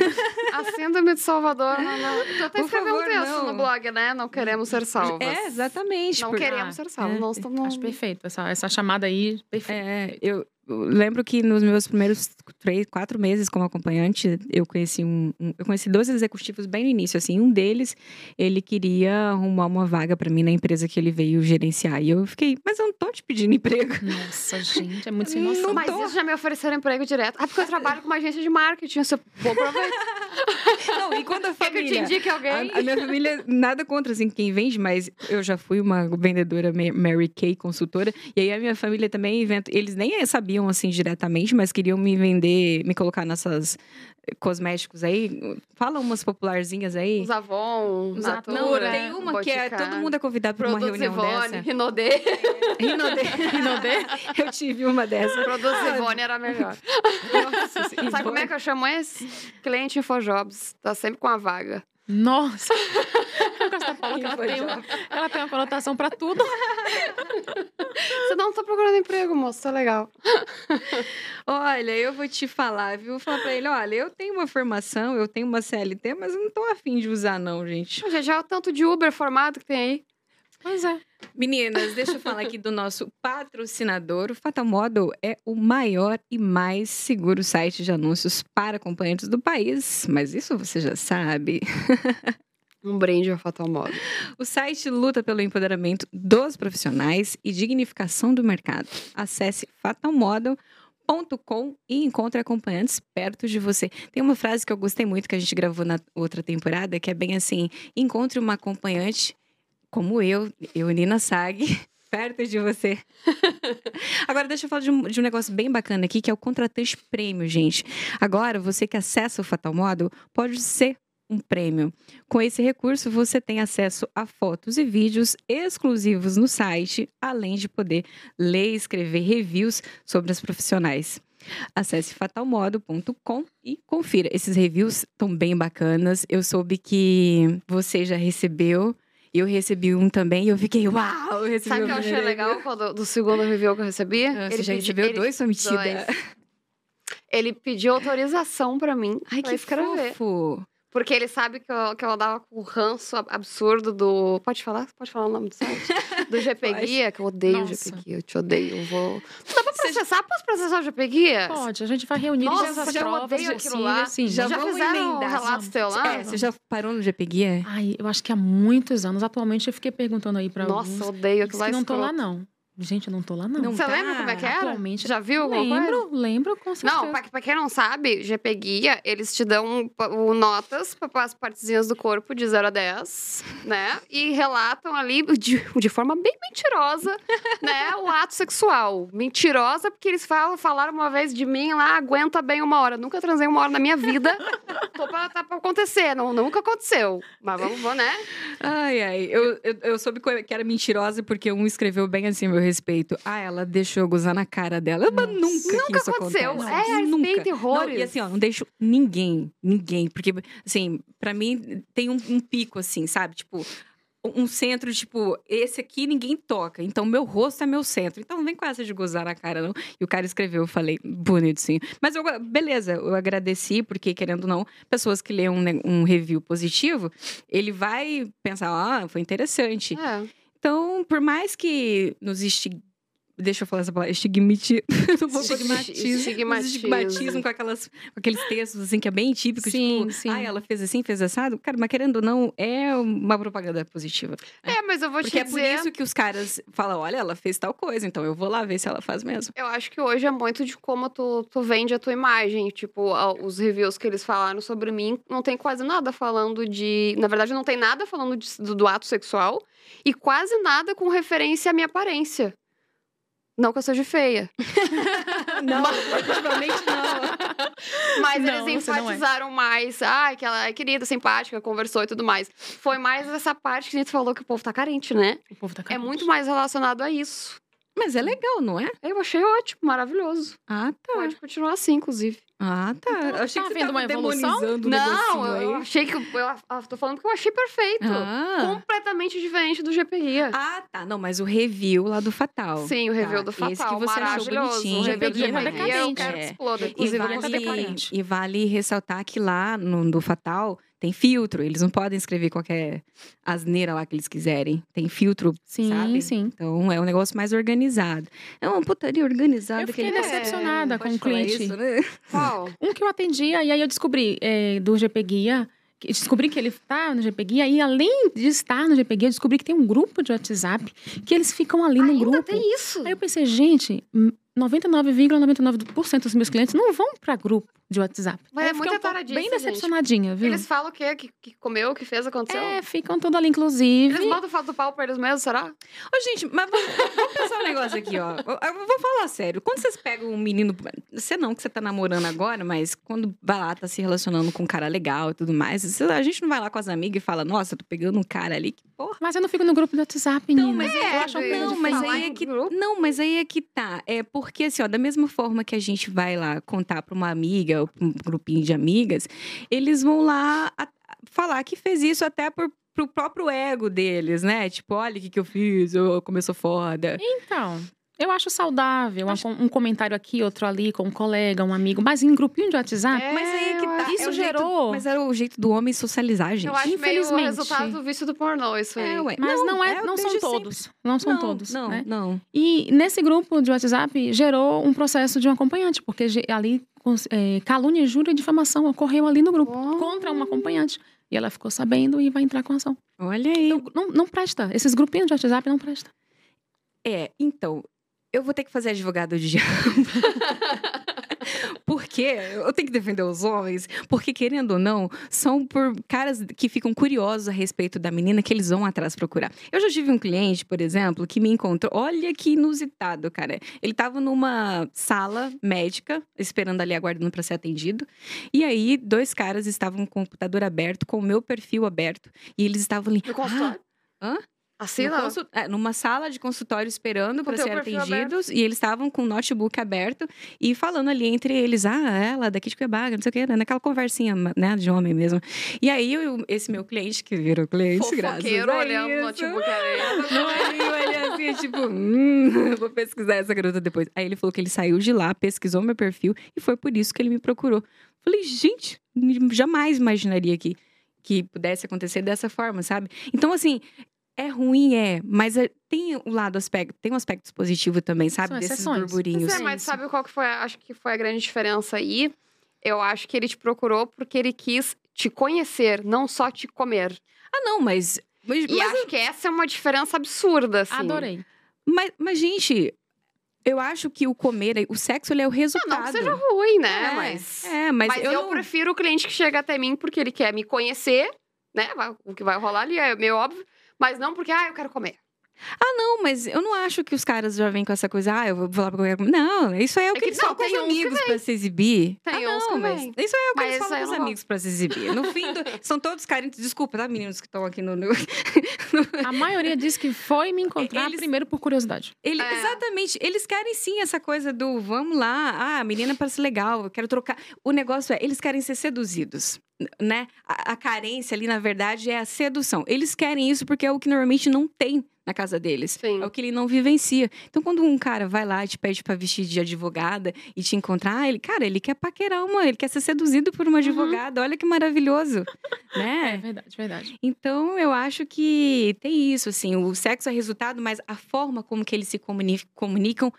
[SPEAKER 3] A síndrome de Salvador. Não, não. Tu até
[SPEAKER 1] Por
[SPEAKER 3] escreveu um
[SPEAKER 1] favor,
[SPEAKER 3] texto
[SPEAKER 1] não.
[SPEAKER 3] no blog, né? Não queremos ser salvos.
[SPEAKER 1] É, exatamente.
[SPEAKER 3] Não
[SPEAKER 1] por-
[SPEAKER 3] queremos ser salvos.
[SPEAKER 1] é.
[SPEAKER 3] Nós estamos.
[SPEAKER 2] Acho perfeito, essa, essa chamada aí, perfeita.
[SPEAKER 1] É, eu eu lembro que nos meus primeiros três, quatro meses como acompanhante, eu conheci um, um- eu conheci dois executivos bem no início, assim, um deles, ele queria arrumar uma vaga pra mim na empresa que ele veio gerenciar, e eu fiquei, mas eu não tô te pedindo emprego.
[SPEAKER 2] Nossa, gente, é muito sem
[SPEAKER 1] Não
[SPEAKER 2] noção.
[SPEAKER 3] Mas
[SPEAKER 1] tô-
[SPEAKER 3] isso já me ofereceram emprego direto. Ah, porque eu trabalho com uma agência de marketing. Você vou proveito.
[SPEAKER 1] Não, e quando a
[SPEAKER 3] Quer que eu te
[SPEAKER 1] família...
[SPEAKER 3] indique alguém?
[SPEAKER 1] A, a minha família, nada contra, assim, quem vende, mas eu já fui uma vendedora Ma- Mary Kay, consultora. E aí a minha família também inventa. Eles nem sabiam, assim, diretamente, mas queriam me vender, me colocar nessas eh, cosméticos aí. Fala umas popularzinhas aí.
[SPEAKER 3] Os Avon,
[SPEAKER 2] Os Avon.
[SPEAKER 3] Natura,
[SPEAKER 1] Ah, Não, tem uma que é
[SPEAKER 3] Boticário.
[SPEAKER 1] todo mundo é convidado para uma
[SPEAKER 3] Produtos
[SPEAKER 1] reunião
[SPEAKER 3] Ivone,
[SPEAKER 1] dessa.
[SPEAKER 3] Rinodê.
[SPEAKER 1] Rinode. Eu tive uma dessa.
[SPEAKER 3] Produtos Ivone era melhor. Sabe como é que eu chamo esse? Cliente InfoJobs. Tá sempre com a vaga.
[SPEAKER 2] Nossa! Eu gosto da Paula, que ela tem, uma, ela tem uma conotação pra tudo.
[SPEAKER 3] Você não tá procurando emprego, moço. Tá legal.
[SPEAKER 1] Olha, eu vou te falar, viu? Vou falar pra ele, olha, eu tenho uma formação, eu tenho uma CLT, mas eu não tô afim de usar não, gente.
[SPEAKER 3] Já, já é o tanto de Uber formado que tem aí.
[SPEAKER 2] Pois é.
[SPEAKER 1] Meninas, deixa eu falar aqui do nosso patrocinador. O Fatal Model é o maior e mais seguro site de anúncios para acompanhantes do país. Mas isso você já sabe.
[SPEAKER 3] Um brinde ao Fatal Modo.
[SPEAKER 1] O site luta pelo empoderamento dos profissionais e dignificação do mercado. Acesse fatalmodel.com.br Com e encontre acompanhantes perto de você. Tem uma frase que eu gostei muito que a gente gravou na outra temporada, que é bem assim: encontre uma acompanhante como eu, eu Nina Sag, perto de você. Agora, deixa eu falar de um, de um negócio bem bacana aqui, que é o contratante prêmio, gente. Agora, você que acessa o Fatal Model pode ser um prêmio. Com esse recurso, você tem acesso a fotos e vídeos exclusivos no site, além de poder ler e escrever reviews sobre as profissionais. Acesse fatalmodo.com e confira. Esses reviews estão bem bacanas. Eu soube que você já recebeu. Eu recebi um também e eu fiquei, uau! Eu recebi
[SPEAKER 3] Sabe o
[SPEAKER 1] um
[SPEAKER 3] que eu achei
[SPEAKER 1] primeiro
[SPEAKER 3] legal quando, do segundo review que eu recebi?
[SPEAKER 1] review. Ah, Você já
[SPEAKER 3] pedi-
[SPEAKER 1] recebeu
[SPEAKER 3] ele-
[SPEAKER 1] dois, sua metida?
[SPEAKER 3] dois. Ele pediu autorização pra mim
[SPEAKER 1] Ai,
[SPEAKER 3] pra
[SPEAKER 1] que
[SPEAKER 3] escrever.
[SPEAKER 1] fofo!
[SPEAKER 3] Porque ele sabe que eu, que eu andava com o ranço ab- absurdo do. Pode falar? Pode falar o nome do site? Do GP
[SPEAKER 1] Pode.
[SPEAKER 3] Guia, que eu odeio o
[SPEAKER 2] Nossa.
[SPEAKER 3] GP Guia, eu te odeio. Eu vou. Não dá pra processar? Posso processar o GP Guia?
[SPEAKER 2] Pode, a gente vai reunir
[SPEAKER 3] Nossa,
[SPEAKER 2] todas as
[SPEAKER 3] já
[SPEAKER 2] provas.
[SPEAKER 3] odeio
[SPEAKER 2] de
[SPEAKER 3] aquilo
[SPEAKER 2] auxílio,
[SPEAKER 3] lá.
[SPEAKER 2] assim.
[SPEAKER 1] Já
[SPEAKER 3] Já
[SPEAKER 1] vamos
[SPEAKER 3] fizeram o
[SPEAKER 1] emendar,
[SPEAKER 3] relato
[SPEAKER 2] vamos.
[SPEAKER 3] teu lá?
[SPEAKER 1] é, você já parou no GP Guia?
[SPEAKER 2] Ai, eu acho que há muitos anos. Atualmente eu fiquei perguntando aí pra
[SPEAKER 3] Nossa, eu
[SPEAKER 2] alguns.
[SPEAKER 3] odeio
[SPEAKER 2] Diz
[SPEAKER 3] aquilo lá.
[SPEAKER 2] que não tô
[SPEAKER 3] escroto.
[SPEAKER 2] lá, não. Gente, eu não tô lá, não.
[SPEAKER 1] Não
[SPEAKER 3] Você
[SPEAKER 1] tá.
[SPEAKER 3] lembra como é que era?
[SPEAKER 2] Atualmente,
[SPEAKER 3] Já viu alguma coisa?
[SPEAKER 2] lembro, lembro com certeza.
[SPEAKER 3] Não, pra, pra quem não sabe, GP Guia, eles te dão um pa- o notas para as partezinhas do corpo de 0 a 10, né? E relatam ali, de, de forma bem mentirosa, né? O ato sexual. Mentirosa, porque eles falam, falaram uma vez de mim lá, aguenta bem uma hora. Nunca transei uma hora na minha vida. Tô pra, tá pra acontecer. Não, nunca aconteceu. Mas vamos, vamos, né?
[SPEAKER 1] Ai, ai, eu, eu, eu soube que eu- que era mentirosa porque um escreveu bem assim, a meu respeito. Ah, ela deixou eu gozar na cara dela. Mas
[SPEAKER 2] Nossa.
[SPEAKER 1] nunca que
[SPEAKER 3] Nunca
[SPEAKER 1] isso
[SPEAKER 3] aconteceu.
[SPEAKER 1] Acontece.
[SPEAKER 3] É,
[SPEAKER 1] nunca.
[SPEAKER 3] respeita
[SPEAKER 1] Não,
[SPEAKER 3] horrores.
[SPEAKER 1] e assim, ó, não deixo ninguém, ninguém. Porque, assim, pra mim tem um, um pico, assim, sabe? Tipo, um um centro, tipo, esse aqui ninguém toca. Então, meu rosto é meu centro. Então, não vem com essa de gozar na cara, não. E o cara escreveu, eu falei, bonitinho. Mas, eu, beleza, eu agradeci, porque, querendo ou não, pessoas que lêem um, ne- um review positivo, ele vai pensar, ah, foi interessante.
[SPEAKER 3] É.
[SPEAKER 1] Então, por mais que nos estig... Deixa eu falar essa palavra, estigmatiza.
[SPEAKER 3] Estigmatismo.
[SPEAKER 1] Estigmatismo com, aquelas, com aqueles textos, assim, que é bem típico.
[SPEAKER 2] Sim,
[SPEAKER 1] tipo,
[SPEAKER 2] sim.
[SPEAKER 1] ah, ela fez assim, fez assado. Cara, mas querendo ou não, é uma propaganda positiva.
[SPEAKER 3] É, mas eu vou
[SPEAKER 1] Porque
[SPEAKER 3] te
[SPEAKER 1] é por
[SPEAKER 3] dizer...
[SPEAKER 1] isso que os caras falam, olha, ela fez tal coisa, então eu vou lá ver se ela faz mesmo.
[SPEAKER 3] Eu acho que hoje é muito de como tu, tu vende a tua imagem. Tipo, a- os reviews que eles falaram sobre mim, não tem quase nada falando de. Na verdade, não tem nada falando de- do, do ato sexual e quase nada com referência à minha aparência. Não que eu seja feia.
[SPEAKER 1] Não, definitivamente não.
[SPEAKER 3] Mas
[SPEAKER 2] Não,
[SPEAKER 3] eles
[SPEAKER 2] você não é.
[SPEAKER 3] enfatizaram mais. Ai, que ela é querida, simpática, conversou e tudo mais. Foi mais essa parte que a gente falou que o povo tá carente, né?
[SPEAKER 2] O povo tá
[SPEAKER 3] É
[SPEAKER 2] carente.
[SPEAKER 3] muito mais relacionado a isso.
[SPEAKER 1] Mas é legal, não é?
[SPEAKER 3] Eu achei ótimo, maravilhoso.
[SPEAKER 1] Ah, tá.
[SPEAKER 3] Pode continuar assim, inclusive.
[SPEAKER 1] Ah, tá.
[SPEAKER 2] Então,
[SPEAKER 1] Eu achei
[SPEAKER 2] tá
[SPEAKER 1] que você tava
[SPEAKER 2] havendo uma evolução?
[SPEAKER 1] demonizando o
[SPEAKER 3] Não,
[SPEAKER 1] negocinho
[SPEAKER 3] eu eu
[SPEAKER 1] aí.
[SPEAKER 3] achei que. Eu, eu tô falando que eu achei perfeito.
[SPEAKER 1] Ah.
[SPEAKER 3] Completamente diferente do GPI.
[SPEAKER 1] Ah, tá. Não, mas o review lá do Fatal.
[SPEAKER 3] Sim, o review do
[SPEAKER 1] Tá,
[SPEAKER 3] Fatal,
[SPEAKER 1] esse que você achou
[SPEAKER 3] maravilhoso.
[SPEAKER 1] bonitinho.
[SPEAKER 3] o review do
[SPEAKER 2] GPI é
[SPEAKER 3] GPI, eu
[SPEAKER 2] decadente,
[SPEAKER 3] quero que
[SPEAKER 1] é.
[SPEAKER 3] exploda.
[SPEAKER 1] E
[SPEAKER 3] Inclusive, eu vou fazer pra
[SPEAKER 1] vale,
[SPEAKER 2] decadente.
[SPEAKER 1] e vale ressaltar que lá no do Fatal tem filtro. Eles não podem escrever qualquer asneira lá que eles quiserem. Tem filtro,
[SPEAKER 2] Sim,
[SPEAKER 1] sabe?
[SPEAKER 2] sim.
[SPEAKER 1] Então é um negócio mais organizado. É uma putaria organizada
[SPEAKER 2] Eu
[SPEAKER 1] que
[SPEAKER 2] fiquei
[SPEAKER 1] ele
[SPEAKER 3] É,
[SPEAKER 2] decepcionada com
[SPEAKER 1] Pode
[SPEAKER 2] o
[SPEAKER 1] falar
[SPEAKER 2] cliente.
[SPEAKER 1] isso, né?
[SPEAKER 3] Qual? é.
[SPEAKER 2] Um que eu atendi, aí, aí eu descobri é, do GP Guia, que- descobri que ele tá no GP Guia, e além de estar no GP Guia, eu descobri que tem um grupo de WhatsApp que eles ficam ali no
[SPEAKER 3] Ainda
[SPEAKER 2] grupo.
[SPEAKER 3] tem isso.
[SPEAKER 1] Tá
[SPEAKER 2] Aí eu pensei, gente, hum, 99,99% dos meus clientes não vão pra grupo de WhatsApp.
[SPEAKER 3] Mas
[SPEAKER 2] Aí
[SPEAKER 3] é
[SPEAKER 2] eu fiquei
[SPEAKER 3] muita
[SPEAKER 2] um pouco
[SPEAKER 3] taradice,
[SPEAKER 2] Bem
[SPEAKER 3] gente.
[SPEAKER 2] decepcionadinha, viu?
[SPEAKER 3] Eles falam o quê? Que, que comeu, que fez, aconteceu?
[SPEAKER 2] É, ficam tudo ali, inclusive.
[SPEAKER 3] Eles botam foto do pau pra eles mesmos, será?
[SPEAKER 1] Ô, gente, mas vamos, vamos pensar um negócio aqui, ó. Eu, eu vou falar sério. Quando vocês pegam um menino. Você não, que você tá namorando agora, mas quando vai lá, tá se relacionando com um cara legal e tudo mais, você- a gente não vai lá com as amigas e fala, nossa, eu tô pegando um cara ali, que porra.
[SPEAKER 2] Mas eu não fico no grupo do WhatsApp, menina.
[SPEAKER 1] Não, mas
[SPEAKER 3] é,
[SPEAKER 2] eu acho um
[SPEAKER 3] Bia,
[SPEAKER 2] pena
[SPEAKER 1] Não,
[SPEAKER 2] de
[SPEAKER 1] mas
[SPEAKER 2] falar.
[SPEAKER 3] falar
[SPEAKER 1] aí
[SPEAKER 3] em
[SPEAKER 1] é que,
[SPEAKER 3] grupo.
[SPEAKER 1] não, mas aí é que tá. É porque, assim, ó, da mesma forma que a gente vai lá contar pra uma amiga ou pra um grupinho de amigas, eles vão lá a- falar que fez isso até por, pro próprio ego deles, né? Tipo, olha o que, que eu fiz, eu, como eu sou foda.
[SPEAKER 2] Então, eu acho saudável uma com- um comentário aqui, outro ali, com um colega, um amigo, mas em grupinho de WhatsApp.
[SPEAKER 1] Mas aí é que
[SPEAKER 3] eu
[SPEAKER 1] tá.
[SPEAKER 3] acho-
[SPEAKER 1] é
[SPEAKER 2] Isso
[SPEAKER 1] o
[SPEAKER 2] gerou.
[SPEAKER 1] Jeito, mas era o jeito do homem socializar, gente.
[SPEAKER 3] Eu acho meio o
[SPEAKER 2] infelizmente.
[SPEAKER 3] resultado do vício do pornô, isso aí.
[SPEAKER 1] É, ué.
[SPEAKER 2] Mas não, é,
[SPEAKER 1] eu
[SPEAKER 2] não são
[SPEAKER 1] desde
[SPEAKER 2] todos. Não são
[SPEAKER 1] sempre- não,
[SPEAKER 2] todos.
[SPEAKER 1] Não,
[SPEAKER 2] né?
[SPEAKER 1] não.
[SPEAKER 2] E nesse grupo de WhatsApp gerou um processo de um acompanhante, porque ge- ali cons- é, calúnia, injúria e difamação ocorreu ali no grupo
[SPEAKER 3] Oh.
[SPEAKER 2] contra uma acompanhante. E ela ficou sabendo e vai entrar com ação.
[SPEAKER 1] Olha aí.
[SPEAKER 2] Então, não, não presta. Esses grupinhos de WhatsApp não presta.
[SPEAKER 1] É, então. eu vou ter que fazer advogado de diabo. Porque eu tenho que defender os homens, porque querendo ou não, são por caras que ficam curiosos a respeito da menina que eles vão atrás procurar. Eu já tive um cliente, por exemplo, que me encontrou, olha que inusitado, cara. Ele tava numa sala médica, esperando ali aguardando para ser atendido, e aí dois caras estavam com o computador aberto, com o meu perfil aberto, e eles estavam ali,
[SPEAKER 3] No consultório.
[SPEAKER 1] "Ah, hã?"
[SPEAKER 3] Assim
[SPEAKER 1] No
[SPEAKER 3] lá.
[SPEAKER 1] consu- é, numa sala de consultório esperando para
[SPEAKER 3] teu
[SPEAKER 1] serem
[SPEAKER 3] perfil
[SPEAKER 1] atendidos. E eles estavam com o notebook aberto e falando ali entre eles: ah, ela daqui de Cuiabá, não sei o quê, né? naquela conversinha né, de homem mesmo. E aí, eu- esse meu cliente, que virou cliente, graças
[SPEAKER 3] Fofoqueiro
[SPEAKER 1] a
[SPEAKER 3] olhando tipo o
[SPEAKER 1] É isso.
[SPEAKER 3] notebook ali.
[SPEAKER 1] No olhinho, ele assim, tipo, hum, vou pesquisar essa garota depois. Aí ele falou que ele saiu de lá, pesquisou meu perfil e foi por isso que ele me procurou. Falei, gente, jamais imaginaria que, que pudesse acontecer dessa forma, sabe? Então, assim, é ruim, é, mas é- tem o lado aspecto, tem um aspecto positivo também, sabe?
[SPEAKER 2] São
[SPEAKER 1] Desses
[SPEAKER 2] exceções.
[SPEAKER 1] burburinhos.
[SPEAKER 3] Pois é, mas
[SPEAKER 2] isso.
[SPEAKER 3] sabe qual que foi? a- Acho que foi a grande diferença aí. Eu acho que ele te procurou porque ele quis te conhecer, não só te comer.
[SPEAKER 1] Ah, não, mas. Mas,
[SPEAKER 3] E acho que essa é uma diferença absurda, assim.
[SPEAKER 2] Adorei.
[SPEAKER 1] mas- mas, gente, eu acho que o comer, o sexo, ele é o
[SPEAKER 3] Ah,
[SPEAKER 1] resultado.
[SPEAKER 3] não que seja ruim, né?
[SPEAKER 1] É,
[SPEAKER 3] mas...
[SPEAKER 1] é, mas,
[SPEAKER 3] Mas eu,
[SPEAKER 1] não-
[SPEAKER 3] prefiro o cliente que chega até mim porque ele quer me conhecer, né? Vai- O que vai rolar ali é meio óbvio. Mas não porque, ah, eu quero comer.
[SPEAKER 1] Ah, Não, mas eu não acho que os caras já vêm com essa coisa, ah, eu vou falar pra qualquer coisa. Não, isso aí é o
[SPEAKER 3] É
[SPEAKER 1] que,
[SPEAKER 3] que
[SPEAKER 1] eles
[SPEAKER 3] não,
[SPEAKER 1] falam com os
[SPEAKER 3] tem uns que
[SPEAKER 1] amigos pra se exibir.
[SPEAKER 3] Tem
[SPEAKER 1] ah, não,
[SPEAKER 3] uns que
[SPEAKER 1] mas
[SPEAKER 3] vem.
[SPEAKER 1] isso aí é o que
[SPEAKER 3] Mas
[SPEAKER 1] eles
[SPEAKER 3] isso
[SPEAKER 1] falam com
[SPEAKER 3] aí
[SPEAKER 1] os
[SPEAKER 3] eu não
[SPEAKER 1] amigos pra se exibir. No fim, do... são todos carentes. Desculpa, tá, meninos que estão aqui no.
[SPEAKER 3] É.
[SPEAKER 1] no-
[SPEAKER 2] A maioria diz que foi me encontrar
[SPEAKER 1] Eles-
[SPEAKER 2] primeiro por curiosidade.
[SPEAKER 1] Ele-
[SPEAKER 3] É.
[SPEAKER 1] Exatamente. Eles querem sim essa coisa do vamos lá, ah, a menina parece legal, eu quero trocar. O negócio é, eles querem ser seduzidos. n- Né? A, a carência ali, na verdade, é a sedução. Eles querem isso porque é o que normalmente não tem na casa deles.
[SPEAKER 3] Sim.
[SPEAKER 1] É o que ele não vivencia. Então, quando um cara vai lá e te pede pra vestir de advogada e te encontrar, ah, ele, cara, ele quer paquerar uma, ele quer ser seduzido por
[SPEAKER 3] Uhum.
[SPEAKER 1] uma advogada. Olha que maravilhoso,
[SPEAKER 2] É
[SPEAKER 1] né?
[SPEAKER 2] verdade, verdade.
[SPEAKER 1] Então, eu acho que tem isso, assim, o sexo é resultado, mas a forma como que eles se comuni- comunicam,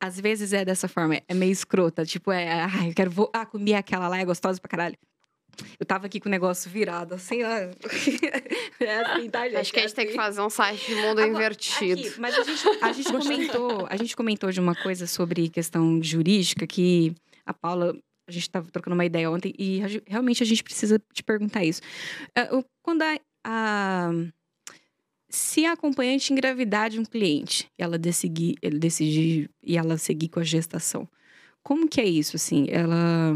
[SPEAKER 1] às vezes é dessa forma, é meio escrota, tipo, é, ai, eu quero, vo- ah, comi aquela lá, é gostosa pra caralho. Eu tava aqui com o negócio virado, assim, ó. é assim, tá, gente?
[SPEAKER 3] Acho que a gente
[SPEAKER 1] É
[SPEAKER 3] tem que
[SPEAKER 1] assim.
[SPEAKER 3] fazer um site de mundo
[SPEAKER 1] Agora,
[SPEAKER 3] invertido.
[SPEAKER 1] Aqui, mas a gente, a gente comentou, a gente comentou de uma coisa sobre questão jurídica que a Paula, a gente estava trocando uma ideia ontem e a gen- realmente a gente precisa te perguntar isso. É, o- Quando a, a- se a acompanhante engravidar de um cliente e ela decidir, ele decidir e ela seguir com a gestação, como que é isso assim? Ela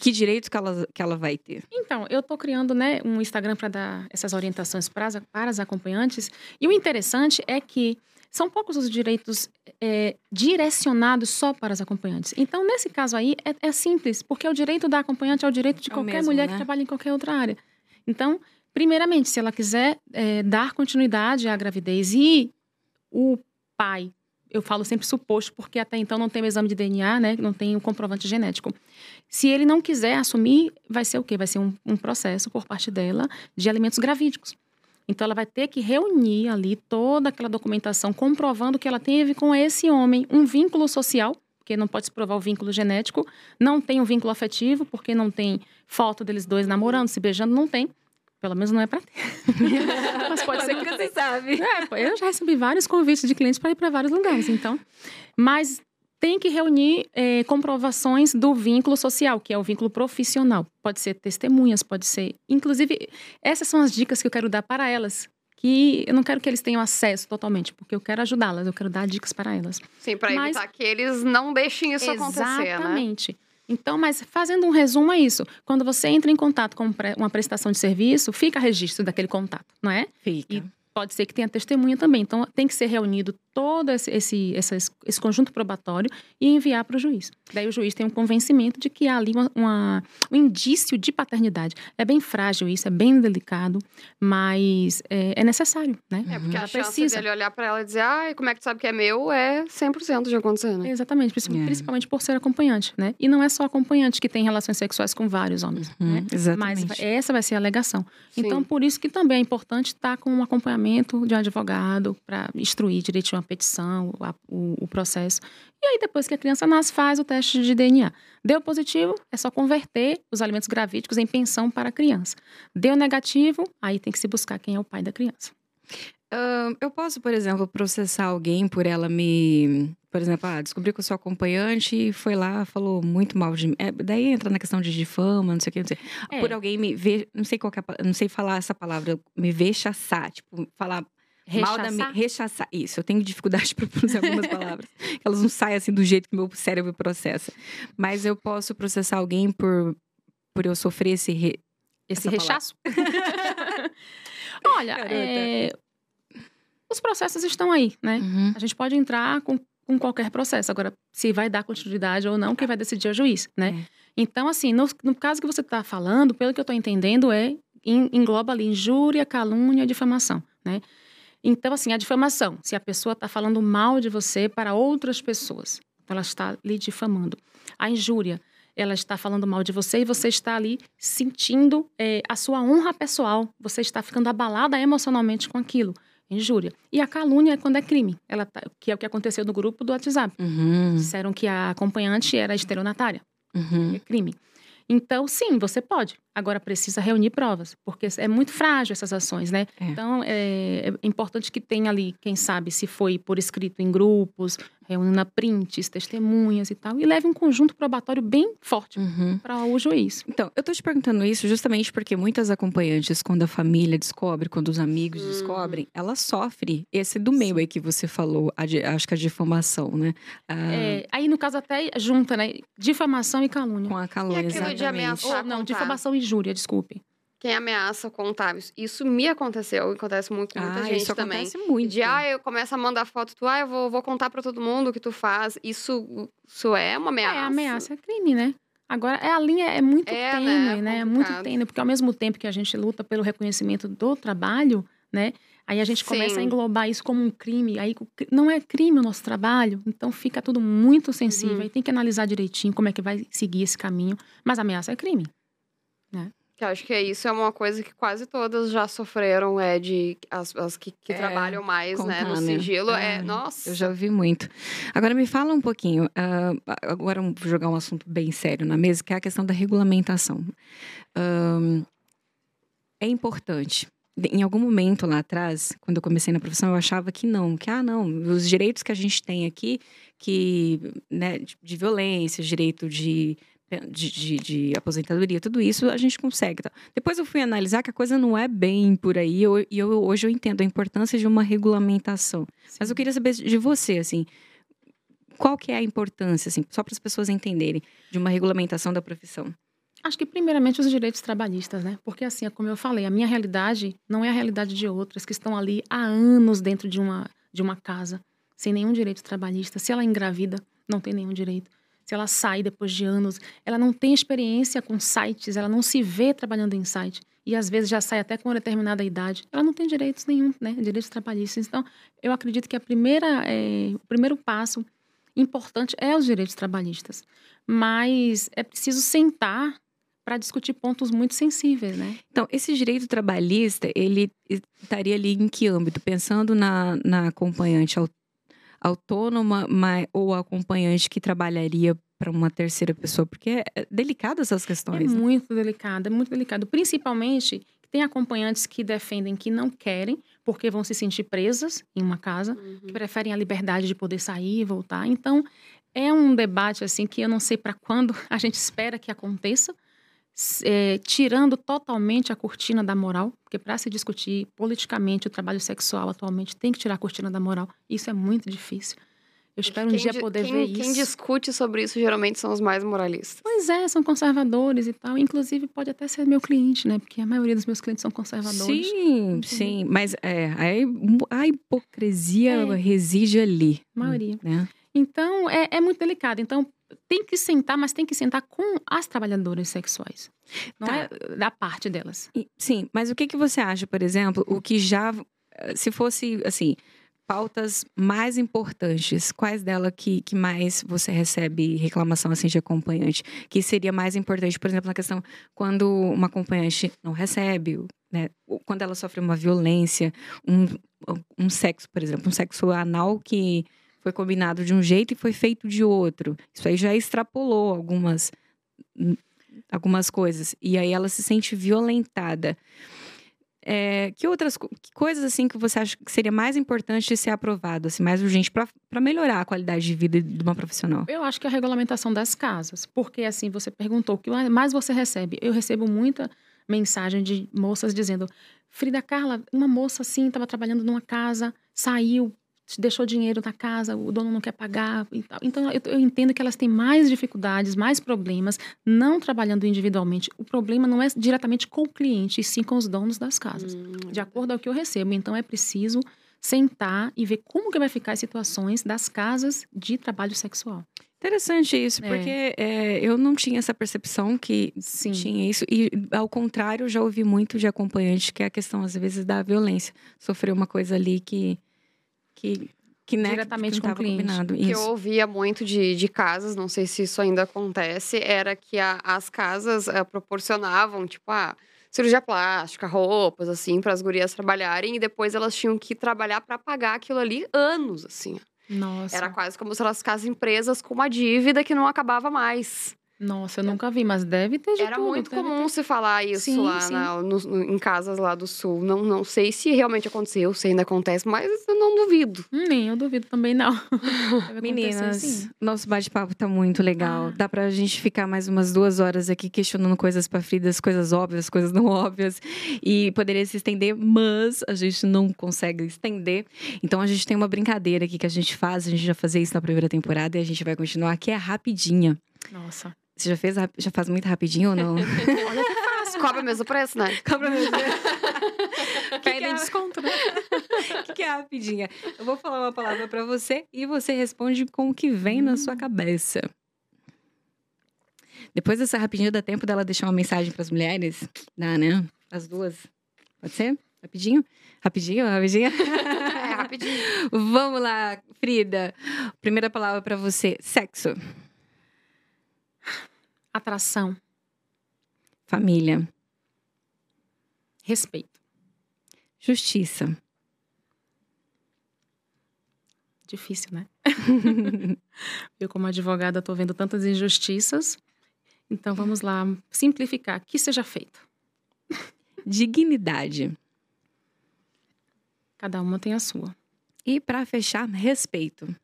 [SPEAKER 1] que direitos que ela, que ela vai ter?
[SPEAKER 2] Então, eu tô criando, né, um Instagram para dar essas orientações para as, para as acompanhantes. E o interessante é que são poucos os direitos é, direcionados só para as acompanhantes. Então, nesse caso aí, é, é simples, porque o direito da acompanhante é o direito de
[SPEAKER 1] É o
[SPEAKER 2] qualquer
[SPEAKER 1] mesmo,
[SPEAKER 2] mulher
[SPEAKER 1] né?
[SPEAKER 2] que trabalha em qualquer outra área. Então, primeiramente, se ela quiser é, dar continuidade à gravidez e o pai, eu falo sempre suposto, porque até então não tem o exame de DNA, né? Não tem o comprovante genético. Se ele não quiser assumir, vai ser o quê? Vai ser um, um processo por parte dela de alimentos gravídicos. Então, ela vai ter que reunir ali toda aquela documentação comprovando que ela teve com esse homem um vínculo social, porque não pode se provar o vínculo genético, não tem um vínculo afetivo, porque não tem foto deles dois namorando, se beijando, não tem. Pelo menos não é pra ter. Mas pode ser que
[SPEAKER 1] Nunca se sabe.
[SPEAKER 2] é, pô, eu já recebi vários convites de clientes para ir para vários lugares, então. Mas tem que reunir eh, comprovações do vínculo social, que é o vínculo profissional. Pode ser testemunhas, pode ser. Inclusive, essas são as dicas que eu quero dar para elas. Que eu não quero que eles tenham acesso totalmente, porque eu quero ajudá-las, eu quero dar dicas para elas.
[SPEAKER 3] Sim, pra
[SPEAKER 2] Mas-
[SPEAKER 3] evitar que eles não deixem isso acontecer, né?
[SPEAKER 2] Exatamente. Então, mas fazendo um resumo é isso. Quando você entra em contato com pre- uma prestação de serviço, fica registro daquele contato, não é?
[SPEAKER 1] Fica.
[SPEAKER 2] E- pode ser que tenha testemunha também. Então, tem que ser reunido todo esse, esse, essas- esse conjunto probatório e enviar para o juiz. Daí o juiz tem um convencimento de que há ali uma, uma- um indício de paternidade. É bem frágil isso, é bem delicado, mas é, é necessário, né?
[SPEAKER 3] É, porque
[SPEAKER 2] Ela
[SPEAKER 3] a chance
[SPEAKER 2] precisa.
[SPEAKER 3] dele olhar pra ela e dizer, ai, como é que tu sabe que é meu? É 100% de acontecer, né?
[SPEAKER 2] Exatamente, princi-
[SPEAKER 1] É.
[SPEAKER 2] principalmente por ser acompanhante, né? E não é só acompanhante que tem relações sexuais com vários homens, né?
[SPEAKER 1] Hum, exatamente.
[SPEAKER 2] Mas essa vai ser a alegação.
[SPEAKER 3] Sim.
[SPEAKER 2] Então, por isso que também é importante estar com um acompanhamento de um advogado para instruir direitinho a petição, a- o, o processo. E aí, depois que a criança nasce, faz o teste de DNA. Deu positivo, é só converter os alimentos gravídicos em pensão para a criança. Deu negativo, aí tem que se buscar quem é o pai da criança.
[SPEAKER 1] Ahn, eu posso, por exemplo, processar alguém por ela me. Por exemplo, ah, descobri que eu sou acompanhante e foi lá, falou muito mal de mim. É, daí entra na questão de difama, não sei o que, não sei.
[SPEAKER 2] É.
[SPEAKER 1] Por alguém me ver. Não sei qual que é a pa- Não sei falar essa palavra, me vexaçar. Tipo, falar mal da minha.
[SPEAKER 2] Rechaçar?
[SPEAKER 1] Rechaçar. Isso, eu tenho dificuldade para pronunciar algumas palavras. Elas não saem assim do jeito que meu cérebro processa. Mas eu posso processar alguém por, por eu sofrer esse. re-
[SPEAKER 2] Esse
[SPEAKER 1] essa
[SPEAKER 2] rechaço. Olha,
[SPEAKER 1] Garota.
[SPEAKER 2] é, os processos estão aí, né? A gente pode entrar com, com qualquer processo. Agora, se vai dar continuidade ou não, quem vai decidir é o juiz, né? Então, assim, no, no caso que você está falando, pelo que eu estou entendendo, é en- engloba ali injúria, calúnia, difamação, né? Então, assim, a difamação, se a pessoa está falando mal de você para outras pessoas, ela está lhe difamando. A injúria, ela está falando mal de você e você está ali sentindo eh, a sua honra pessoal, você está ficando abalada emocionalmente com aquilo injúria. E a calúnia é quando é crime, ela tá- que é o que aconteceu no grupo do WhatsApp.
[SPEAKER 3] Hum.
[SPEAKER 1] Uhum.
[SPEAKER 2] Disseram que a acompanhante era estelionatária,
[SPEAKER 1] Uhum.
[SPEAKER 2] é crime. Então, sim, você pode. Agora precisa reunir provas, porque é muito frágil essas ações, né?
[SPEAKER 1] É.
[SPEAKER 2] Então, é, é importante que tenha ali, quem sabe, se foi por escrito em grupos, reúna prints, testemunhas e tal, e leve um conjunto probatório bem forte
[SPEAKER 3] Hum.
[SPEAKER 1] Uhum.
[SPEAKER 2] para o juiz.
[SPEAKER 1] Então, eu tô te perguntando isso justamente porque muitas acompanhantes, quando a família descobre, quando os amigos
[SPEAKER 3] Hum.
[SPEAKER 1] descobrem, ela sofre esse do meio aí que você falou, a di- acho que a difamação, né? A-
[SPEAKER 3] Ah.
[SPEAKER 2] É, aí, no caso, até junta, né? Difamação e calúnia.
[SPEAKER 1] Com a calúnia,
[SPEAKER 3] E aquilo de
[SPEAKER 1] exatamente.
[SPEAKER 3] ameaçar?
[SPEAKER 2] Ou, não,
[SPEAKER 3] contar.
[SPEAKER 2] difamação e injúria, desculpe.
[SPEAKER 3] Quem ameaça contar isso. Isso me aconteceu, e acontece muito com muita
[SPEAKER 1] Ah,
[SPEAKER 3] gente
[SPEAKER 1] isso
[SPEAKER 3] também.
[SPEAKER 1] acontece muito.
[SPEAKER 3] De, ah, eu começo a mandar foto, tu, ah, eu vou, vou contar pra todo mundo o que tu faz. Isso, isso é uma ameaça.
[SPEAKER 2] É, ameaça é crime, né? Agora, é, a linha é muito
[SPEAKER 3] É, né?
[SPEAKER 2] tênue, né? É muito
[SPEAKER 3] Complicado.
[SPEAKER 2] tênue, porque ao mesmo tempo que a gente luta pelo reconhecimento do trabalho, né? Aí a gente começa
[SPEAKER 3] Sim.
[SPEAKER 2] a englobar isso como um crime. Aí o cri- não é crime o nosso trabalho, então fica tudo muito sensível.
[SPEAKER 3] Uhum.
[SPEAKER 2] Aí tem que analisar direitinho como é que vai seguir esse caminho. Mas ameaça é crime.
[SPEAKER 3] Que eu acho que isso é uma coisa que quase todas já sofreram, é de as, as que, que
[SPEAKER 1] É,
[SPEAKER 3] trabalham mais, né, no
[SPEAKER 1] contar, né?
[SPEAKER 3] sigilo. É,
[SPEAKER 1] Ai,
[SPEAKER 3] nossa.
[SPEAKER 1] Eu já ouvi muito. Agora me fala um pouquinho, ah, agora vou jogar um assunto bem sério na mesa, que é a questão da regulamentação. Ahn, é importante. De- Em algum momento lá atrás, quando eu comecei na profissão, eu achava que não, que ah, não, os direitos que a gente tem aqui, que né, de, de violência, direito de, de, de- de aposentadoria, tudo isso a gente consegue. e tal. Depois eu fui analisar que a coisa não é bem por aí, eu- e eu- hoje eu entendo a importância de uma regulamentação. Mas eu queria saber de você, assim, qual que é a importância, assim, só para as pessoas entenderem, de uma regulamentação da profissão.
[SPEAKER 2] Acho que primeiramente os direitos trabalhistas, né? Porque assim, é como eu falei, a minha realidade não é a realidade de outras que estão ali há anos dentro de uma, de uma casa, sem nenhum direito trabalhista. Se ela engravida, não tem nenhum direito. Se ela sai depois de anos, ela não tem experiência com sites, ela não se vê trabalhando em site. E às vezes já sai até com uma determinada idade. Ela não tem direitos nenhum, né? Direitos trabalhistas. Então, eu acredito que a primeira, eh, o primeiro passo importante é os direitos trabalhistas. Mas é preciso sentar para discutir pontos muito sensíveis, né?
[SPEAKER 1] Então, esse direito trabalhista, ele estaria ali em que âmbito? Pensando na, na acompanhante au- autônoma ma- ou acompanhante que trabalharia para uma terceira pessoa, porque é é delicado essas
[SPEAKER 2] É
[SPEAKER 1] questões. né?
[SPEAKER 2] muito delicado, é muito delicado. Principalmente que tem acompanhantes que defendem que não querem, porque vão se sentir presas em uma casa, que
[SPEAKER 3] Uhum.
[SPEAKER 2] preferem a liberdade de poder sair e voltar. Então, é um debate assim que eu não sei para quando a gente espera que aconteça, s- eh, tirando totalmente a cortina da moral, porque para se discutir politicamente o trabalho sexual atualmente tem que tirar a cortina da moral. Isso é muito difícil. Eu espero um
[SPEAKER 3] Quem
[SPEAKER 2] dia
[SPEAKER 3] di-
[SPEAKER 2] poder
[SPEAKER 3] quem-
[SPEAKER 2] ver isso.
[SPEAKER 3] Quem discute sobre isso geralmente são os mais moralistas.
[SPEAKER 2] Pois é, são conservadores e tal. Inclusive, pode até ser meu cliente, né? Porque a maioria dos meus clientes são
[SPEAKER 1] É
[SPEAKER 2] conservadores.
[SPEAKER 1] Sim, sim, mas é, a, a hipocrisia
[SPEAKER 2] É.
[SPEAKER 1] reside ali,
[SPEAKER 2] A maioria.
[SPEAKER 1] né?
[SPEAKER 2] Então, é, é muito delicado. Então, tem que sentar, mas tem que sentar com as trabalhadoras sexuais. Não
[SPEAKER 1] Tá.
[SPEAKER 2] é da parte delas.
[SPEAKER 1] E- Sim, mas o que, que você acha, por exemplo, o que já. eh, Se fosse, assim, pautas mais importantes, quais dela que, que mais você recebe reclamação, assim, de acompanhante? Que seria mais importante, por exemplo, na questão quando uma acompanhante não recebe, né? ou Quando ela sofre uma violência, um, um sexo, por exemplo, um sexo anal que foi combinado de um jeito e foi feito de outro. Isso aí já extrapolou algumas algumas coisas e aí ela se sente violentada. é, que outras co- que coisas assim que você acha que seria mais importante de ser aprovado, assim, mais urgente para melhorar a qualidade de vida de uma profissional?
[SPEAKER 2] Eu acho que é a regulamentação das casas, porque assim você perguntou o que mais você recebe. Eu recebo muita mensagem de moças dizendo: Frida Carla, uma moça assim estava trabalhando numa casa, saiu, deixou dinheiro na casa, o dono não quer pagar e tal. Então eu, eu entendo que elas têm mais dificuldades, mais problemas, não trabalhando individualmente. O problema não é diretamente com o cliente, e sim com os donos das casas
[SPEAKER 3] Hum.
[SPEAKER 2] de acordo ao que eu recebo. Então é preciso sentar e ver como que vai ficar as situações das casas de trabalho sexual.
[SPEAKER 1] Interessante isso,
[SPEAKER 2] É.
[SPEAKER 1] porque é, eu não tinha essa percepção que
[SPEAKER 2] Sim.
[SPEAKER 1] tinha isso. E, ao contrário, já ouvi muito de acompanhante que é a questão, às vezes, da violência. Sofrer uma coisa ali que. que que, né, que-
[SPEAKER 2] Diretamente
[SPEAKER 1] que
[SPEAKER 2] com
[SPEAKER 1] não
[SPEAKER 2] o
[SPEAKER 1] estava
[SPEAKER 2] cliente.
[SPEAKER 1] combinado.
[SPEAKER 3] que eu
[SPEAKER 1] Isso.
[SPEAKER 3] ouvia muito de, de casas, não sei se isso ainda acontece, era que a- as casas eh, proporcionavam, tipo, ah, cirurgia plástica, roupas, assim, para as gurias trabalharem, e depois elas tinham que trabalhar para pagar aquilo ali anos, assim.
[SPEAKER 2] Nossa,
[SPEAKER 3] Era quase como se elas ficassem presas com uma dívida que não acabava mais.
[SPEAKER 2] nossa, eu nunca vi, mas deve ter de
[SPEAKER 3] Era
[SPEAKER 2] tudo,
[SPEAKER 3] muito
[SPEAKER 2] deve
[SPEAKER 3] comum se falar isso
[SPEAKER 2] Sim,
[SPEAKER 3] lá
[SPEAKER 2] sim.
[SPEAKER 3] na- no- no- em casas lá do sul. Não, não sei se realmente aconteceu, se ainda acontece, mas eu não duvido.
[SPEAKER 2] ter. Hum, Nem eu duvido também não. Deve acontecer,
[SPEAKER 1] Meninas,
[SPEAKER 2] sim.
[SPEAKER 1] nosso bate-papo tá muito legal.
[SPEAKER 2] assim. Ah.
[SPEAKER 1] Dá pra gente ficar mais umas duas horas aqui questionando coisas pra Fridas, coisas óbvias, coisas não óbvias. E poderia se estender, mas a gente não consegue estender. Então a gente tem uma brincadeira aqui que a gente faz. A gente já fazia isso na primeira temporada e a gente vai continuar, que é rapidinha.
[SPEAKER 2] Nossa.
[SPEAKER 1] Você já fez, rap- já faz muito rapidinho ou não?
[SPEAKER 2] Olha que
[SPEAKER 3] Mas cobra o mesmo preço, né?
[SPEAKER 1] Cobra mesmo.
[SPEAKER 2] pedem desconto, né?
[SPEAKER 1] O é que, que é rapidinha? Eu vou falar uma palavra pra você e você responde com o que vem na
[SPEAKER 2] Hum.
[SPEAKER 1] sua cabeça. Depois dessa rapidinha, dá tempo dela deixar uma mensagem pras mulheres? Dá, né? As duas. Pode ser? Rapidinho? Rapidinho, rapidinho.
[SPEAKER 3] É, rapidinho.
[SPEAKER 1] Vamos lá, Frida. Primeira palavra pra você: sexo,
[SPEAKER 2] Atração,
[SPEAKER 1] família,
[SPEAKER 2] respeito,
[SPEAKER 1] justiça,
[SPEAKER 2] difícil, né? eu como advogada estou vendo tantas injustiças. Então vamos lá, simplificar, que seja feito.
[SPEAKER 1] dignidade
[SPEAKER 2] Cada uma tem a sua.
[SPEAKER 1] e pra fechar, respeito.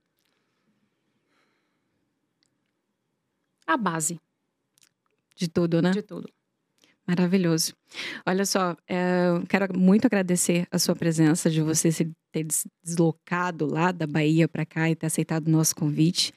[SPEAKER 2] A base
[SPEAKER 1] De tudo, né?
[SPEAKER 2] de tudo.
[SPEAKER 1] Maravilhoso. Olha só, eh, eu quero muito agradecer a sua presença, de você se ter des- deslocado lá da Bahia para cá e ter aceitado o nosso convite.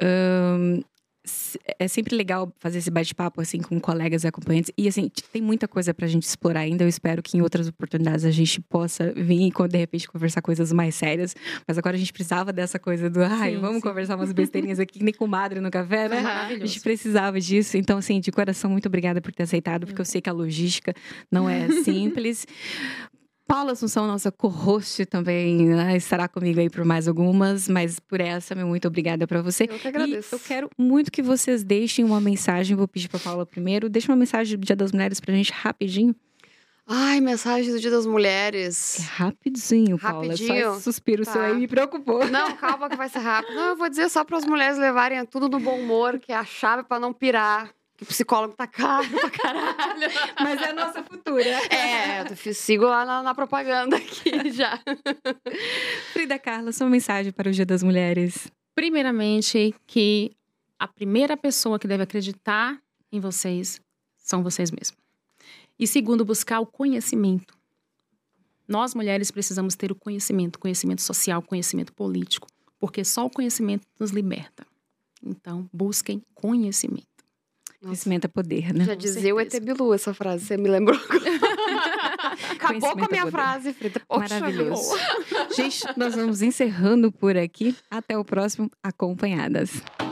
[SPEAKER 1] Ahn, se- é sempre legal fazer esse bate-papo assim com colegas e acompanhantes. E assim, t- tem muita coisa para a gente explorar ainda. Eu espero que em outras oportunidades a gente possa vir e, co- de repente, conversar coisas mais sérias. Mas agora a gente precisava dessa coisa do, ai,
[SPEAKER 2] Sim,
[SPEAKER 1] vamos
[SPEAKER 2] sim.
[SPEAKER 1] conversar umas besteirinhas aqui, que nem comadre no café, né?
[SPEAKER 3] Ah,
[SPEAKER 1] A gente
[SPEAKER 2] Maravilhoso.
[SPEAKER 1] precisava disso. Então, assim, de coração, muito obrigada por ter aceitado, porque eu sei que a logística não é simples. Paula Assunção, nossa co-host também, né, estará comigo aí por mais algumas, mas por essa, meu muito obrigada para você.
[SPEAKER 3] Eu que
[SPEAKER 1] E
[SPEAKER 3] agradeço.
[SPEAKER 1] eu quero muito que vocês deixem uma mensagem. Vou pedir para Paula primeiro. Deixa uma mensagem do Dia das Mulheres pra gente rapidinho.
[SPEAKER 3] Ai, mensagem do Dia das Mulheres.
[SPEAKER 1] É rapidinho, Paula. Só
[SPEAKER 3] Rapidinho?
[SPEAKER 1] esse suspiro
[SPEAKER 3] Tá.
[SPEAKER 1] seu aí me preocupou.
[SPEAKER 3] Não, calma que vai ser rápido. Não, eu vou dizer só para as mulheres levarem tudo no bom humor, que é a chave para não pirar. Que psicólogo tá caro pra caralho.
[SPEAKER 1] Mas é a nossa futura.
[SPEAKER 3] É, eu fiz- sigo lá na, na propaganda aqui já.
[SPEAKER 1] Frida Carla, sua mensagem para o Dia das Mulheres.
[SPEAKER 2] Primeiramente, que a primeira pessoa que deve acreditar em vocês são vocês mesmos. E segundo, buscar o conhecimento. Nós mulheres precisamos ter o conhecimento, conhecimento social, conhecimento político, porque só o conhecimento nos liberta. Então, busquem conhecimento.
[SPEAKER 1] Conhecimento é poder, né?
[SPEAKER 3] Já
[SPEAKER 2] Com
[SPEAKER 3] dizia o ET
[SPEAKER 2] certeza.
[SPEAKER 3] Bilu essa frase, você me lembrou. Acabou com
[SPEAKER 1] Conhecimento
[SPEAKER 3] a
[SPEAKER 1] é
[SPEAKER 3] minha
[SPEAKER 1] poder.
[SPEAKER 3] frase, Frida. Poxa,
[SPEAKER 1] Maravilhoso.
[SPEAKER 3] boa.
[SPEAKER 1] Gente, nós vamos encerrando por aqui. Até o próximo Acompanhadas.